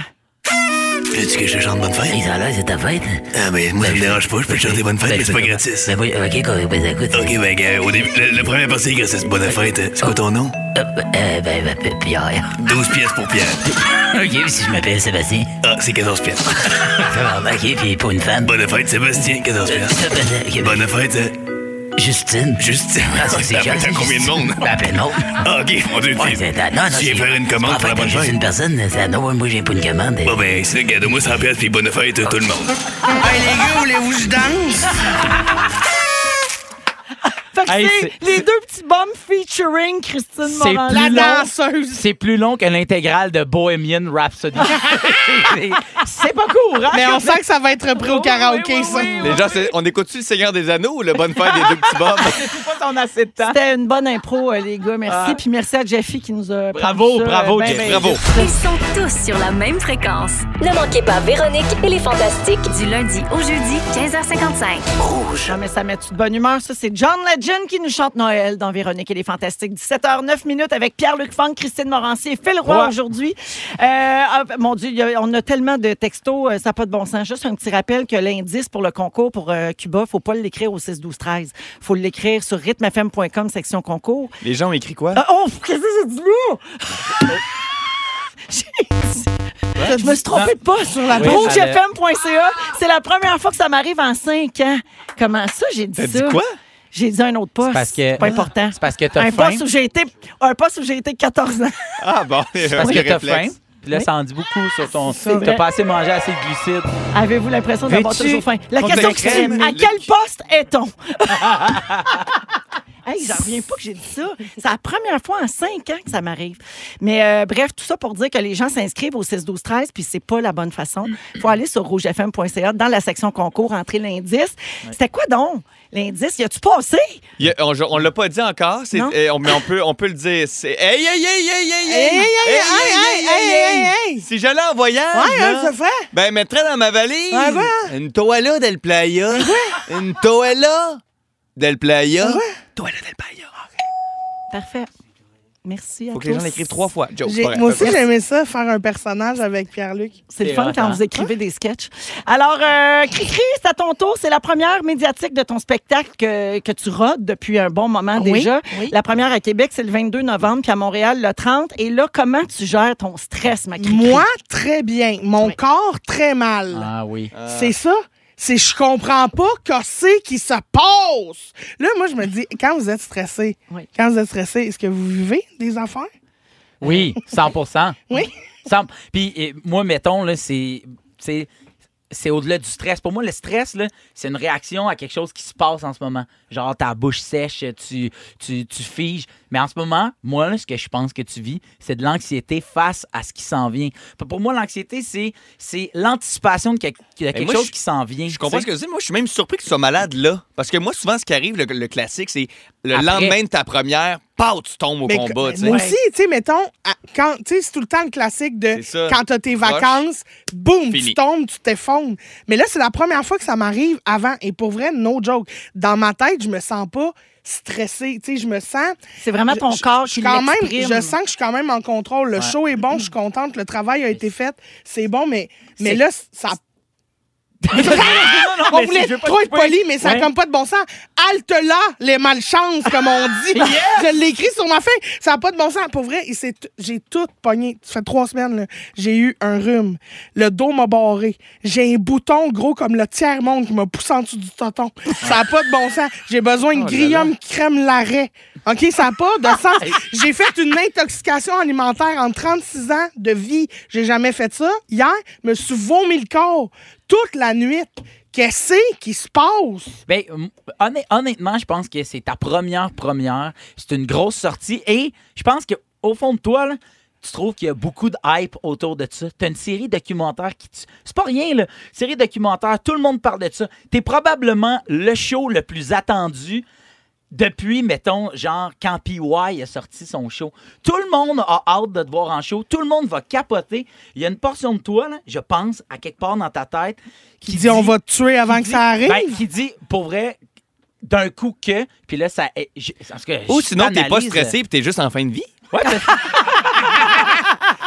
[SPEAKER 9] Veux-tu que je te chante bonne fête?
[SPEAKER 10] Ils ont l'air, c'est ta fête.
[SPEAKER 9] Ah, mais moi, ça me dérange pas, je peux te chanter bonne fête, mais c'est pas gratis.
[SPEAKER 10] Ben oui, ok, qu'on- ben écoute.
[SPEAKER 9] Ok, ben, euh, au début, le, le premier passé, que c'est bonne fête. euh, C'est quoi ton nom?
[SPEAKER 10] Euh, euh, ben, ben, ben, Pierre.
[SPEAKER 9] 12 pièces pour Pierre.
[SPEAKER 10] ok, si je m'appelle Sébastien.
[SPEAKER 9] Ah, c'est 14 pièces.
[SPEAKER 10] Tabarnak, ok, puis pour une femme.
[SPEAKER 9] Bonne fête, Sébastien, 14
[SPEAKER 10] Euh,
[SPEAKER 9] pièces.
[SPEAKER 10] ben, ok, ben,
[SPEAKER 9] Bonne fête, euh,
[SPEAKER 10] Justine.
[SPEAKER 9] Justine.
[SPEAKER 10] Ah, ça, c'est
[SPEAKER 9] T'as
[SPEAKER 10] cher,
[SPEAKER 9] t'as
[SPEAKER 10] ça,
[SPEAKER 9] combien de
[SPEAKER 10] Justine.
[SPEAKER 9] monde?
[SPEAKER 10] Ben, plein de monde.
[SPEAKER 9] Ah, ok, mon Dieu.
[SPEAKER 10] Ouais, c'est non, non,
[SPEAKER 9] Tu viens
[SPEAKER 10] c'est-
[SPEAKER 9] faire une
[SPEAKER 10] c'est
[SPEAKER 9] commande
[SPEAKER 10] pas
[SPEAKER 9] pour la
[SPEAKER 10] fait,
[SPEAKER 9] bonne
[SPEAKER 10] juste
[SPEAKER 9] fête?
[SPEAKER 10] une personne, ça, non, moi, j'ai pas une commande.
[SPEAKER 9] Bon, ben, c'est garde-moi 100 pièces, puis bonne fête, euh, tout le monde.
[SPEAKER 4] Hey, les gars, voulez-vous que je danse?
[SPEAKER 1] Fait que
[SPEAKER 2] Hey,
[SPEAKER 1] c'est
[SPEAKER 2] c'est-
[SPEAKER 1] les deux petits bombes featuring Christine
[SPEAKER 2] C'est
[SPEAKER 1] Morin.
[SPEAKER 2] plus
[SPEAKER 4] La
[SPEAKER 2] long.
[SPEAKER 4] danseuse.
[SPEAKER 2] C'est plus long que l'intégrale de Bohemian Rhapsody. c'est pas court, hein?
[SPEAKER 4] Mais on sent que ça va être repris au karaoké,
[SPEAKER 2] oui,
[SPEAKER 4] ça.
[SPEAKER 2] oui,
[SPEAKER 3] Les gens, c'est- on écoute-tu le Seigneur des Anneaux ou le Bonne Fête des deux petits bobs?
[SPEAKER 2] C'est pas ton assez de temps.
[SPEAKER 1] C'était une bonne impro, euh, les gars. Merci.
[SPEAKER 2] Ah.
[SPEAKER 1] Puis merci à Jeffy qui nous a. permis
[SPEAKER 2] Bravo,
[SPEAKER 1] ça,
[SPEAKER 2] bravo,
[SPEAKER 1] ben,
[SPEAKER 2] Jeff,
[SPEAKER 1] ben,
[SPEAKER 3] Bravo.
[SPEAKER 7] Ils sont tous sur la même fréquence.
[SPEAKER 8] Ne manquez pas Véronique et les Fantastiques.
[SPEAKER 7] Du lundi au jeudi, 15h55.
[SPEAKER 1] Ah, mais ça met de bonne humeur, ça. C'est John Legend qui nous chante Noël dans Véronique et les Fantastiques. 17h09 minutes avec Pierre-Luc Funk, Christine Morancier et Phil Roy
[SPEAKER 2] Ouais.
[SPEAKER 1] aujourd'hui. Euh, ah, mon Dieu, il y a- on a tellement de textos, euh, ça n'a pas de bon sens. Juste un petit rappel que l'indice pour le concours pour euh, Cuba, faut pas l'écrire au 6-12-13. faut l'écrire sur rythmefm.com, section concours.
[SPEAKER 3] Les gens ont écrit quoi?
[SPEAKER 1] Ah, oh, qu'est-ce que j'ai dit là? J'ai dit- Je me suis trompée de poste sur la
[SPEAKER 2] Oui, j'allais-
[SPEAKER 1] rougefm.ca. C'est la première fois que ça m'arrive en cinq ans. Comment ça, j'ai dit
[SPEAKER 3] T'as
[SPEAKER 1] ça?
[SPEAKER 3] dit quoi?
[SPEAKER 1] J'ai dit un autre poste.
[SPEAKER 2] parce que-
[SPEAKER 1] C'est pas
[SPEAKER 2] Ah.
[SPEAKER 1] important.
[SPEAKER 2] C'est parce que t'as
[SPEAKER 1] Un
[SPEAKER 2] faim.
[SPEAKER 1] poste où j'ai été, un poste où j'ai été 14 ans.
[SPEAKER 3] Ah bon,
[SPEAKER 2] Parce
[SPEAKER 3] oui,
[SPEAKER 2] que t'as faim.
[SPEAKER 3] réflexe.
[SPEAKER 2] Puis là, ça en dit
[SPEAKER 4] Ah,
[SPEAKER 2] beaucoup sur ton.
[SPEAKER 1] C'est vrai.
[SPEAKER 2] T'as pas assez mangé assez de glucides.
[SPEAKER 1] Avez-vous l'impression d'avoir
[SPEAKER 2] Veux-tu
[SPEAKER 1] toujours faim? La
[SPEAKER 3] qu'on
[SPEAKER 1] question
[SPEAKER 3] te
[SPEAKER 1] qui suit,
[SPEAKER 3] crème,
[SPEAKER 1] à
[SPEAKER 3] le-
[SPEAKER 1] quel poste est-on? hey, j'en reviens pas que j'ai dit ça. C'est la première fois en cinq ans que ça m'arrive. Mais euh, bref, tout ça pour dire que les gens s'inscrivent au 6-12-13, puis c'est pas la bonne façon. faut aller sur rougefm.ca dans la section concours, entrer l'indice. C'était quoi donc? L'indice, y a-tu passé?
[SPEAKER 3] Il y a- on on l'a pas dit encore, c'est-
[SPEAKER 1] Non.
[SPEAKER 3] eh, on- mais on peut, on peut le dire. C'est hey, hey, hey, hey, hey, hey,
[SPEAKER 4] hey, hey, hey, hey, hey, hey.
[SPEAKER 3] Si j'allais en voyage,
[SPEAKER 4] Ouais,
[SPEAKER 3] là,
[SPEAKER 4] hein, ça fait.
[SPEAKER 3] ben mettrais dans ma valise
[SPEAKER 4] Ah ouais.
[SPEAKER 3] une toala del playa, une toala Ah, del playa.
[SPEAKER 4] Ouais.
[SPEAKER 3] Toala del playa.
[SPEAKER 1] Parfait. Merci à
[SPEAKER 3] Faut que
[SPEAKER 1] tous.
[SPEAKER 3] les gens l'écrivent trois fois. Joe,
[SPEAKER 4] J'ai-
[SPEAKER 3] c'est pas vrai.
[SPEAKER 4] Moi aussi, j'aimais ça, faire un personnage avec Pierre-Luc.
[SPEAKER 1] C'est le
[SPEAKER 2] C'est
[SPEAKER 1] fun
[SPEAKER 2] hot,
[SPEAKER 1] quand
[SPEAKER 2] hein?
[SPEAKER 1] vous écrivez des sketchs. Alors, euh, Cricri, c'est à ton tour. C'est la première médiatique de ton spectacle que, que tu rodes depuis un bon moment
[SPEAKER 4] Oui,
[SPEAKER 1] déjà.
[SPEAKER 4] oui.
[SPEAKER 1] La première à Québec, c'est le 22 novembre, puis à Montréal, le 30. Et là, comment tu gères ton stress, ma Cricri?
[SPEAKER 4] Moi, très bien. Mon corps, très mal.
[SPEAKER 2] Ah oui.
[SPEAKER 3] Euh.
[SPEAKER 4] C'est ça. C'est je comprends pas qu'est-ce qui se passe. Là, moi, je me dis, quand vous êtes stressé,
[SPEAKER 1] Oui.
[SPEAKER 4] quand vous êtes stressé, est-ce que vous vivez des affaires?
[SPEAKER 2] Oui, 100
[SPEAKER 4] Oui.
[SPEAKER 2] 100 Puis et moi, mettons, là, c'est. c'est- C'est au-delà du stress. Pour moi, le stress, là, c'est une réaction à quelque chose qui se passe en ce moment. Genre, ta bouche sèche, tu, tu, tu figes. Mais en ce moment, moi, là, ce que je pense que tu vis, c'est de l'anxiété face à ce qui s'en vient. Pour moi, l'anxiété, c'est, c'est l'anticipation de quelque, de quelque
[SPEAKER 3] moi,
[SPEAKER 2] chose
[SPEAKER 3] je-
[SPEAKER 2] qui s'en vient.
[SPEAKER 3] Je comprends
[SPEAKER 2] tu
[SPEAKER 3] ce
[SPEAKER 2] sais.
[SPEAKER 3] que tu dis. Moi, je suis même surpris que tu sois malade là. Parce que moi, souvent, ce qui arrive, le, le classique, c'est le
[SPEAKER 2] Après.
[SPEAKER 3] lendemain de ta première, paf, tu tombes au
[SPEAKER 4] Mais Ben, que-
[SPEAKER 3] combat. tu sais.
[SPEAKER 4] moi aussi, tu sais, mettons, à- quand, tu sais, c'est tout le temps le classique de
[SPEAKER 3] C'est ça.
[SPEAKER 4] quand t'as tes
[SPEAKER 3] Proche.
[SPEAKER 4] vacances, boum, tu
[SPEAKER 3] Fini.
[SPEAKER 4] tombes, tu t'effondres. Mais là, c'est la première fois que ça m'arrive avant. Et pour vrai, no joke. Dans ma tête, je me sens pas stressée. Tu sais, je me sens.
[SPEAKER 1] C'est vraiment ton
[SPEAKER 4] je- je-
[SPEAKER 1] corps
[SPEAKER 4] je
[SPEAKER 1] qui
[SPEAKER 4] suis quand même,
[SPEAKER 1] l'exprime.
[SPEAKER 4] Je sens que je suis quand même en contrôle. Le show est bon, je suis contente, le travail a été fait, c'est bon, mais, mais
[SPEAKER 2] C'est-
[SPEAKER 4] là, ça.
[SPEAKER 2] non, non,
[SPEAKER 4] on
[SPEAKER 2] mais
[SPEAKER 4] voulait
[SPEAKER 2] je veux pas
[SPEAKER 4] trop
[SPEAKER 2] te
[SPEAKER 4] être
[SPEAKER 2] couper.
[SPEAKER 4] poli, mais ça n'a
[SPEAKER 2] Ouais.
[SPEAKER 4] comme pas de bon sens. Halte là, les malchances, comme on dit. Je l'écris sur ma feuille. Ça n'a pas de bon sens. Pour vrai, et c'est t- j'ai tout pogné. Ça fait trois semaines, là. j'ai eu un rhume. Le dos m'a barré. J'ai un bouton gros comme le tiers-monde qui m'a poussé en dessous du toton. Ça n'a pas de bon sens. J'ai besoin de grillum crème l'arrêt. OK, ça n'a pas de sens. J'ai fait une intoxication alimentaire en 36 ans de vie. J'ai jamais fait ça. Hier, me suis vomi le corps toute la nuit. Qu'est-ce qui se passe?
[SPEAKER 2] Ben, hum, honn- honnêtement, je pense que c'est ta première première. C'est une grosse sortie et je pense que au fond de toi, là, tu trouves qu'il y a beaucoup de hype autour de ça. T'as une série documentaire qui... te- C'est pas rien, là. Série documentaire, tout le monde parle de ça. T'es probablement le show le plus attendu depuis, mettons, genre, quand PY a sorti son show, tout le monde a hâte de te voir en show. Tout le monde va capoter. Il y a une portion de toi, là, je pense, à quelque part dans ta tête, qui
[SPEAKER 4] Qui dit on va te tuer avant
[SPEAKER 2] qui
[SPEAKER 4] que
[SPEAKER 2] dit-
[SPEAKER 4] ça arrive?
[SPEAKER 2] ben, qui dit, pour vrai, d'un coup que, puis là, ça. eh, je- en tout cas,
[SPEAKER 3] Ou
[SPEAKER 2] je
[SPEAKER 3] sinon, t'es pas
[SPEAKER 2] t'analyse.
[SPEAKER 3] stressé et t'es juste en fin de vie.
[SPEAKER 2] Ouais, parce-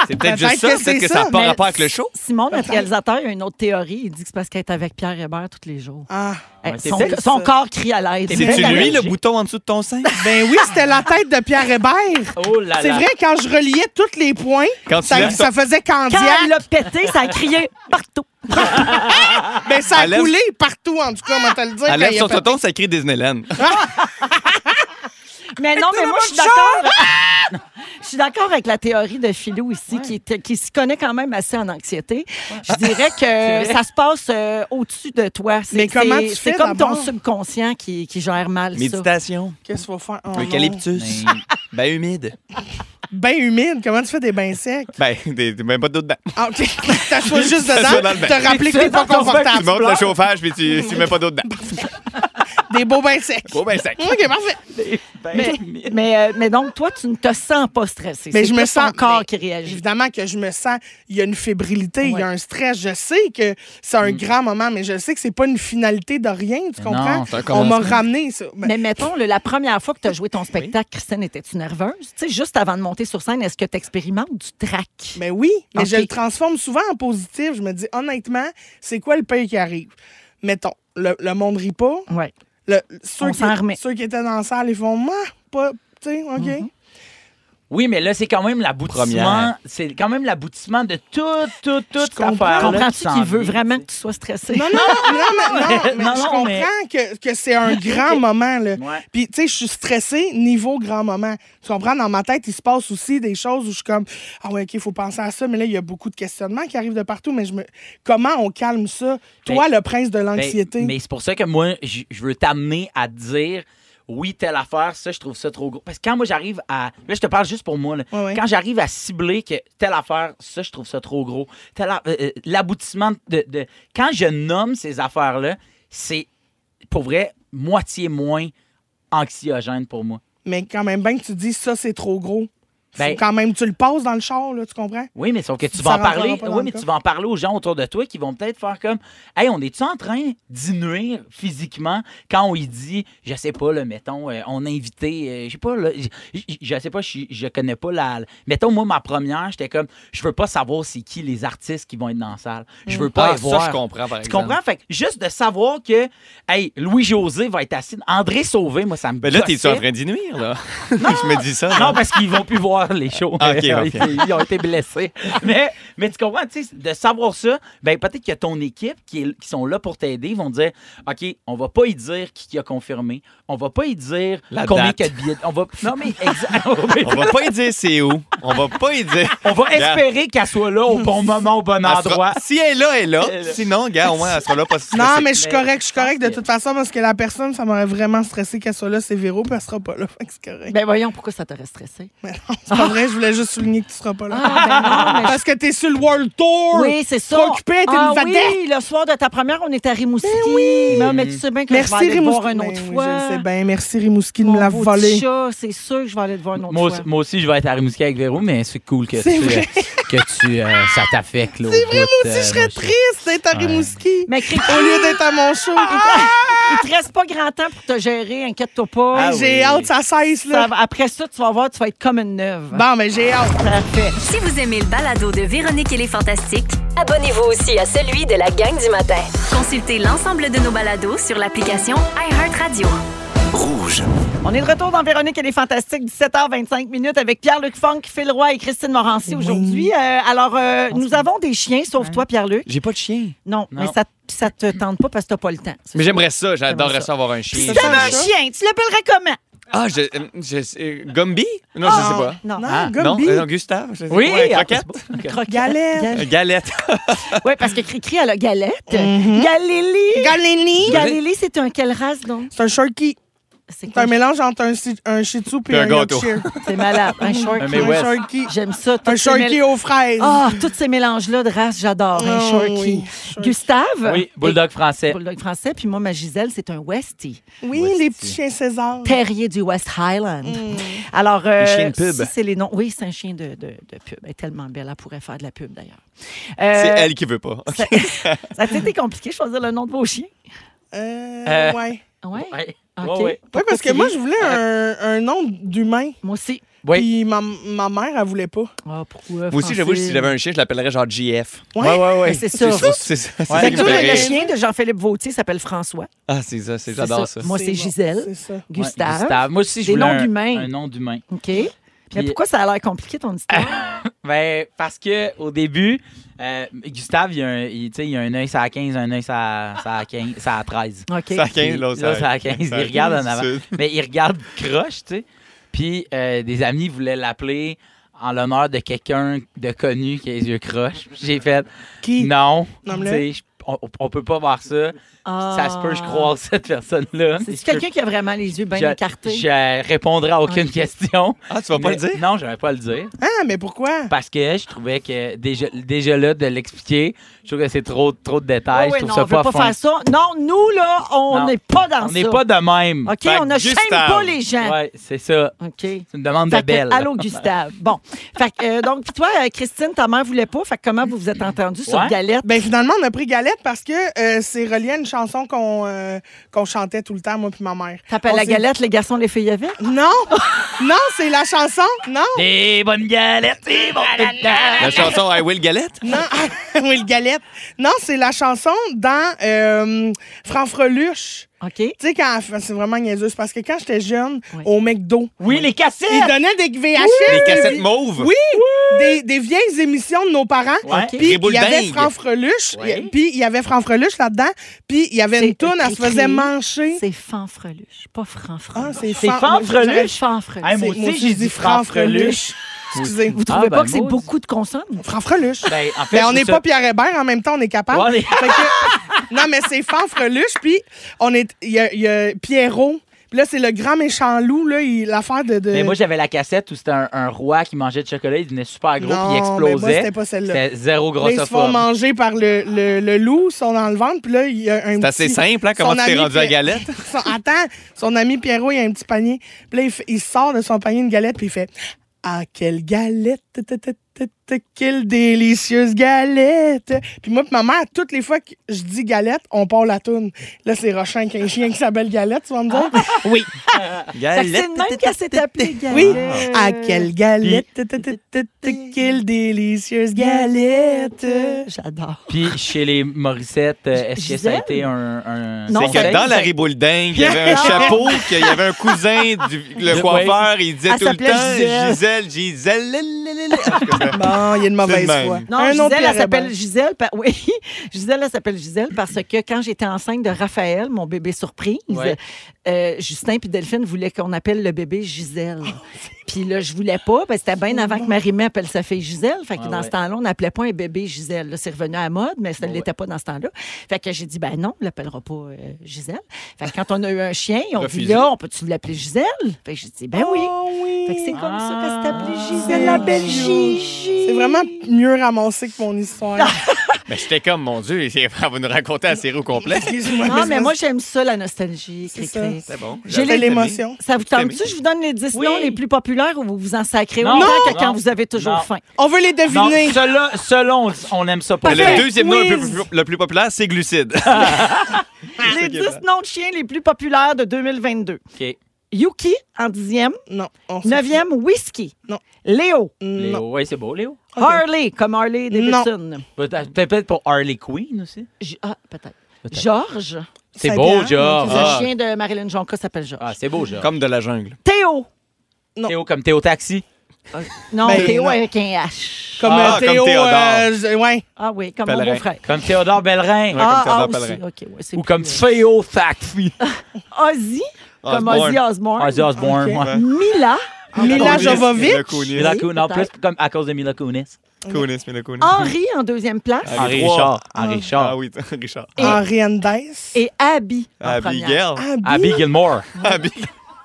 [SPEAKER 3] C'est peut-être
[SPEAKER 4] Ah, Peut-être
[SPEAKER 3] juste ça.
[SPEAKER 4] que c'est
[SPEAKER 3] Peut-être que ça
[SPEAKER 4] ça,
[SPEAKER 3] n'a pas
[SPEAKER 1] Mais
[SPEAKER 3] rapport avec le show.
[SPEAKER 1] Simon, notre réalisateur, il a une autre théorie. Il dit que c'est parce qu'elle est avec Pierre Hébert tous les jours.
[SPEAKER 4] Ah,
[SPEAKER 1] Eh,
[SPEAKER 2] Ouais, c'est
[SPEAKER 1] son,
[SPEAKER 2] peut-être
[SPEAKER 1] son
[SPEAKER 4] ça.
[SPEAKER 1] corps crie à l'aide.
[SPEAKER 2] C'est
[SPEAKER 3] C'est-tu
[SPEAKER 2] Ben,
[SPEAKER 3] lui,
[SPEAKER 2] la-
[SPEAKER 3] le bouton en dessous de ton sein?
[SPEAKER 4] ben oui, c'était la tête de Pierre Hébert.
[SPEAKER 2] oh là là.
[SPEAKER 4] C'est vrai, quand je reliais tous les points,
[SPEAKER 3] Quand Ah, tu
[SPEAKER 4] ça,
[SPEAKER 3] lèves
[SPEAKER 4] ça faisait
[SPEAKER 1] Quand elle
[SPEAKER 4] Candiac.
[SPEAKER 1] l'a pété, ça a crié partout.
[SPEAKER 4] Ben, ça a
[SPEAKER 3] Elle lève-
[SPEAKER 4] coulé partout, en tout cas, on va te le dire.
[SPEAKER 3] Elle
[SPEAKER 4] quand
[SPEAKER 3] lève
[SPEAKER 4] il a
[SPEAKER 3] son
[SPEAKER 4] fait-
[SPEAKER 3] toton, ça crie Disneyland.
[SPEAKER 1] Mais non, mais moi, je suis d'accord. Je suis d'accord avec la théorie de Philou ici, qui, est- qui se connaît quand même assez en anxiété. Je dirais que ça se passe euh, au-dessus de toi. C'est-
[SPEAKER 4] Mais comment
[SPEAKER 1] c'est-
[SPEAKER 4] tu
[SPEAKER 1] C'est
[SPEAKER 4] fais
[SPEAKER 1] comme ton
[SPEAKER 4] d'abord?
[SPEAKER 1] subconscient qui, qui gère mal ça.
[SPEAKER 3] Méditation,
[SPEAKER 4] Qu'est-ce qu'il faut faire? Oh, non.
[SPEAKER 3] eucalyptus, ben humide.
[SPEAKER 4] Ben humide, comment tu fais des bains secs?
[SPEAKER 3] Ben, des- des- ben pas d'autre bain.
[SPEAKER 4] Ah, OK. T'assois juste
[SPEAKER 3] T'assois
[SPEAKER 4] dedans,
[SPEAKER 3] dans le bain.
[SPEAKER 4] te rappeler que t'es pas
[SPEAKER 3] Tu
[SPEAKER 4] confortable.
[SPEAKER 3] montes le chauffage puis tu, tu mets pas d'autre dedans.
[SPEAKER 4] Des beaux bains secs.
[SPEAKER 3] Bon, ben, sec.
[SPEAKER 4] OK, parfait.
[SPEAKER 1] Mais, mais, euh, mais donc, toi, tu ne te sens pas stressé.
[SPEAKER 4] Mais
[SPEAKER 1] C'est
[SPEAKER 4] je me
[SPEAKER 1] plus
[SPEAKER 4] sens.
[SPEAKER 1] ton corps
[SPEAKER 4] mais
[SPEAKER 1] qui réagit.
[SPEAKER 4] Évidemment que je me sens. Il y a une fébrilité, il
[SPEAKER 1] Ouais.
[SPEAKER 4] y a un stress. Je sais que c'est un grand moment, mais je sais que c'est pas une finalité de rien, tu
[SPEAKER 2] Mm. Mais non,
[SPEAKER 4] comprends?
[SPEAKER 2] c'est un
[SPEAKER 4] On m'a
[SPEAKER 2] commencement.
[SPEAKER 4] ramené ça. Ben,
[SPEAKER 1] Mais mettons, le- la première fois que tu as joué ton spectacle, Christine, étais-tu nerveuse? Tu sais, juste avant de monter sur scène, est-ce que tu expérimentes du trac?
[SPEAKER 4] Ben oui, mais
[SPEAKER 1] Ok.
[SPEAKER 4] je le transforme souvent en positif. Je me dis, honnêtement, c'est quoi le pays qui arrive? Mettons, le, le monde rit pas.
[SPEAKER 1] Ouais.
[SPEAKER 4] Le- ceux,
[SPEAKER 1] On
[SPEAKER 4] qui,
[SPEAKER 1] s'en remet. Mm-hmm.
[SPEAKER 4] ceux qui étaient dans la salle, ils font, moi, pas, tu sais, OK.
[SPEAKER 2] Oui, mais là, c'est quand même l'aboutissement.
[SPEAKER 3] Première.
[SPEAKER 2] C'est quand même l'aboutissement de tout, tout, tout. cette
[SPEAKER 4] comprends.
[SPEAKER 2] affaire-là qui
[SPEAKER 1] Comprends-tu
[SPEAKER 2] s'en
[SPEAKER 1] qu'il veut
[SPEAKER 2] vient,
[SPEAKER 1] vraiment
[SPEAKER 2] tu
[SPEAKER 1] que tu sois stressé?
[SPEAKER 4] Non, non, non, mais, non, mais
[SPEAKER 2] Non,
[SPEAKER 4] je
[SPEAKER 2] non,
[SPEAKER 4] comprends
[SPEAKER 2] mais-
[SPEAKER 4] que, que c'est un grand moment. Là.
[SPEAKER 2] Ouais.
[SPEAKER 4] Puis, tu sais, je suis stressée niveau grand moment. Tu comprends? Dans ma tête, il se passe aussi des choses où je suis comme, ah ouais, OK, il faut penser à ça, mais là, il y a beaucoup de questionnements qui arrivent de partout, mais je me... comment on calme ça? Toi, le prince de
[SPEAKER 2] Ben,
[SPEAKER 4] l'anxiété.
[SPEAKER 2] mais c'est pour ça que moi, je je veux t'amener à te dire. Oui, telle affaire, ça, je trouve ça trop gros. Parce que quand moi, j'arrive à. Là, je te parle juste pour moi. là.
[SPEAKER 4] Ouais, ouais.
[SPEAKER 2] Quand j'arrive à cibler que telle affaire, ça, je trouve ça trop gros. Telle a- euh, euh, L'aboutissement de, de- Quand je nomme ces affaires-là, c'est, pour vrai, moitié moins anxiogène pour moi.
[SPEAKER 4] mais quand même bien que tu dis ça, c'est trop gros.
[SPEAKER 2] Ben-
[SPEAKER 4] Faut quand même, tu le passes dans le char, là, tu comprends?
[SPEAKER 2] Oui, mais sauf que tu
[SPEAKER 4] Ça
[SPEAKER 2] vas en
[SPEAKER 4] rentrera
[SPEAKER 2] parler.
[SPEAKER 4] pas dans
[SPEAKER 2] Oui,
[SPEAKER 4] le
[SPEAKER 2] mais
[SPEAKER 4] cas.
[SPEAKER 2] tu vas en parler aux gens autour de toi qui vont peut-être faire comme Hey, on est-tu en train d'y nuire physiquement quand on y dit, je sais pas, là, mettons, euh, on a invité, euh, je sais pas, là, j- j- je sais pas, je, je connais pas la. Mettons, moi, ma première, j'étais comme je veux pas savoir c'est qui les artistes qui vont être dans la salle. Je
[SPEAKER 4] Mm.
[SPEAKER 2] veux pas
[SPEAKER 3] Ah,
[SPEAKER 2] les
[SPEAKER 3] ça,
[SPEAKER 2] voir.
[SPEAKER 3] je comprends, par exemple.
[SPEAKER 2] Tu comprends? Fait que juste de savoir que, hey, Louis-José va être assis. André Sauvé, moi, ça me
[SPEAKER 3] Ben là, t'es-tu
[SPEAKER 2] gossait.
[SPEAKER 3] en train d'y nuire, là? je me dis ça. là.
[SPEAKER 2] Non, ben- parce qu'ils vont plus voir les shows.
[SPEAKER 3] Ah, ok,
[SPEAKER 2] ils, ont
[SPEAKER 3] ok.
[SPEAKER 2] été, ils ont été blessés. mais, mais tu comprends, tu sais, de savoir ça, ben peut-être que ton équipe qui, est- qui sont là pour t'aider vont dire OK, on va pas y dire qui, qui a confirmé. On va pas y dire
[SPEAKER 3] La
[SPEAKER 2] combien
[SPEAKER 3] date.
[SPEAKER 2] qu'il y a de billets. On va. Non, mais exact.
[SPEAKER 3] On va pas y dire c'est où. On va pas y dire.
[SPEAKER 2] On va
[SPEAKER 3] Regarde,
[SPEAKER 2] espérer qu'elle soit là au bon moment, au bon
[SPEAKER 3] elle sera-
[SPEAKER 2] endroit.
[SPEAKER 3] Si elle est là, elle est
[SPEAKER 2] Elle est
[SPEAKER 3] là.
[SPEAKER 2] là.
[SPEAKER 3] Sinon, gars, au moins, elle sera là pas si
[SPEAKER 4] Non,
[SPEAKER 3] stressée.
[SPEAKER 4] mais je suis
[SPEAKER 2] mais
[SPEAKER 4] correct, je suis
[SPEAKER 2] je pense
[SPEAKER 4] correct de
[SPEAKER 2] que-
[SPEAKER 4] toute façon parce que la personne, ça m'aurait vraiment stressé qu'elle soit là, c'est Véro, puis elle sera pas là. Fait que c'est correct.
[SPEAKER 1] Ben voyons, pourquoi ça t'aurait stressé?
[SPEAKER 4] Mais non, c'est pas vrai, je voulais juste souligner que tu seras pas là.
[SPEAKER 1] Ah, ben non, mais
[SPEAKER 4] parce que t'es sur le World Tour!
[SPEAKER 1] Oui, c'est ça.
[SPEAKER 4] T'es occupé, t'es
[SPEAKER 1] ah,
[SPEAKER 4] une vedette. Ben
[SPEAKER 1] oui, le soir de ta première, on est à Rimouski. oui. Mais, mais tu sais bien que
[SPEAKER 4] Merci
[SPEAKER 1] je vais aller te
[SPEAKER 4] Rimouski.
[SPEAKER 1] voir une
[SPEAKER 4] Ben
[SPEAKER 1] autre
[SPEAKER 4] oui,
[SPEAKER 1] fois.
[SPEAKER 4] je le sais bien. Merci Rimouski de me
[SPEAKER 1] Mon
[SPEAKER 4] la
[SPEAKER 1] beau
[SPEAKER 4] voler.
[SPEAKER 1] petit chat, c'est sûr que je vais aller te voir une autre
[SPEAKER 2] Moi aussi,
[SPEAKER 1] fois.
[SPEAKER 2] moi aussi, je vais être à Rimouski avec Véro, mais c'est cool que
[SPEAKER 4] C'est
[SPEAKER 2] tu, euh,
[SPEAKER 4] vrai.
[SPEAKER 2] que tu euh, ça t'affecte. C'est
[SPEAKER 4] vrai, moi aussi, je serais triste d'être à
[SPEAKER 2] Ouais.
[SPEAKER 4] Rimouski.
[SPEAKER 1] Mais Ah, Cric,
[SPEAKER 4] Au lieu d'être à mon show.
[SPEAKER 1] il te reste pas grand temps pour te gérer, inquiète-toi pas.
[SPEAKER 2] Ah,
[SPEAKER 4] Ben, j'ai
[SPEAKER 2] oui.
[SPEAKER 4] hâte, ça cesse,
[SPEAKER 1] Ça
[SPEAKER 4] là. Bah.
[SPEAKER 1] va- après ça, tu vas voir, tu vas être comme une neuve.
[SPEAKER 4] Bon, mais j'ai hâte.
[SPEAKER 1] Parfait.
[SPEAKER 7] Si vous aimez le balado de Véronique et les Fantastiques,
[SPEAKER 8] Abonnez-vous aussi à celui de la gang du matin.
[SPEAKER 7] consultez l'ensemble de nos balados sur l'application iHeartRadio.
[SPEAKER 1] On est de retour dans Véronique et les Fantastiques, 17h25 minutes, avec Pierre-Luc Funk, Phil Roy et Christine Morancy aujourd'hui. Euh, alors, euh, nous avons des chiens, sauf toi, Pierre-Luc.
[SPEAKER 3] J'ai pas de chien.
[SPEAKER 1] Non,
[SPEAKER 2] Non.
[SPEAKER 1] mais ça, ça te tente pas parce que t'as pas le temps.
[SPEAKER 3] Mais j'aimerais ça. J'adorerais
[SPEAKER 1] J'aimerais
[SPEAKER 3] ça avoir un chien.
[SPEAKER 1] Si t'avais un chien, tu l'appellerais comment?
[SPEAKER 3] Ah, je. euh, je- euh, Gumby? Non, je sais pas.
[SPEAKER 1] Non.
[SPEAKER 4] Non,
[SPEAKER 2] Ah,
[SPEAKER 3] Non,
[SPEAKER 4] Gumby,
[SPEAKER 3] euh, non, Gustave? je sais
[SPEAKER 2] Oui,
[SPEAKER 3] pas, euh,
[SPEAKER 2] ah,
[SPEAKER 3] Croquette?
[SPEAKER 1] Croquette.
[SPEAKER 4] Galette.
[SPEAKER 3] Euh, Galette.
[SPEAKER 1] Oui, parce que Cricri, elle a galette.
[SPEAKER 4] Mhm.
[SPEAKER 1] Galélie.
[SPEAKER 4] Galini.
[SPEAKER 1] Galélie, c'est un quelle race, donc?
[SPEAKER 4] C'est un Sharky.
[SPEAKER 1] C'est
[SPEAKER 4] C'est un
[SPEAKER 1] quoi?
[SPEAKER 4] mélange entre un, si- un Shih Tzu
[SPEAKER 3] Puis
[SPEAKER 4] et
[SPEAKER 3] un
[SPEAKER 4] un,
[SPEAKER 3] gâteau.
[SPEAKER 4] Yorkshire.
[SPEAKER 1] C'est malade. Un short.
[SPEAKER 2] Un Mais
[SPEAKER 4] un
[SPEAKER 2] ouais.
[SPEAKER 4] Sharky.
[SPEAKER 1] J'aime ça.
[SPEAKER 4] Un
[SPEAKER 1] tous ces
[SPEAKER 4] Sharky
[SPEAKER 1] mél-
[SPEAKER 4] aux fraises.
[SPEAKER 1] Ah, tous ces mélanges-là de races, j'adore. Un
[SPEAKER 4] Oh, oui.
[SPEAKER 1] shorty. Gustave.
[SPEAKER 2] Oui, bulldog français.
[SPEAKER 1] Bulldog français. Puis moi, ma Gisèle, c'est un Westie.
[SPEAKER 4] Oui, les petits chiens César.
[SPEAKER 1] Terrier du West Highland.
[SPEAKER 4] Mm.
[SPEAKER 1] Alors, euh,
[SPEAKER 3] chien de pub.
[SPEAKER 1] si c'est les noms. Oui, c'est un chien de, de, de pub. Elle est tellement belle. Elle pourrait faire de la pub, d'ailleurs.
[SPEAKER 3] C'est
[SPEAKER 1] Euh,
[SPEAKER 3] elle qui veut pas.
[SPEAKER 1] Ça, ça a été compliqué de choisir le nom de vos chiens.
[SPEAKER 4] Euh,
[SPEAKER 2] Euh,
[SPEAKER 4] ouais.
[SPEAKER 1] Oui.
[SPEAKER 2] Ouais.
[SPEAKER 1] OK.
[SPEAKER 2] Ouais, ouais.
[SPEAKER 4] Oui, parce que
[SPEAKER 1] Pourquoi
[SPEAKER 4] moi,
[SPEAKER 1] tu
[SPEAKER 4] je voulais un, un nom d'humain.
[SPEAKER 1] Moi aussi.
[SPEAKER 2] Oui.
[SPEAKER 4] Puis ma, ma mère, elle voulait pas.
[SPEAKER 1] Ah, pourquoi?
[SPEAKER 3] Moi aussi, j'avoue,
[SPEAKER 1] Francine?
[SPEAKER 3] si j'avais un chien, je l'appellerais genre GF.
[SPEAKER 4] Ouais.
[SPEAKER 3] ouais, ouais.
[SPEAKER 1] C'est ça.
[SPEAKER 3] C'est ça. c'est
[SPEAKER 1] Fait
[SPEAKER 3] ça
[SPEAKER 1] que
[SPEAKER 3] qui
[SPEAKER 1] toi,
[SPEAKER 3] me fait
[SPEAKER 1] le
[SPEAKER 3] rire.
[SPEAKER 1] chien de Jean-Philippe Vautier s'appelle François.
[SPEAKER 3] Ah, c'est ça. c'est-
[SPEAKER 1] C'est
[SPEAKER 3] J'adore ça.
[SPEAKER 1] Moi, c'est
[SPEAKER 4] bon.
[SPEAKER 1] Gisèle.
[SPEAKER 4] C'est ça.
[SPEAKER 2] Ouais,
[SPEAKER 1] Gustave.
[SPEAKER 2] Moi aussi, je
[SPEAKER 1] Des
[SPEAKER 2] voulais
[SPEAKER 1] noms
[SPEAKER 2] un-
[SPEAKER 1] d'humains.
[SPEAKER 2] un nom d'humain.
[SPEAKER 1] OK. Mais
[SPEAKER 2] Puis-
[SPEAKER 1] pourquoi ça a l'air compliqué, ton histoire?
[SPEAKER 2] Ben, parce que au début, euh, Gustave, il y a un, il, tu sais, il y a un œil ça à 15, un œil ça à, ça à 15, ça à 13.
[SPEAKER 1] OK.
[SPEAKER 3] Ça a 15, là,
[SPEAKER 2] Là, ça a 15. Il regarde en avant.
[SPEAKER 3] Sud.
[SPEAKER 2] Mais il regarde croche, tu sais. Puis euh, des amis voulaient l'appeler en l'honneur de quelqu'un de connu qui a les yeux croches. Puis J'ai fait
[SPEAKER 4] Qui?
[SPEAKER 2] non, tu
[SPEAKER 4] Nomme-le.
[SPEAKER 2] sais, je- on, on peut pas voir ça.
[SPEAKER 1] Ah.
[SPEAKER 2] Ça se peut, je croise cette personne-là.
[SPEAKER 1] C'est
[SPEAKER 2] Je-
[SPEAKER 1] quelqu'un qui a vraiment les yeux bien
[SPEAKER 2] je-
[SPEAKER 1] écartés.
[SPEAKER 2] Je répondrai à aucune
[SPEAKER 1] Ok.
[SPEAKER 2] question.
[SPEAKER 3] Ah, tu vas pas le
[SPEAKER 2] Mais-
[SPEAKER 3] dire?
[SPEAKER 2] Non, je vais pas le dire.
[SPEAKER 4] Ah, mais pourquoi?
[SPEAKER 2] Parce que je trouvais que déjà, déjà là, de l'expliquer, je trouve que c'est trop, trop de détails.
[SPEAKER 1] Ouais, ouais,
[SPEAKER 2] je trouve
[SPEAKER 1] non,
[SPEAKER 2] ça
[SPEAKER 1] on veut
[SPEAKER 2] pas,
[SPEAKER 1] pas
[SPEAKER 2] fin.
[SPEAKER 1] faire ça. Non, nous, là, on
[SPEAKER 2] Non.
[SPEAKER 1] n'est pas dans
[SPEAKER 2] On
[SPEAKER 1] ça.
[SPEAKER 2] n'est pas de même.
[SPEAKER 1] OK,
[SPEAKER 3] Fait
[SPEAKER 1] on ne
[SPEAKER 3] que
[SPEAKER 1] shame
[SPEAKER 3] Gustave.
[SPEAKER 1] pas les gens.
[SPEAKER 2] Ouais, c'est ça.
[SPEAKER 1] OK. Fait
[SPEAKER 2] C'est une demande de
[SPEAKER 1] que,
[SPEAKER 2] belle.
[SPEAKER 1] allô, Gustave. Bon. Fait que, euh, donc, puis toi, euh, Christine, ta mère voulait pas. Fait que comment vous vous êtes entendus sur
[SPEAKER 2] Ouais.
[SPEAKER 1] Galette?
[SPEAKER 4] Ben finalement, on a pris Galette parce que euh, c'est relié à une chanson qu'on euh, qu'on chantait tout le temps, moi puis ma mère.
[SPEAKER 1] T'appelles
[SPEAKER 4] On
[SPEAKER 1] la
[SPEAKER 4] s'est-
[SPEAKER 1] Galette, les garçons, les filles avec?
[SPEAKER 4] Non! non, c'est la chanson! Non!
[SPEAKER 2] Des bonnes galettes, des bonnes
[SPEAKER 3] La chanson I Will Galette?
[SPEAKER 4] Non! oui, le Galette. Non, c'est la chanson dans euh, Franfreluche.
[SPEAKER 1] OK.
[SPEAKER 4] Tu sais, quand. C'est vraiment niaiseux. C'est parce que quand j'étais jeune,
[SPEAKER 1] Oui.
[SPEAKER 4] au McDo,
[SPEAKER 2] Oui, les cassettes!
[SPEAKER 4] ils donnaient des VHS.
[SPEAKER 3] Les cassettes mauves?
[SPEAKER 4] Oui! Des, des vieilles émissions de nos parents.
[SPEAKER 2] Ouais.
[SPEAKER 1] OK.
[SPEAKER 4] Puis il y
[SPEAKER 3] Riboule
[SPEAKER 4] avait
[SPEAKER 3] dingue.
[SPEAKER 4] Franfreluche.
[SPEAKER 2] Ouais.
[SPEAKER 4] y- Puis il y avait Franfreluche là-dedans. Puis il y avait une
[SPEAKER 1] C'est
[SPEAKER 4] toune, elle se faisait
[SPEAKER 1] écrit.
[SPEAKER 4] mancher.
[SPEAKER 1] C'est fanfreluche, pas
[SPEAKER 4] Ah,
[SPEAKER 1] franfreluche.
[SPEAKER 4] c'est
[SPEAKER 2] C'est
[SPEAKER 4] fan-
[SPEAKER 2] fanfreluche.
[SPEAKER 4] j'aurais-
[SPEAKER 1] Fanfreluche.
[SPEAKER 2] Hey, moi
[SPEAKER 4] c'est- moi
[SPEAKER 2] aussi,
[SPEAKER 4] aussi,
[SPEAKER 2] j'ai
[SPEAKER 4] je
[SPEAKER 2] dit
[SPEAKER 4] dis
[SPEAKER 2] franfreluche.
[SPEAKER 4] Excusez.
[SPEAKER 1] Vous trouvez
[SPEAKER 2] Ah,
[SPEAKER 1] pas
[SPEAKER 2] ben,
[SPEAKER 1] que c'est
[SPEAKER 2] maudit.
[SPEAKER 1] beaucoup de consonnes?
[SPEAKER 4] Franfreluche.
[SPEAKER 2] Ben, en fait,
[SPEAKER 4] Mais on
[SPEAKER 2] je
[SPEAKER 4] n'est
[SPEAKER 2] trouve ça-
[SPEAKER 4] pas Pierre Hébert en même temps, on est capable.
[SPEAKER 2] Ouais, les-
[SPEAKER 4] Fait que- non, mais c'est fanfreluche. Puis on est. Il y a, il y a Pierrot. Puis là, c'est le grand méchant loup, là, il- l'affaire de. de...
[SPEAKER 2] Mais moi, j'avais la cassette où c'était un, un roi qui mangeait de chocolat, il devenait super gros,
[SPEAKER 4] Non,
[SPEAKER 2] puis
[SPEAKER 4] mais
[SPEAKER 2] il
[SPEAKER 4] moi,
[SPEAKER 2] explosait.
[SPEAKER 4] c'était pas celle-là.
[SPEAKER 2] C'était zéro
[SPEAKER 4] Là, ils se font
[SPEAKER 2] grossophobe.
[SPEAKER 4] manger par le, le, le loup, ils sont dans le ventre, puis là, il y a un
[SPEAKER 3] C'est assez
[SPEAKER 4] petit-
[SPEAKER 3] simple, hein, comment
[SPEAKER 4] son
[SPEAKER 3] tu t'es
[SPEAKER 4] ami
[SPEAKER 3] rendu à
[SPEAKER 4] Pierre-
[SPEAKER 3] Galette?
[SPEAKER 4] Son- attends, son ami Pierrot, il a un petit panier. Puis là, il, fait- il sort de son panier une galette, puis il fait Ah, quelle galette! ta, ta, ta, ta, ta, Quelle délicieuse galette! Puis moi, puis ma mère, toutes les fois que je dis galette, on part la toune. Là, c'est Rochin qui a un chien qui s'appelle Galette, tu vas me dire? Oui.
[SPEAKER 1] Fait que C'est le Ah, même qu'elle s'est appelée
[SPEAKER 4] Oui.
[SPEAKER 1] Galette.
[SPEAKER 4] Ah, quelle galette! ta, ta, ta, ta, ta, Quelle délicieuse galette!
[SPEAKER 1] euh, J'adore.
[SPEAKER 2] Puis chez les Morissette, euh, est-ce que ça a
[SPEAKER 1] Gisèle?
[SPEAKER 2] été un. un-
[SPEAKER 1] Non,
[SPEAKER 2] un
[SPEAKER 3] C'est que
[SPEAKER 2] conseil?
[SPEAKER 3] dans la ribouledingue, il y avait
[SPEAKER 4] Ah.
[SPEAKER 3] un chapeau, qu'il y avait un cousin, du, le
[SPEAKER 2] Ouais.
[SPEAKER 3] coiffeur, il disait
[SPEAKER 4] Ah,
[SPEAKER 1] Elle
[SPEAKER 3] tout le
[SPEAKER 1] s'appelait
[SPEAKER 3] temps Gisèle, Gisèle, lé, lé, lé, lé. En tout cas,
[SPEAKER 4] Bon, il y a une
[SPEAKER 3] C'est
[SPEAKER 4] mauvaise
[SPEAKER 3] le même.
[SPEAKER 4] foi.
[SPEAKER 1] Non,
[SPEAKER 4] Un autre
[SPEAKER 1] Gisèle, elle
[SPEAKER 4] Pierre
[SPEAKER 1] s'appelle
[SPEAKER 4] Hébert.
[SPEAKER 1] Gisèle. pa- Oui, Gisèle, elle s'appelle Gisèle parce que quand j'étais enceinte de Raphaël, mon bébé surprise,
[SPEAKER 2] Ouais.
[SPEAKER 1] euh, Justin puis Delphine voulaient qu'on appelle le bébé
[SPEAKER 2] Ah,
[SPEAKER 1] Gisèle. puis là, je voulais pas, parce que c'était bien avant que Marie-Mé appelle sa fille Gisèle. Fait que
[SPEAKER 2] Ah
[SPEAKER 1] dans ce
[SPEAKER 2] ouais. Ah,
[SPEAKER 1] temps-là, on n'appelait pas un bébé Gisèle. Là, c'est revenu à la mode, mais ça ne
[SPEAKER 2] Ouais.
[SPEAKER 1] l'était pas dans ce temps-là. Fait que j'ai dit, ben non, on l'appellera pas euh, Gisèle. Fait que quand on a eu un chien, on dit,
[SPEAKER 3] Refusé.
[SPEAKER 1] là, on peut-tu l'appeler Gisèle? Fait que j'ai dit, ben oui.
[SPEAKER 4] Oh oui.
[SPEAKER 1] Fait que c'est comme ça qu'elle s'est appelée
[SPEAKER 2] Ah.
[SPEAKER 1] Gisèle.
[SPEAKER 4] C'est la belle
[SPEAKER 1] Gigi.
[SPEAKER 4] C'est vraiment mieux ramassé que mon histoire.
[SPEAKER 3] Mais j'étais comme, mon Dieu, elle va nous raconter la série au complet.
[SPEAKER 4] Excuse-moi,
[SPEAKER 1] Non, mais
[SPEAKER 4] c'est
[SPEAKER 1] moi,
[SPEAKER 4] parce
[SPEAKER 1] j'aime ça, la nostalgie.
[SPEAKER 4] C'est
[SPEAKER 1] Cricri.
[SPEAKER 4] ça.
[SPEAKER 3] C'est bon.
[SPEAKER 4] que j'ai l'émotion.
[SPEAKER 1] Ça vous tente-tu?
[SPEAKER 3] aimé.
[SPEAKER 1] Je vous donne les 10
[SPEAKER 2] Oui.
[SPEAKER 1] noms les plus populaires ou vous vous en sacrez
[SPEAKER 2] Non.
[SPEAKER 1] autant
[SPEAKER 2] Non.
[SPEAKER 1] que quand
[SPEAKER 2] Non.
[SPEAKER 1] vous avez toujours
[SPEAKER 2] Non.
[SPEAKER 1] faim?
[SPEAKER 4] On veut les
[SPEAKER 2] Non,
[SPEAKER 4] deviner.
[SPEAKER 2] ceux-là, ceux-là, on, on aime ça pour
[SPEAKER 3] Mais
[SPEAKER 2] vrai.
[SPEAKER 3] Le deuxième nom le
[SPEAKER 4] Quiz.
[SPEAKER 3] plus, le plus populaire, c'est glucide.
[SPEAKER 1] Les 10 noms de chiens les plus populaires de 2022.
[SPEAKER 2] OK.
[SPEAKER 1] Yuki en dixième.
[SPEAKER 4] Non. on s'en
[SPEAKER 1] Neuvième, Whiskey.
[SPEAKER 4] Non.
[SPEAKER 1] Léo.
[SPEAKER 4] fout. Non.
[SPEAKER 2] Léo, ouais, c'est beau, Léo.
[SPEAKER 4] Ok.
[SPEAKER 1] Harley, comme Harley Davidson.
[SPEAKER 2] Peut-être peut-être pour Harley Quinn aussi.
[SPEAKER 1] J- Ah, peut-être.
[SPEAKER 2] Peut-être.
[SPEAKER 1] Georges.
[SPEAKER 2] C'est
[SPEAKER 4] Ça
[SPEAKER 2] beau,
[SPEAKER 4] dépend.
[SPEAKER 2] George.
[SPEAKER 3] Ah.
[SPEAKER 1] Le chien de Marilyn Jonca s'appelle Georges.
[SPEAKER 2] Ah, c'est beau, George.
[SPEAKER 3] Comme de la jungle.
[SPEAKER 1] Théo.
[SPEAKER 4] non.
[SPEAKER 2] Théo, comme Théo Taxi.
[SPEAKER 1] Non,
[SPEAKER 4] Ben,
[SPEAKER 1] Théo
[SPEAKER 4] non.
[SPEAKER 1] avec un H.
[SPEAKER 4] Comme
[SPEAKER 3] Ah,
[SPEAKER 4] euh, Théo.
[SPEAKER 3] comme Théodore.
[SPEAKER 4] euh, je- ouais.
[SPEAKER 1] Ah oui, comme mon
[SPEAKER 3] Pellerin.
[SPEAKER 1] beau-frère.
[SPEAKER 2] Comme Théodore Bellerin.
[SPEAKER 3] Ouais, comme
[SPEAKER 1] ah,
[SPEAKER 3] Théodore
[SPEAKER 1] ah, aussi.
[SPEAKER 3] Pellerin.
[SPEAKER 1] OK, ouais, c'est
[SPEAKER 2] Ou
[SPEAKER 1] plus,
[SPEAKER 2] comme
[SPEAKER 1] euh,
[SPEAKER 2] Théo Taxi.
[SPEAKER 1] Ozzy, comme
[SPEAKER 3] Osbourne.
[SPEAKER 1] Ozzy Osbourne.
[SPEAKER 2] Ozzy Osbourne,
[SPEAKER 4] Ok.
[SPEAKER 2] ouais.
[SPEAKER 4] Mila
[SPEAKER 1] Mila,
[SPEAKER 3] Kunis, Mila
[SPEAKER 4] Jovovich.
[SPEAKER 3] Kunis,
[SPEAKER 2] Mila Kunis, en plus,
[SPEAKER 1] peut-être.
[SPEAKER 2] comme à cause de Mila Kunis.
[SPEAKER 3] Kunis, Mila Kunis.
[SPEAKER 4] Ah.
[SPEAKER 1] Henri en deuxième place
[SPEAKER 3] Ah,
[SPEAKER 2] Henri
[SPEAKER 3] les trois.
[SPEAKER 2] Richard. Henri
[SPEAKER 3] Ah
[SPEAKER 2] Richard.
[SPEAKER 3] oui, Richard.
[SPEAKER 4] Henri Andes.
[SPEAKER 1] et Abby en première.
[SPEAKER 3] Abigail.
[SPEAKER 2] Abby
[SPEAKER 4] Abby.
[SPEAKER 2] Gilmore.
[SPEAKER 3] Abby.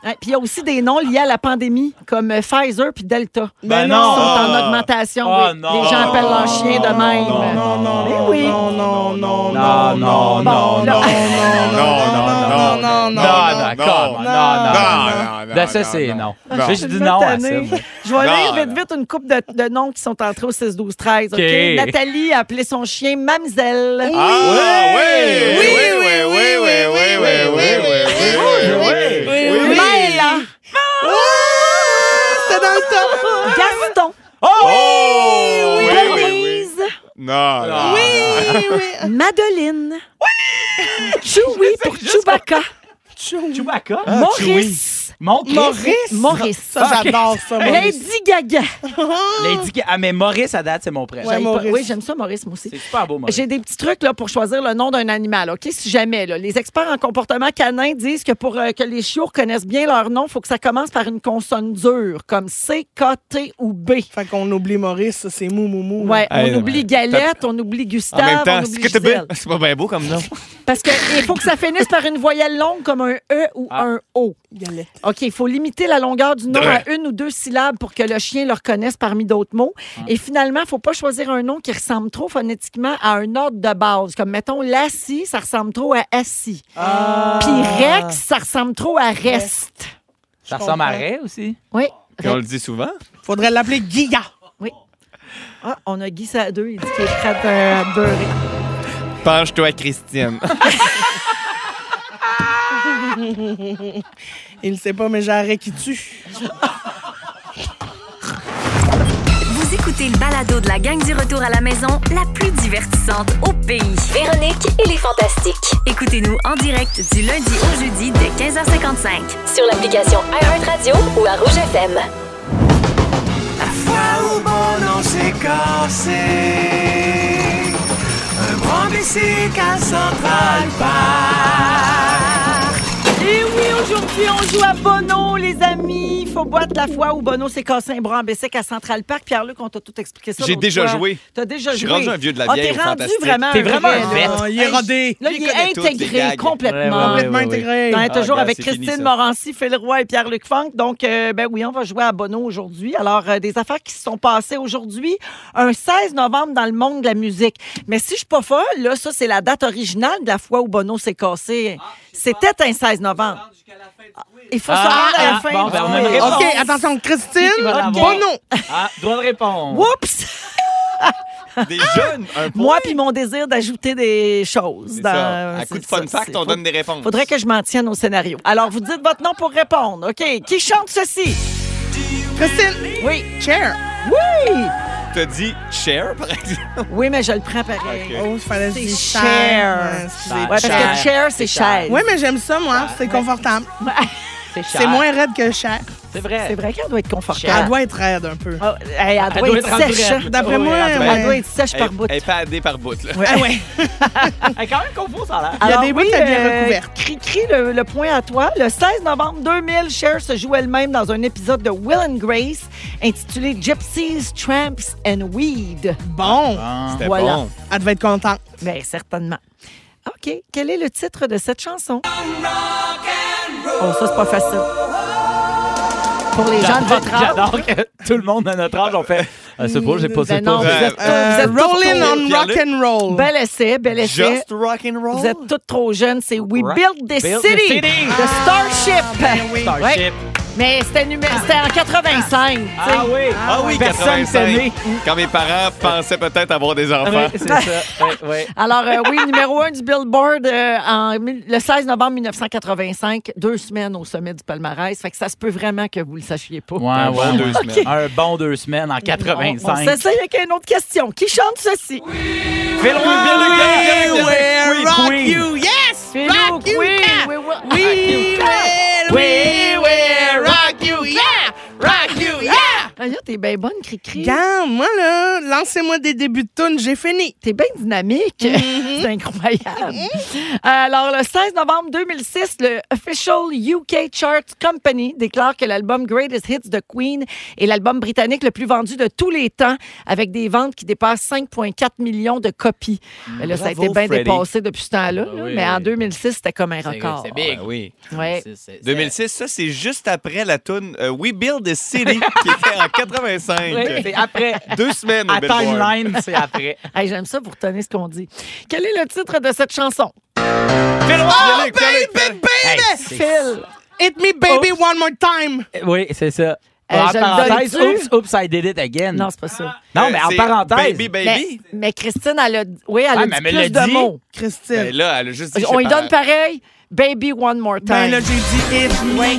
[SPEAKER 1] Ouais, Puis il y a aussi des noms liés à la pandémie, comme euh, Pfizer puis Delta.
[SPEAKER 2] Ben
[SPEAKER 1] Ils
[SPEAKER 2] non.
[SPEAKER 1] sont en
[SPEAKER 3] Ah.
[SPEAKER 1] augmentation.
[SPEAKER 2] Ah,
[SPEAKER 1] oui.
[SPEAKER 2] non.
[SPEAKER 1] Les gens appellent leur chien de
[SPEAKER 2] Non,
[SPEAKER 1] même.
[SPEAKER 3] non,
[SPEAKER 4] Non, non,
[SPEAKER 1] Mais
[SPEAKER 4] non,
[SPEAKER 1] oui.
[SPEAKER 4] non, non, non,
[SPEAKER 2] Non, non, non,
[SPEAKER 4] non, non,
[SPEAKER 2] non,
[SPEAKER 4] non, non, non, non,
[SPEAKER 2] Non,
[SPEAKER 4] non,
[SPEAKER 2] non,
[SPEAKER 3] non,
[SPEAKER 2] come on, non, non.
[SPEAKER 3] non,
[SPEAKER 1] Ben,
[SPEAKER 2] De ça, c'est non.
[SPEAKER 1] Ah,
[SPEAKER 2] Je
[SPEAKER 1] je
[SPEAKER 2] dis
[SPEAKER 1] vais
[SPEAKER 2] non à ça.
[SPEAKER 1] tanner.
[SPEAKER 2] moi.
[SPEAKER 1] Je vais
[SPEAKER 3] Non,
[SPEAKER 1] lire vite,
[SPEAKER 3] non.
[SPEAKER 1] vite une coupe de, de noms qui sont entrés au 6-12-13. OK?
[SPEAKER 2] OK.
[SPEAKER 1] Nathalie a appelé son chien Mamzelle.
[SPEAKER 3] Ah ouais, oui, oui, oui, oui, oui, oui, oui, oui, oui, oui.
[SPEAKER 4] oui.
[SPEAKER 1] Maëla,
[SPEAKER 4] C'était dans le top.
[SPEAKER 1] Gaston,
[SPEAKER 3] Oh, oui, oui, oui.
[SPEAKER 1] Louise,
[SPEAKER 3] Non, non.
[SPEAKER 1] Madeline, Chewie pour Chewbacca,
[SPEAKER 2] Chewbacca?
[SPEAKER 1] Maurice,
[SPEAKER 2] Mon Chris.
[SPEAKER 4] Maurice.
[SPEAKER 1] Maurice,
[SPEAKER 4] Ça, j'adore ça, Maurice.
[SPEAKER 1] Lady Gaga.
[SPEAKER 2] Lady Gaga. Ah, mais Maurice, à date, c'est mon préféré.
[SPEAKER 4] Ouais,
[SPEAKER 1] J'aime pas-
[SPEAKER 4] Maurice.
[SPEAKER 1] Oui, j'aime ça, Maurice, moi aussi.
[SPEAKER 2] C'est super beau, Maurice.
[SPEAKER 1] J'ai des petits trucs là, pour choisir le nom d'un animal, OK? Si jamais, là, les experts en comportement canin disent que pour euh, que les chiots reconnaissent bien leur nom, il faut que ça commence par une consonne dure, comme C, K, T ou B.
[SPEAKER 4] Fait qu'on oublie Maurice, ça, c'est mou, mou, mou.
[SPEAKER 1] Ouais,
[SPEAKER 3] Hey,
[SPEAKER 1] on oublie Galette, on oublie
[SPEAKER 3] En même
[SPEAKER 1] Gustave, on
[SPEAKER 3] temps, c'est
[SPEAKER 1] oublie
[SPEAKER 3] que t'es bien-
[SPEAKER 1] Gisèle.
[SPEAKER 3] c'est pas bien beau comme nom.
[SPEAKER 1] Parce qu'il faut que ça finisse par une voyelle longue comme un E ou
[SPEAKER 2] Ah.
[SPEAKER 1] un O.
[SPEAKER 4] Galette.
[SPEAKER 1] OK, il faut limiter la longueur du nom à une ou deux syllabes pour que le chien le reconnaisse parmi d'autres mots. Et finalement, il ne faut pas choisir un nom qui ressemble trop phonétiquement à un ordre de base. Comme, mettons, lassie, ça ressemble trop à assis. Puis rex, ça ressemble trop à Ah. reste.
[SPEAKER 4] Je
[SPEAKER 2] Ça ressemble à
[SPEAKER 4] comprends.
[SPEAKER 2] Ray aussi.
[SPEAKER 1] Oui.
[SPEAKER 3] Puis on le dit souvent.
[SPEAKER 4] Faudrait l'appeler Giga.
[SPEAKER 1] Ah, on a Guy Sadeux, il dit qu'il est prêt à beurrer.
[SPEAKER 3] Penche-toi, Christine.
[SPEAKER 4] Il ne sait pas, mais j'arrête qui tue.
[SPEAKER 7] Vous écoutez le balado de la gang du retour à la maison la plus divertissante au pays.
[SPEAKER 8] Véronique et les Fantastiques.
[SPEAKER 7] Écoutez-nous en direct du lundi au jeudi dès 15h55.
[SPEAKER 8] Sur l'application iHeartRadio ou à Rouge FM.
[SPEAKER 5] fois où mon nom s'est cassé. Un grand bicycle à Central Park.
[SPEAKER 1] Et oui, aujourd'hui, on joue à Bono, les amis. Faut boîte la fois où Bono s'est cassé un bras en Bessic à Central Park. Pierre-Luc, on t'a tout expliqué ça.
[SPEAKER 3] J'ai
[SPEAKER 1] l'autre
[SPEAKER 3] déjà
[SPEAKER 1] fois.
[SPEAKER 3] joué.
[SPEAKER 1] T'as déjà
[SPEAKER 3] Je suis
[SPEAKER 1] joué.
[SPEAKER 3] rendu un vieux de la
[SPEAKER 1] Ah,
[SPEAKER 3] vieille
[SPEAKER 1] t'es
[SPEAKER 3] au
[SPEAKER 1] rendu
[SPEAKER 3] Fantastique.
[SPEAKER 1] vraiment un
[SPEAKER 2] T'es vraiment
[SPEAKER 1] vrai,
[SPEAKER 2] un
[SPEAKER 1] là.
[SPEAKER 2] bête.
[SPEAKER 4] Ah, il est rodé.
[SPEAKER 1] Là,
[SPEAKER 3] Il
[SPEAKER 1] il
[SPEAKER 3] connaît
[SPEAKER 1] est
[SPEAKER 3] toutes les
[SPEAKER 1] intégré
[SPEAKER 3] gags.
[SPEAKER 1] complètement.
[SPEAKER 2] Ah, Ouais, ouais, ouais.
[SPEAKER 4] Complètement intégré.
[SPEAKER 1] On est
[SPEAKER 3] Ah,
[SPEAKER 1] toujours
[SPEAKER 3] gars,
[SPEAKER 1] avec
[SPEAKER 3] c'est
[SPEAKER 1] Christine
[SPEAKER 3] fini, ça.
[SPEAKER 1] Morancy, Phil Roy et Pierre-Luc Funk. Donc, euh, ben oui, on va jouer à Bono aujourd'hui. Alors, euh, des affaires qui se sont passées aujourd'hui, un 16 novembre dans le monde de la musique. Mais si je suis pas folle, là, ça, c'est la date originale de la fois où Bono s'est cassé. C'était un 16 novembre. Il faut
[SPEAKER 2] Ah,
[SPEAKER 1] savoir à la
[SPEAKER 2] ah,
[SPEAKER 1] fin.
[SPEAKER 2] bon,
[SPEAKER 1] du
[SPEAKER 2] ben, on a
[SPEAKER 1] quiz.
[SPEAKER 2] une réponse.
[SPEAKER 4] OK, attention, Christine, Oh,
[SPEAKER 2] va l'avoir?
[SPEAKER 4] bon nom.
[SPEAKER 2] Ah, doit de répondre.
[SPEAKER 1] Oups!
[SPEAKER 3] Des jeunes, un point.
[SPEAKER 1] Moi puis mon désir d'ajouter des choses.
[SPEAKER 3] C'est
[SPEAKER 1] dans-
[SPEAKER 3] ça. À
[SPEAKER 1] c'est
[SPEAKER 3] coup de
[SPEAKER 1] ça,
[SPEAKER 3] fun fact,
[SPEAKER 1] c'est-
[SPEAKER 3] on
[SPEAKER 1] faut-
[SPEAKER 3] donne des réponses.
[SPEAKER 1] Faudrait que je m'en tienne au scénario. Alors, vous dites votre nom pour répondre. OK. Qui chante ceci?
[SPEAKER 4] Christine,
[SPEAKER 1] Oui.
[SPEAKER 4] chair.
[SPEAKER 1] Oui!
[SPEAKER 3] T'as dit Cher, par exemple.
[SPEAKER 1] Oui, mais je le prends pareil.
[SPEAKER 3] OK.
[SPEAKER 4] Oh, il fallait
[SPEAKER 1] C'est
[SPEAKER 4] dire
[SPEAKER 1] chair.
[SPEAKER 4] chair.
[SPEAKER 2] Ouais,
[SPEAKER 1] Ouais, parce
[SPEAKER 2] Chair.
[SPEAKER 1] que chair, c'est chaise.
[SPEAKER 4] Oui, mais j'aime ça, moi. C'est confortable.
[SPEAKER 2] C'est cher.
[SPEAKER 4] C'est moins raide que chair.
[SPEAKER 2] C'est vrai.
[SPEAKER 1] C'est vrai qu'elle doit être
[SPEAKER 4] Elle
[SPEAKER 1] confortable.
[SPEAKER 4] doit être raide un peu.
[SPEAKER 1] Ah, elle, elle doit,
[SPEAKER 2] doit être
[SPEAKER 1] être sèche. hein.
[SPEAKER 2] endurable.
[SPEAKER 4] D'après
[SPEAKER 2] Oui,
[SPEAKER 4] moi,
[SPEAKER 2] elle
[SPEAKER 1] Elle
[SPEAKER 4] ouais.
[SPEAKER 1] doit être sèche par bout.
[SPEAKER 3] Elle est padée par bout, là.
[SPEAKER 4] Ah ouais.
[SPEAKER 2] Elle est quand même confuse, ça a l'air.
[SPEAKER 4] Il y a des bouts de bien recouvertes.
[SPEAKER 1] Cri-cri, le, le point à toi. Le 16 novembre 2000, Cher se joue elle-même dans un épisode de Will and Grace intitulé Gypsies, Tramps and Weed.
[SPEAKER 4] Bon,
[SPEAKER 3] C'était
[SPEAKER 1] Voilà.
[SPEAKER 3] bon.
[SPEAKER 4] elle devait être contente.
[SPEAKER 1] Bien, Ben, certainement. OK. Quel est le titre de cette chanson? Oh, ça, c'est pas facile. Pour les gens de votre âge.
[SPEAKER 2] J'adore que tout le monde à notre âge, on fait. Ah, c'est pas, j'ai pas, c'est
[SPEAKER 1] Ben non,
[SPEAKER 2] pas.
[SPEAKER 1] vous
[SPEAKER 3] Ouais.
[SPEAKER 1] êtes, tous-
[SPEAKER 4] Euh,
[SPEAKER 1] vous êtes tous
[SPEAKER 4] rolling
[SPEAKER 1] trop-
[SPEAKER 4] on rock and roll.
[SPEAKER 1] Bel essai, bel essai.
[SPEAKER 3] Just rock and roll.
[SPEAKER 1] Vous êtes toutes trop jeunes. C'est We
[SPEAKER 2] Right.
[SPEAKER 1] Build This
[SPEAKER 2] Build
[SPEAKER 1] City,
[SPEAKER 2] the city. Ah, ben
[SPEAKER 1] de Starship. Ouais.
[SPEAKER 2] Starship.
[SPEAKER 1] Mais c'était numé- c'était en 85. tu sais.
[SPEAKER 2] Ah oui.
[SPEAKER 3] Ah oui,
[SPEAKER 2] Personne
[SPEAKER 3] 85.
[SPEAKER 2] s'est né.
[SPEAKER 3] Quand mes parents pensaient peut-être avoir des enfants.
[SPEAKER 2] Ouais, C'est ça. Ouais, ouais.
[SPEAKER 1] Alors, euh, oui, numéro un du Billboard euh, en mille- le 16 novembre 1985, deux semaines au sommet du palmarès. Fait que ça se peut vraiment que vous le sachiez pas.
[SPEAKER 2] Ouais,
[SPEAKER 3] Un bon
[SPEAKER 2] ouais.
[SPEAKER 3] deux semaines.
[SPEAKER 2] Un bon deux semaines en
[SPEAKER 1] Ah, On, on
[SPEAKER 2] 85.
[SPEAKER 1] s'essaye avec une autre question. Qui chante ceci?
[SPEAKER 2] Fais le
[SPEAKER 4] We will rock
[SPEAKER 2] Queen.
[SPEAKER 4] you, yes!
[SPEAKER 1] Fais-nous,
[SPEAKER 4] Rock you,
[SPEAKER 1] Queen,
[SPEAKER 4] yeah!
[SPEAKER 1] we will-
[SPEAKER 4] We will, we will rock you, yeah! Rock you, yeah!
[SPEAKER 1] Ah, t'es bien bonne, Cricri.
[SPEAKER 4] Regarde, moi, là, lancez-moi des débuts de tune, j'ai fini.
[SPEAKER 1] T'es bien dynamique.
[SPEAKER 2] Mm-hmm.
[SPEAKER 1] C'est incroyable. Alors, le 16 novembre 2006, le Official UK Chart Company déclare que l'album Greatest Hits de Queen est l'album britannique le plus vendu de tous les temps, avec des ventes qui dépassent 5,4 millions de copies. Mais là, ça a
[SPEAKER 3] Bravo,
[SPEAKER 1] été bien
[SPEAKER 3] Freddie.
[SPEAKER 1] dépassé depuis ce temps-là,
[SPEAKER 2] Mm. Ah
[SPEAKER 1] là,
[SPEAKER 2] oui.
[SPEAKER 1] mais en 2006, c'était comme un
[SPEAKER 2] C'est-
[SPEAKER 1] record.
[SPEAKER 2] C'est big.
[SPEAKER 3] Ah oui.
[SPEAKER 1] Ouais.
[SPEAKER 2] C'est- c'est-
[SPEAKER 3] 2006, ça, c'est juste après la tune euh, We Build a City qui était en 85.
[SPEAKER 2] c'est- C'est après.
[SPEAKER 3] Deux semaines au
[SPEAKER 2] À
[SPEAKER 3] Billboard.
[SPEAKER 2] timeline, c'est après.
[SPEAKER 1] Hey, J'aime ça pour tenir ce qu'on dit. Quel est le titre de cette chanson?
[SPEAKER 3] Oh,
[SPEAKER 4] Baby,
[SPEAKER 2] Hey,
[SPEAKER 4] baby!
[SPEAKER 2] c'est-
[SPEAKER 1] Phil.
[SPEAKER 4] Hit me, baby,
[SPEAKER 2] Oh.
[SPEAKER 4] one more time!
[SPEAKER 2] Oui, c'est ça.
[SPEAKER 1] Euh,
[SPEAKER 2] en
[SPEAKER 1] je le
[SPEAKER 2] parenthèse,
[SPEAKER 1] donne-tu?
[SPEAKER 2] oops, oops, I did it again.
[SPEAKER 1] Non, c'est pas ça.
[SPEAKER 2] Non, mais en parenthèse.
[SPEAKER 3] Baby,
[SPEAKER 1] Mais,
[SPEAKER 3] baby.
[SPEAKER 1] mais Christine, elle a, oui, elle a
[SPEAKER 2] Ah,
[SPEAKER 1] dit
[SPEAKER 2] mais elle me
[SPEAKER 1] plus
[SPEAKER 2] l'a
[SPEAKER 1] de
[SPEAKER 2] dit.
[SPEAKER 1] mots.
[SPEAKER 3] Ben
[SPEAKER 4] Christine.
[SPEAKER 3] là, elle a juste dit,
[SPEAKER 1] On
[SPEAKER 3] je
[SPEAKER 1] y
[SPEAKER 3] sais pas,
[SPEAKER 1] donne pareil. Baby one more time.
[SPEAKER 4] Ben là, j'ai dit hit me.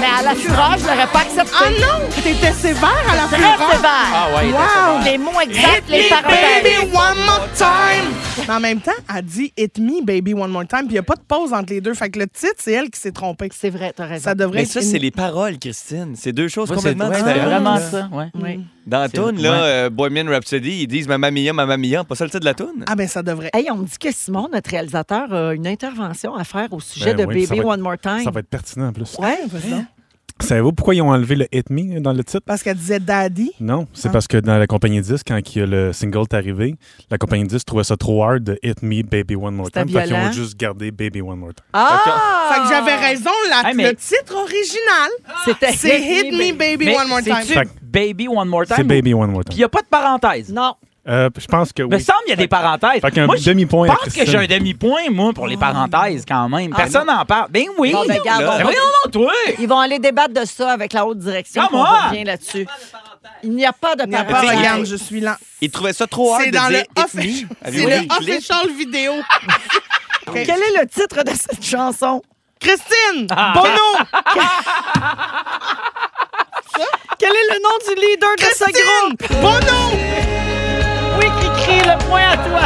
[SPEAKER 1] mais à la fureur, je l'aurais pas accepté.
[SPEAKER 4] Ah non! T'étais sévère à la
[SPEAKER 1] Très
[SPEAKER 4] fureur.
[SPEAKER 1] sévère.
[SPEAKER 2] Ah ouais, il était
[SPEAKER 1] Wow.
[SPEAKER 2] sévère.
[SPEAKER 1] Les mots exacts, les
[SPEAKER 4] me,
[SPEAKER 1] paroles.
[SPEAKER 4] baby, one more time! Mais en même temps, elle dit Hit me, baby, one more time, puis il n'y a pas de pause entre les deux. Fait que le titre, c'est elle qui s'est trompée.
[SPEAKER 1] C'est vrai, t'as raison.
[SPEAKER 4] Ça devrait
[SPEAKER 3] Mais
[SPEAKER 4] être
[SPEAKER 3] ça,
[SPEAKER 4] une-
[SPEAKER 3] c'est les paroles, Christine. C'est deux choses
[SPEAKER 2] Ouais, c'est-
[SPEAKER 3] complètement
[SPEAKER 2] ouais, c'est
[SPEAKER 3] différentes.
[SPEAKER 2] vraiment
[SPEAKER 3] là.
[SPEAKER 2] ça. Ouais.
[SPEAKER 1] Oui.
[SPEAKER 3] Dans la
[SPEAKER 2] C'est-
[SPEAKER 3] toune, là,
[SPEAKER 2] ouais.
[SPEAKER 3] euh, Bohemian Rhapsody, ils disent Mamma Mia, Mamma Mia. Pas ça le titre de la toune?
[SPEAKER 4] Ah, ben ça devrait.
[SPEAKER 1] Hey, on me dit que Simon, notre réalisateur, a une intervention à faire au sujet
[SPEAKER 11] Ben
[SPEAKER 1] de
[SPEAKER 11] oui, ça
[SPEAKER 1] Baby
[SPEAKER 11] va être-
[SPEAKER 1] One More Time.
[SPEAKER 11] Ça va être pertinent en plus.
[SPEAKER 1] Ouais.
[SPEAKER 11] Savez-vous pourquoi ils ont enlevé le Hit Me dans le titre?
[SPEAKER 4] Parce qu'elle disait Daddy.
[SPEAKER 11] Non, c'est
[SPEAKER 4] Ah.
[SPEAKER 11] parce que dans la compagnie 10, quand il y a le single est arrivé, la compagnie 10 trouvait ça trop hard de Hit Me, Baby One More
[SPEAKER 1] C'était
[SPEAKER 11] Time. Fait qu'ils
[SPEAKER 1] violent.
[SPEAKER 11] ont juste gardé Baby One More Time.
[SPEAKER 1] Ah!
[SPEAKER 4] Fait que j'avais raison, la-
[SPEAKER 2] Hey, mais- Ah,
[SPEAKER 4] le titre original,
[SPEAKER 1] C'était
[SPEAKER 4] c'est Hit me, baby,
[SPEAKER 2] Mais
[SPEAKER 4] one more
[SPEAKER 2] c'est-tu
[SPEAKER 4] time.
[SPEAKER 11] Fait que-
[SPEAKER 2] Baby One More Time.
[SPEAKER 11] C'est Baby One More
[SPEAKER 2] Puis il
[SPEAKER 11] Time.
[SPEAKER 2] n'y a pas de parenthèse.
[SPEAKER 1] Non.
[SPEAKER 11] Euh, je pense que
[SPEAKER 2] Me
[SPEAKER 11] oui.
[SPEAKER 2] semble qu'il y a des parenthèses.
[SPEAKER 11] Fait qu'un
[SPEAKER 2] Moi, je
[SPEAKER 11] demi-point à
[SPEAKER 2] pense que
[SPEAKER 11] Christine.
[SPEAKER 2] j'ai un demi-point, moi, pour les parenthèses, quand même.
[SPEAKER 1] Ah,
[SPEAKER 2] Personne n'en parle. Ben oui.
[SPEAKER 1] Bon, ben, garde, on
[SPEAKER 2] Ben
[SPEAKER 1] va-
[SPEAKER 2] oui, non, non, toi.
[SPEAKER 1] Ils vont aller débattre de ça avec la haute direction.
[SPEAKER 2] Come
[SPEAKER 1] puis On
[SPEAKER 2] on!
[SPEAKER 1] revient là-dessus. Il n'y a pas de
[SPEAKER 4] Il n'y a pas,
[SPEAKER 1] parenthèse.
[SPEAKER 4] regarde, je suis lent.
[SPEAKER 3] Ils trouvaient ça trop hard
[SPEAKER 4] C'est
[SPEAKER 3] de
[SPEAKER 4] dans le
[SPEAKER 3] dire Hit Me.
[SPEAKER 4] offi-
[SPEAKER 3] Avez-vous
[SPEAKER 4] c'est
[SPEAKER 3] vu
[SPEAKER 4] le
[SPEAKER 3] le clip?
[SPEAKER 4] official vidéo.
[SPEAKER 1] Quel est le titre de cette chanson?
[SPEAKER 4] Christine, Bono,
[SPEAKER 1] Quel est le nom du leader de ce groupe?
[SPEAKER 4] Christine, Bono.
[SPEAKER 1] Oui, Cricri, le point à toi.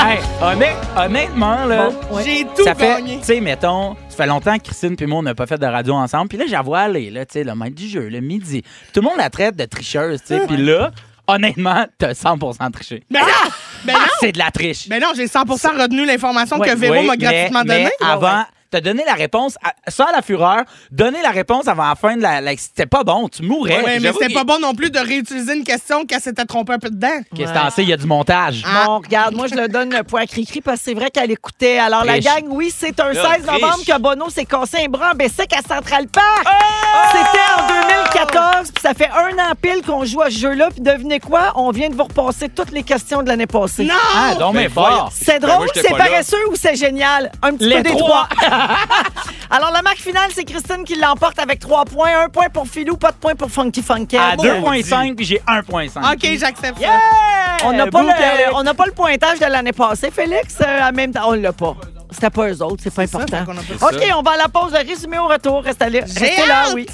[SPEAKER 2] Hey, honnêt- honnêtement, là.
[SPEAKER 1] Ouais.
[SPEAKER 4] J'ai tout
[SPEAKER 2] ça fait,
[SPEAKER 4] gagné.
[SPEAKER 2] tu sais, mettons, ça fait longtemps que Christine puis moi, on n'a pas fait de radio ensemble. Puis là, j'avoue aller, là, tu sais, le maître du jeu, le midi. Tout le monde la traite de tricheuse, tu sais. Puis là, honnêtement, t'as 100 triché.
[SPEAKER 4] Mais Ben non, mais non,
[SPEAKER 2] Ah, c'est de la triche.
[SPEAKER 4] mais non, j'ai 100% retenu l'information que Véro
[SPEAKER 2] Oui,
[SPEAKER 4] m'a
[SPEAKER 2] mais-
[SPEAKER 4] gratuitement
[SPEAKER 2] mais
[SPEAKER 4] donnée.
[SPEAKER 2] avant, t'as donné la réponse, à, ça à la fureur, donner la réponse avant la fin de la. la- C'était pas bon, tu mourrais.
[SPEAKER 4] Ouais, mais
[SPEAKER 2] J'avoue
[SPEAKER 4] c'était
[SPEAKER 2] que-
[SPEAKER 4] pas bon non plus de réutiliser une question qu'elle s'était trompée un peu dedans.
[SPEAKER 2] Qu'est-ce que t'en sais, il y a du montage.
[SPEAKER 4] Ah,
[SPEAKER 1] Bon, regarde, moi, je le donne le point à Cricri parce que c'est vrai qu'elle écoutait. Alors,
[SPEAKER 2] Triche.
[SPEAKER 1] la gang, oui, c'est un
[SPEAKER 3] Là,
[SPEAKER 1] 16 novembre
[SPEAKER 3] triche.
[SPEAKER 1] que Bono s'est cassé un bras en Bessic à Central Park. C'était en 2014, puis ça fait un an pile qu'on joue à ce jeu-là. Puis devinez quoi? On vient de vous repasser toutes les questions de l'année passée.
[SPEAKER 4] Non!
[SPEAKER 2] Ah, donc, mais
[SPEAKER 3] Ben, voyons.
[SPEAKER 2] fort.
[SPEAKER 1] C'est
[SPEAKER 3] Ben,
[SPEAKER 1] drôle,
[SPEAKER 3] moi, j'étais
[SPEAKER 1] c'est
[SPEAKER 3] pas là.
[SPEAKER 1] paresseux ou c'est génial? Un petit
[SPEAKER 2] Les
[SPEAKER 1] peu des
[SPEAKER 2] trois.
[SPEAKER 1] trois. Alors, la marque finale, c'est Christine qui l'emporte avec 3 points. Un point pour Philou, pas de point pour Funky Funky.
[SPEAKER 3] Ah,
[SPEAKER 2] À 2,5 puis j'ai 1,5.
[SPEAKER 4] OK, j'accepte ça.
[SPEAKER 1] On n'a pas,
[SPEAKER 2] Bouquet.
[SPEAKER 1] le- on n'a pas le pointage de l'année passée, Félix. euh, en même temps, on l'a pas. C'était pas eux autres, c'est pas important.
[SPEAKER 4] qu'on a pas-
[SPEAKER 1] OK, on va à la pause. Résumé au retour. Reste là. Restez là, oui.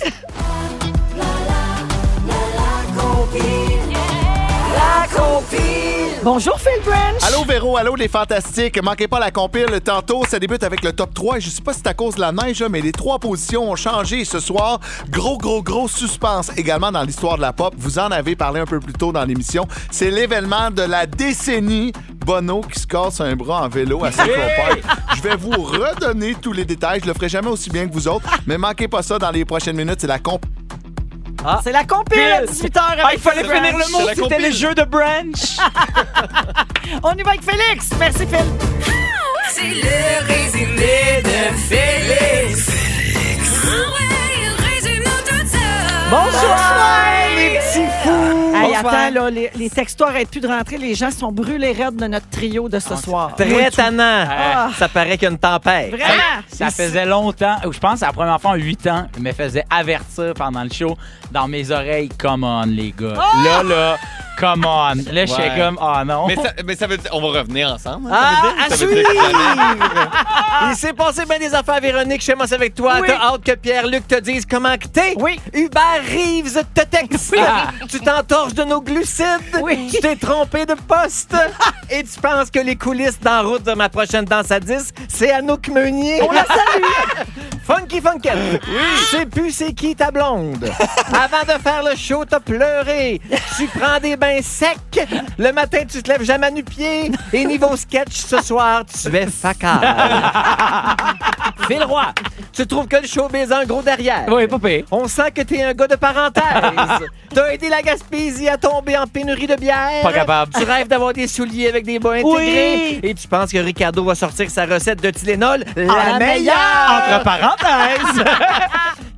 [SPEAKER 1] Bonjour, Phil Branch.
[SPEAKER 12] Allô Véro, allô les fantastiques. Manquez pas la compile tantôt. Ça débute avec le top 3. Je sais pas si c'est à cause de la neige, là, mais les trois positions ont changé ce soir. Gros, gros, gros suspense également dans l'histoire de la pop. Vous en avez parlé un peu plus tôt dans l'émission. C'est l'événement de la décennie. Bono qui se casse un bras en vélo à Central Park. Je vais vous redonner tous les détails. Je le ferai jamais aussi bien que vous autres. Mais manquez pas ça dans les prochaines minutes. C'est la comp.
[SPEAKER 1] Ah. C'est la compile à
[SPEAKER 12] Phil.
[SPEAKER 1] 18h avec
[SPEAKER 12] Ah, il fallait
[SPEAKER 1] Phil
[SPEAKER 12] finir
[SPEAKER 1] Branch.
[SPEAKER 12] le mot, C'est la c'était compile. le jeu
[SPEAKER 2] de Branch.
[SPEAKER 1] on y va avec Félix. Merci, Phil.
[SPEAKER 5] C'est le résumé de Félix. Ah
[SPEAKER 1] Bonsoir,
[SPEAKER 5] les petits
[SPEAKER 1] Ah, fous! Hey,
[SPEAKER 5] Bonsoir.
[SPEAKER 1] attends, là, les, les textoires n'arrêtent plus de rentrer. Les gens sont brûlés raides de notre trio de ce
[SPEAKER 12] Ah,
[SPEAKER 1] soir.
[SPEAKER 13] Très tannant.
[SPEAKER 1] Ah.
[SPEAKER 13] Ça paraît qu'il y a une tempête.
[SPEAKER 1] Vraiment?
[SPEAKER 2] Ça faisait longtemps, ou je pense à la première fois en 8 ans, il me faisait avertir pendant le show dans mes oreilles, come on les gars.
[SPEAKER 3] Ah!
[SPEAKER 2] Là, là, come on. Là, je suis
[SPEAKER 3] Ouais.
[SPEAKER 2] comme, ah non.
[SPEAKER 3] Mais ça, mais ça veut dire, on va revenir ensemble. hein,
[SPEAKER 13] Ah,
[SPEAKER 3] ça veut dire- ça
[SPEAKER 13] à
[SPEAKER 3] veut dire que jamais-
[SPEAKER 13] suivre! Il s'est passé bien des affaires, Véronique. Je commence avec toi.
[SPEAKER 3] Oui.
[SPEAKER 13] T'as hâte que Pierre-Luc te dise comment que t'es.
[SPEAKER 1] Oui.
[SPEAKER 13] Hubert Reeves te texte.
[SPEAKER 5] Oui.
[SPEAKER 13] Tu t'entorches de nos glucides. Tu t'es trompé de poste. Et tu penses que les coulisses d'en route de ma prochaine danse à 10, c'est Anouk Meunier.
[SPEAKER 5] On la
[SPEAKER 13] salue. Funky Funkette. Oui. Je sais plus c'est qui ta blonde. Avant de faire le show, t'as pleuré. Tu prends des bains secs. Le matin, tu te lèves jamais à nu-pieds. Et niveau sketch, ce soir, tu es facal. Phil Roy, tu trouves que le showbiz a un gros derrière.
[SPEAKER 2] Oui, pas pire.
[SPEAKER 13] On sent que t'es un gars de parenthèse. T'as aidé la Gaspésie à tomber en pénurie de bière.
[SPEAKER 2] Pas capable.
[SPEAKER 1] Euh,
[SPEAKER 13] Tu rêves d'avoir des souliers avec des bas intégrés. Et tu penses que Ricardo va sortir sa recette de Tylenol la,
[SPEAKER 5] la meilleure.
[SPEAKER 13] meilleure.
[SPEAKER 5] Entre parenthèses.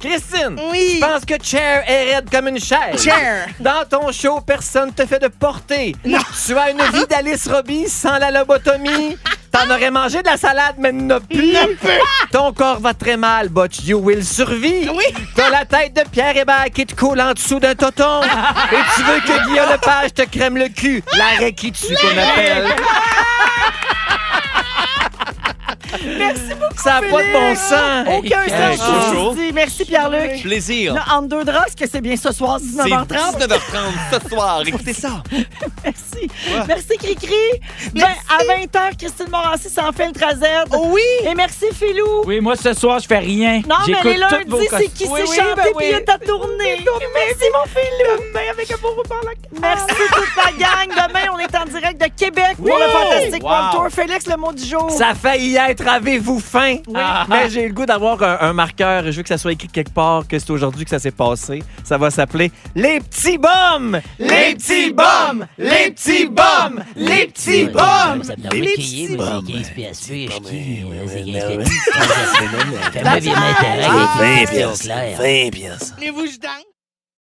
[SPEAKER 13] Christine, tu penses que Chair est raide comme une chaise.
[SPEAKER 5] Chair.
[SPEAKER 13] Dans ton show, personne te fait de portée. Tu as une vie d'Alice Robbie sans la lobotomie. T'en aurais mangé de la salade, mais n'a plus. Ton corps va très mal, but you will survivre. Oui. T'as la tête de Pierre Hébert qui te coule en dessous d'un toton. Et tu veux que Guillaume Lepage te crème le cul. L'arrêt qui tue qu'on appelle.
[SPEAKER 1] Merci beaucoup.
[SPEAKER 13] Ça a pas de bon
[SPEAKER 1] Félix.
[SPEAKER 13] sens.
[SPEAKER 1] Aucun
[SPEAKER 13] Hey,
[SPEAKER 1] sens.
[SPEAKER 13] chaud, chaud.
[SPEAKER 1] Merci, Merci, Pierre-Luc.
[SPEAKER 3] Plaisir.
[SPEAKER 1] Là, entre deux draps, est-ce que c'est bien ce soir,
[SPEAKER 3] C'est
[SPEAKER 1] 19h30?
[SPEAKER 3] 19h30 ce soir. Écoutez ça.
[SPEAKER 1] Merci. Merci, Cricri. Ben, à 20h, Christine Morancy s'en fait le trazer.
[SPEAKER 4] Oh
[SPEAKER 1] oui. Et merci, Philou.
[SPEAKER 2] Oui, moi, ce soir, je fais rien.
[SPEAKER 1] Non, mais
[SPEAKER 2] J'écoute
[SPEAKER 1] les
[SPEAKER 2] toutes vos
[SPEAKER 1] lundis, c'est
[SPEAKER 2] cos-
[SPEAKER 1] qui s'est
[SPEAKER 2] Oui, oui,
[SPEAKER 1] chanté
[SPEAKER 2] ben oui.
[SPEAKER 1] puis il y a ta tournée. Merci, mon Philou. Demain, avec un beau repas la Merci, toute la gang. Demain, on est en direct de Québec pour
[SPEAKER 13] Oui.
[SPEAKER 1] le Fantastic
[SPEAKER 13] Wow.
[SPEAKER 1] One Tour. Félix, le mot du jour.
[SPEAKER 13] Ça a failli être avez-vous faim?
[SPEAKER 1] Ah.
[SPEAKER 13] Mais j'ai le goût d'avoir un, un marqueur. Je veux que ça soit écrit quelque part que c'est aujourd'hui que ça s'est passé. Ça va s'appeler Les petits bombes! Les petits bombes! Les petits bombes! Les petits bombes!
[SPEAKER 10] Les
[SPEAKER 13] petits
[SPEAKER 10] petits
[SPEAKER 13] bombes!
[SPEAKER 10] Fais-moi bien mettre la règle,
[SPEAKER 13] Ah,
[SPEAKER 10] les
[SPEAKER 13] vingt
[SPEAKER 10] petits bombes,
[SPEAKER 13] piastres,
[SPEAKER 10] Claire.
[SPEAKER 13] vingt
[SPEAKER 4] Voulez-vous que je danse?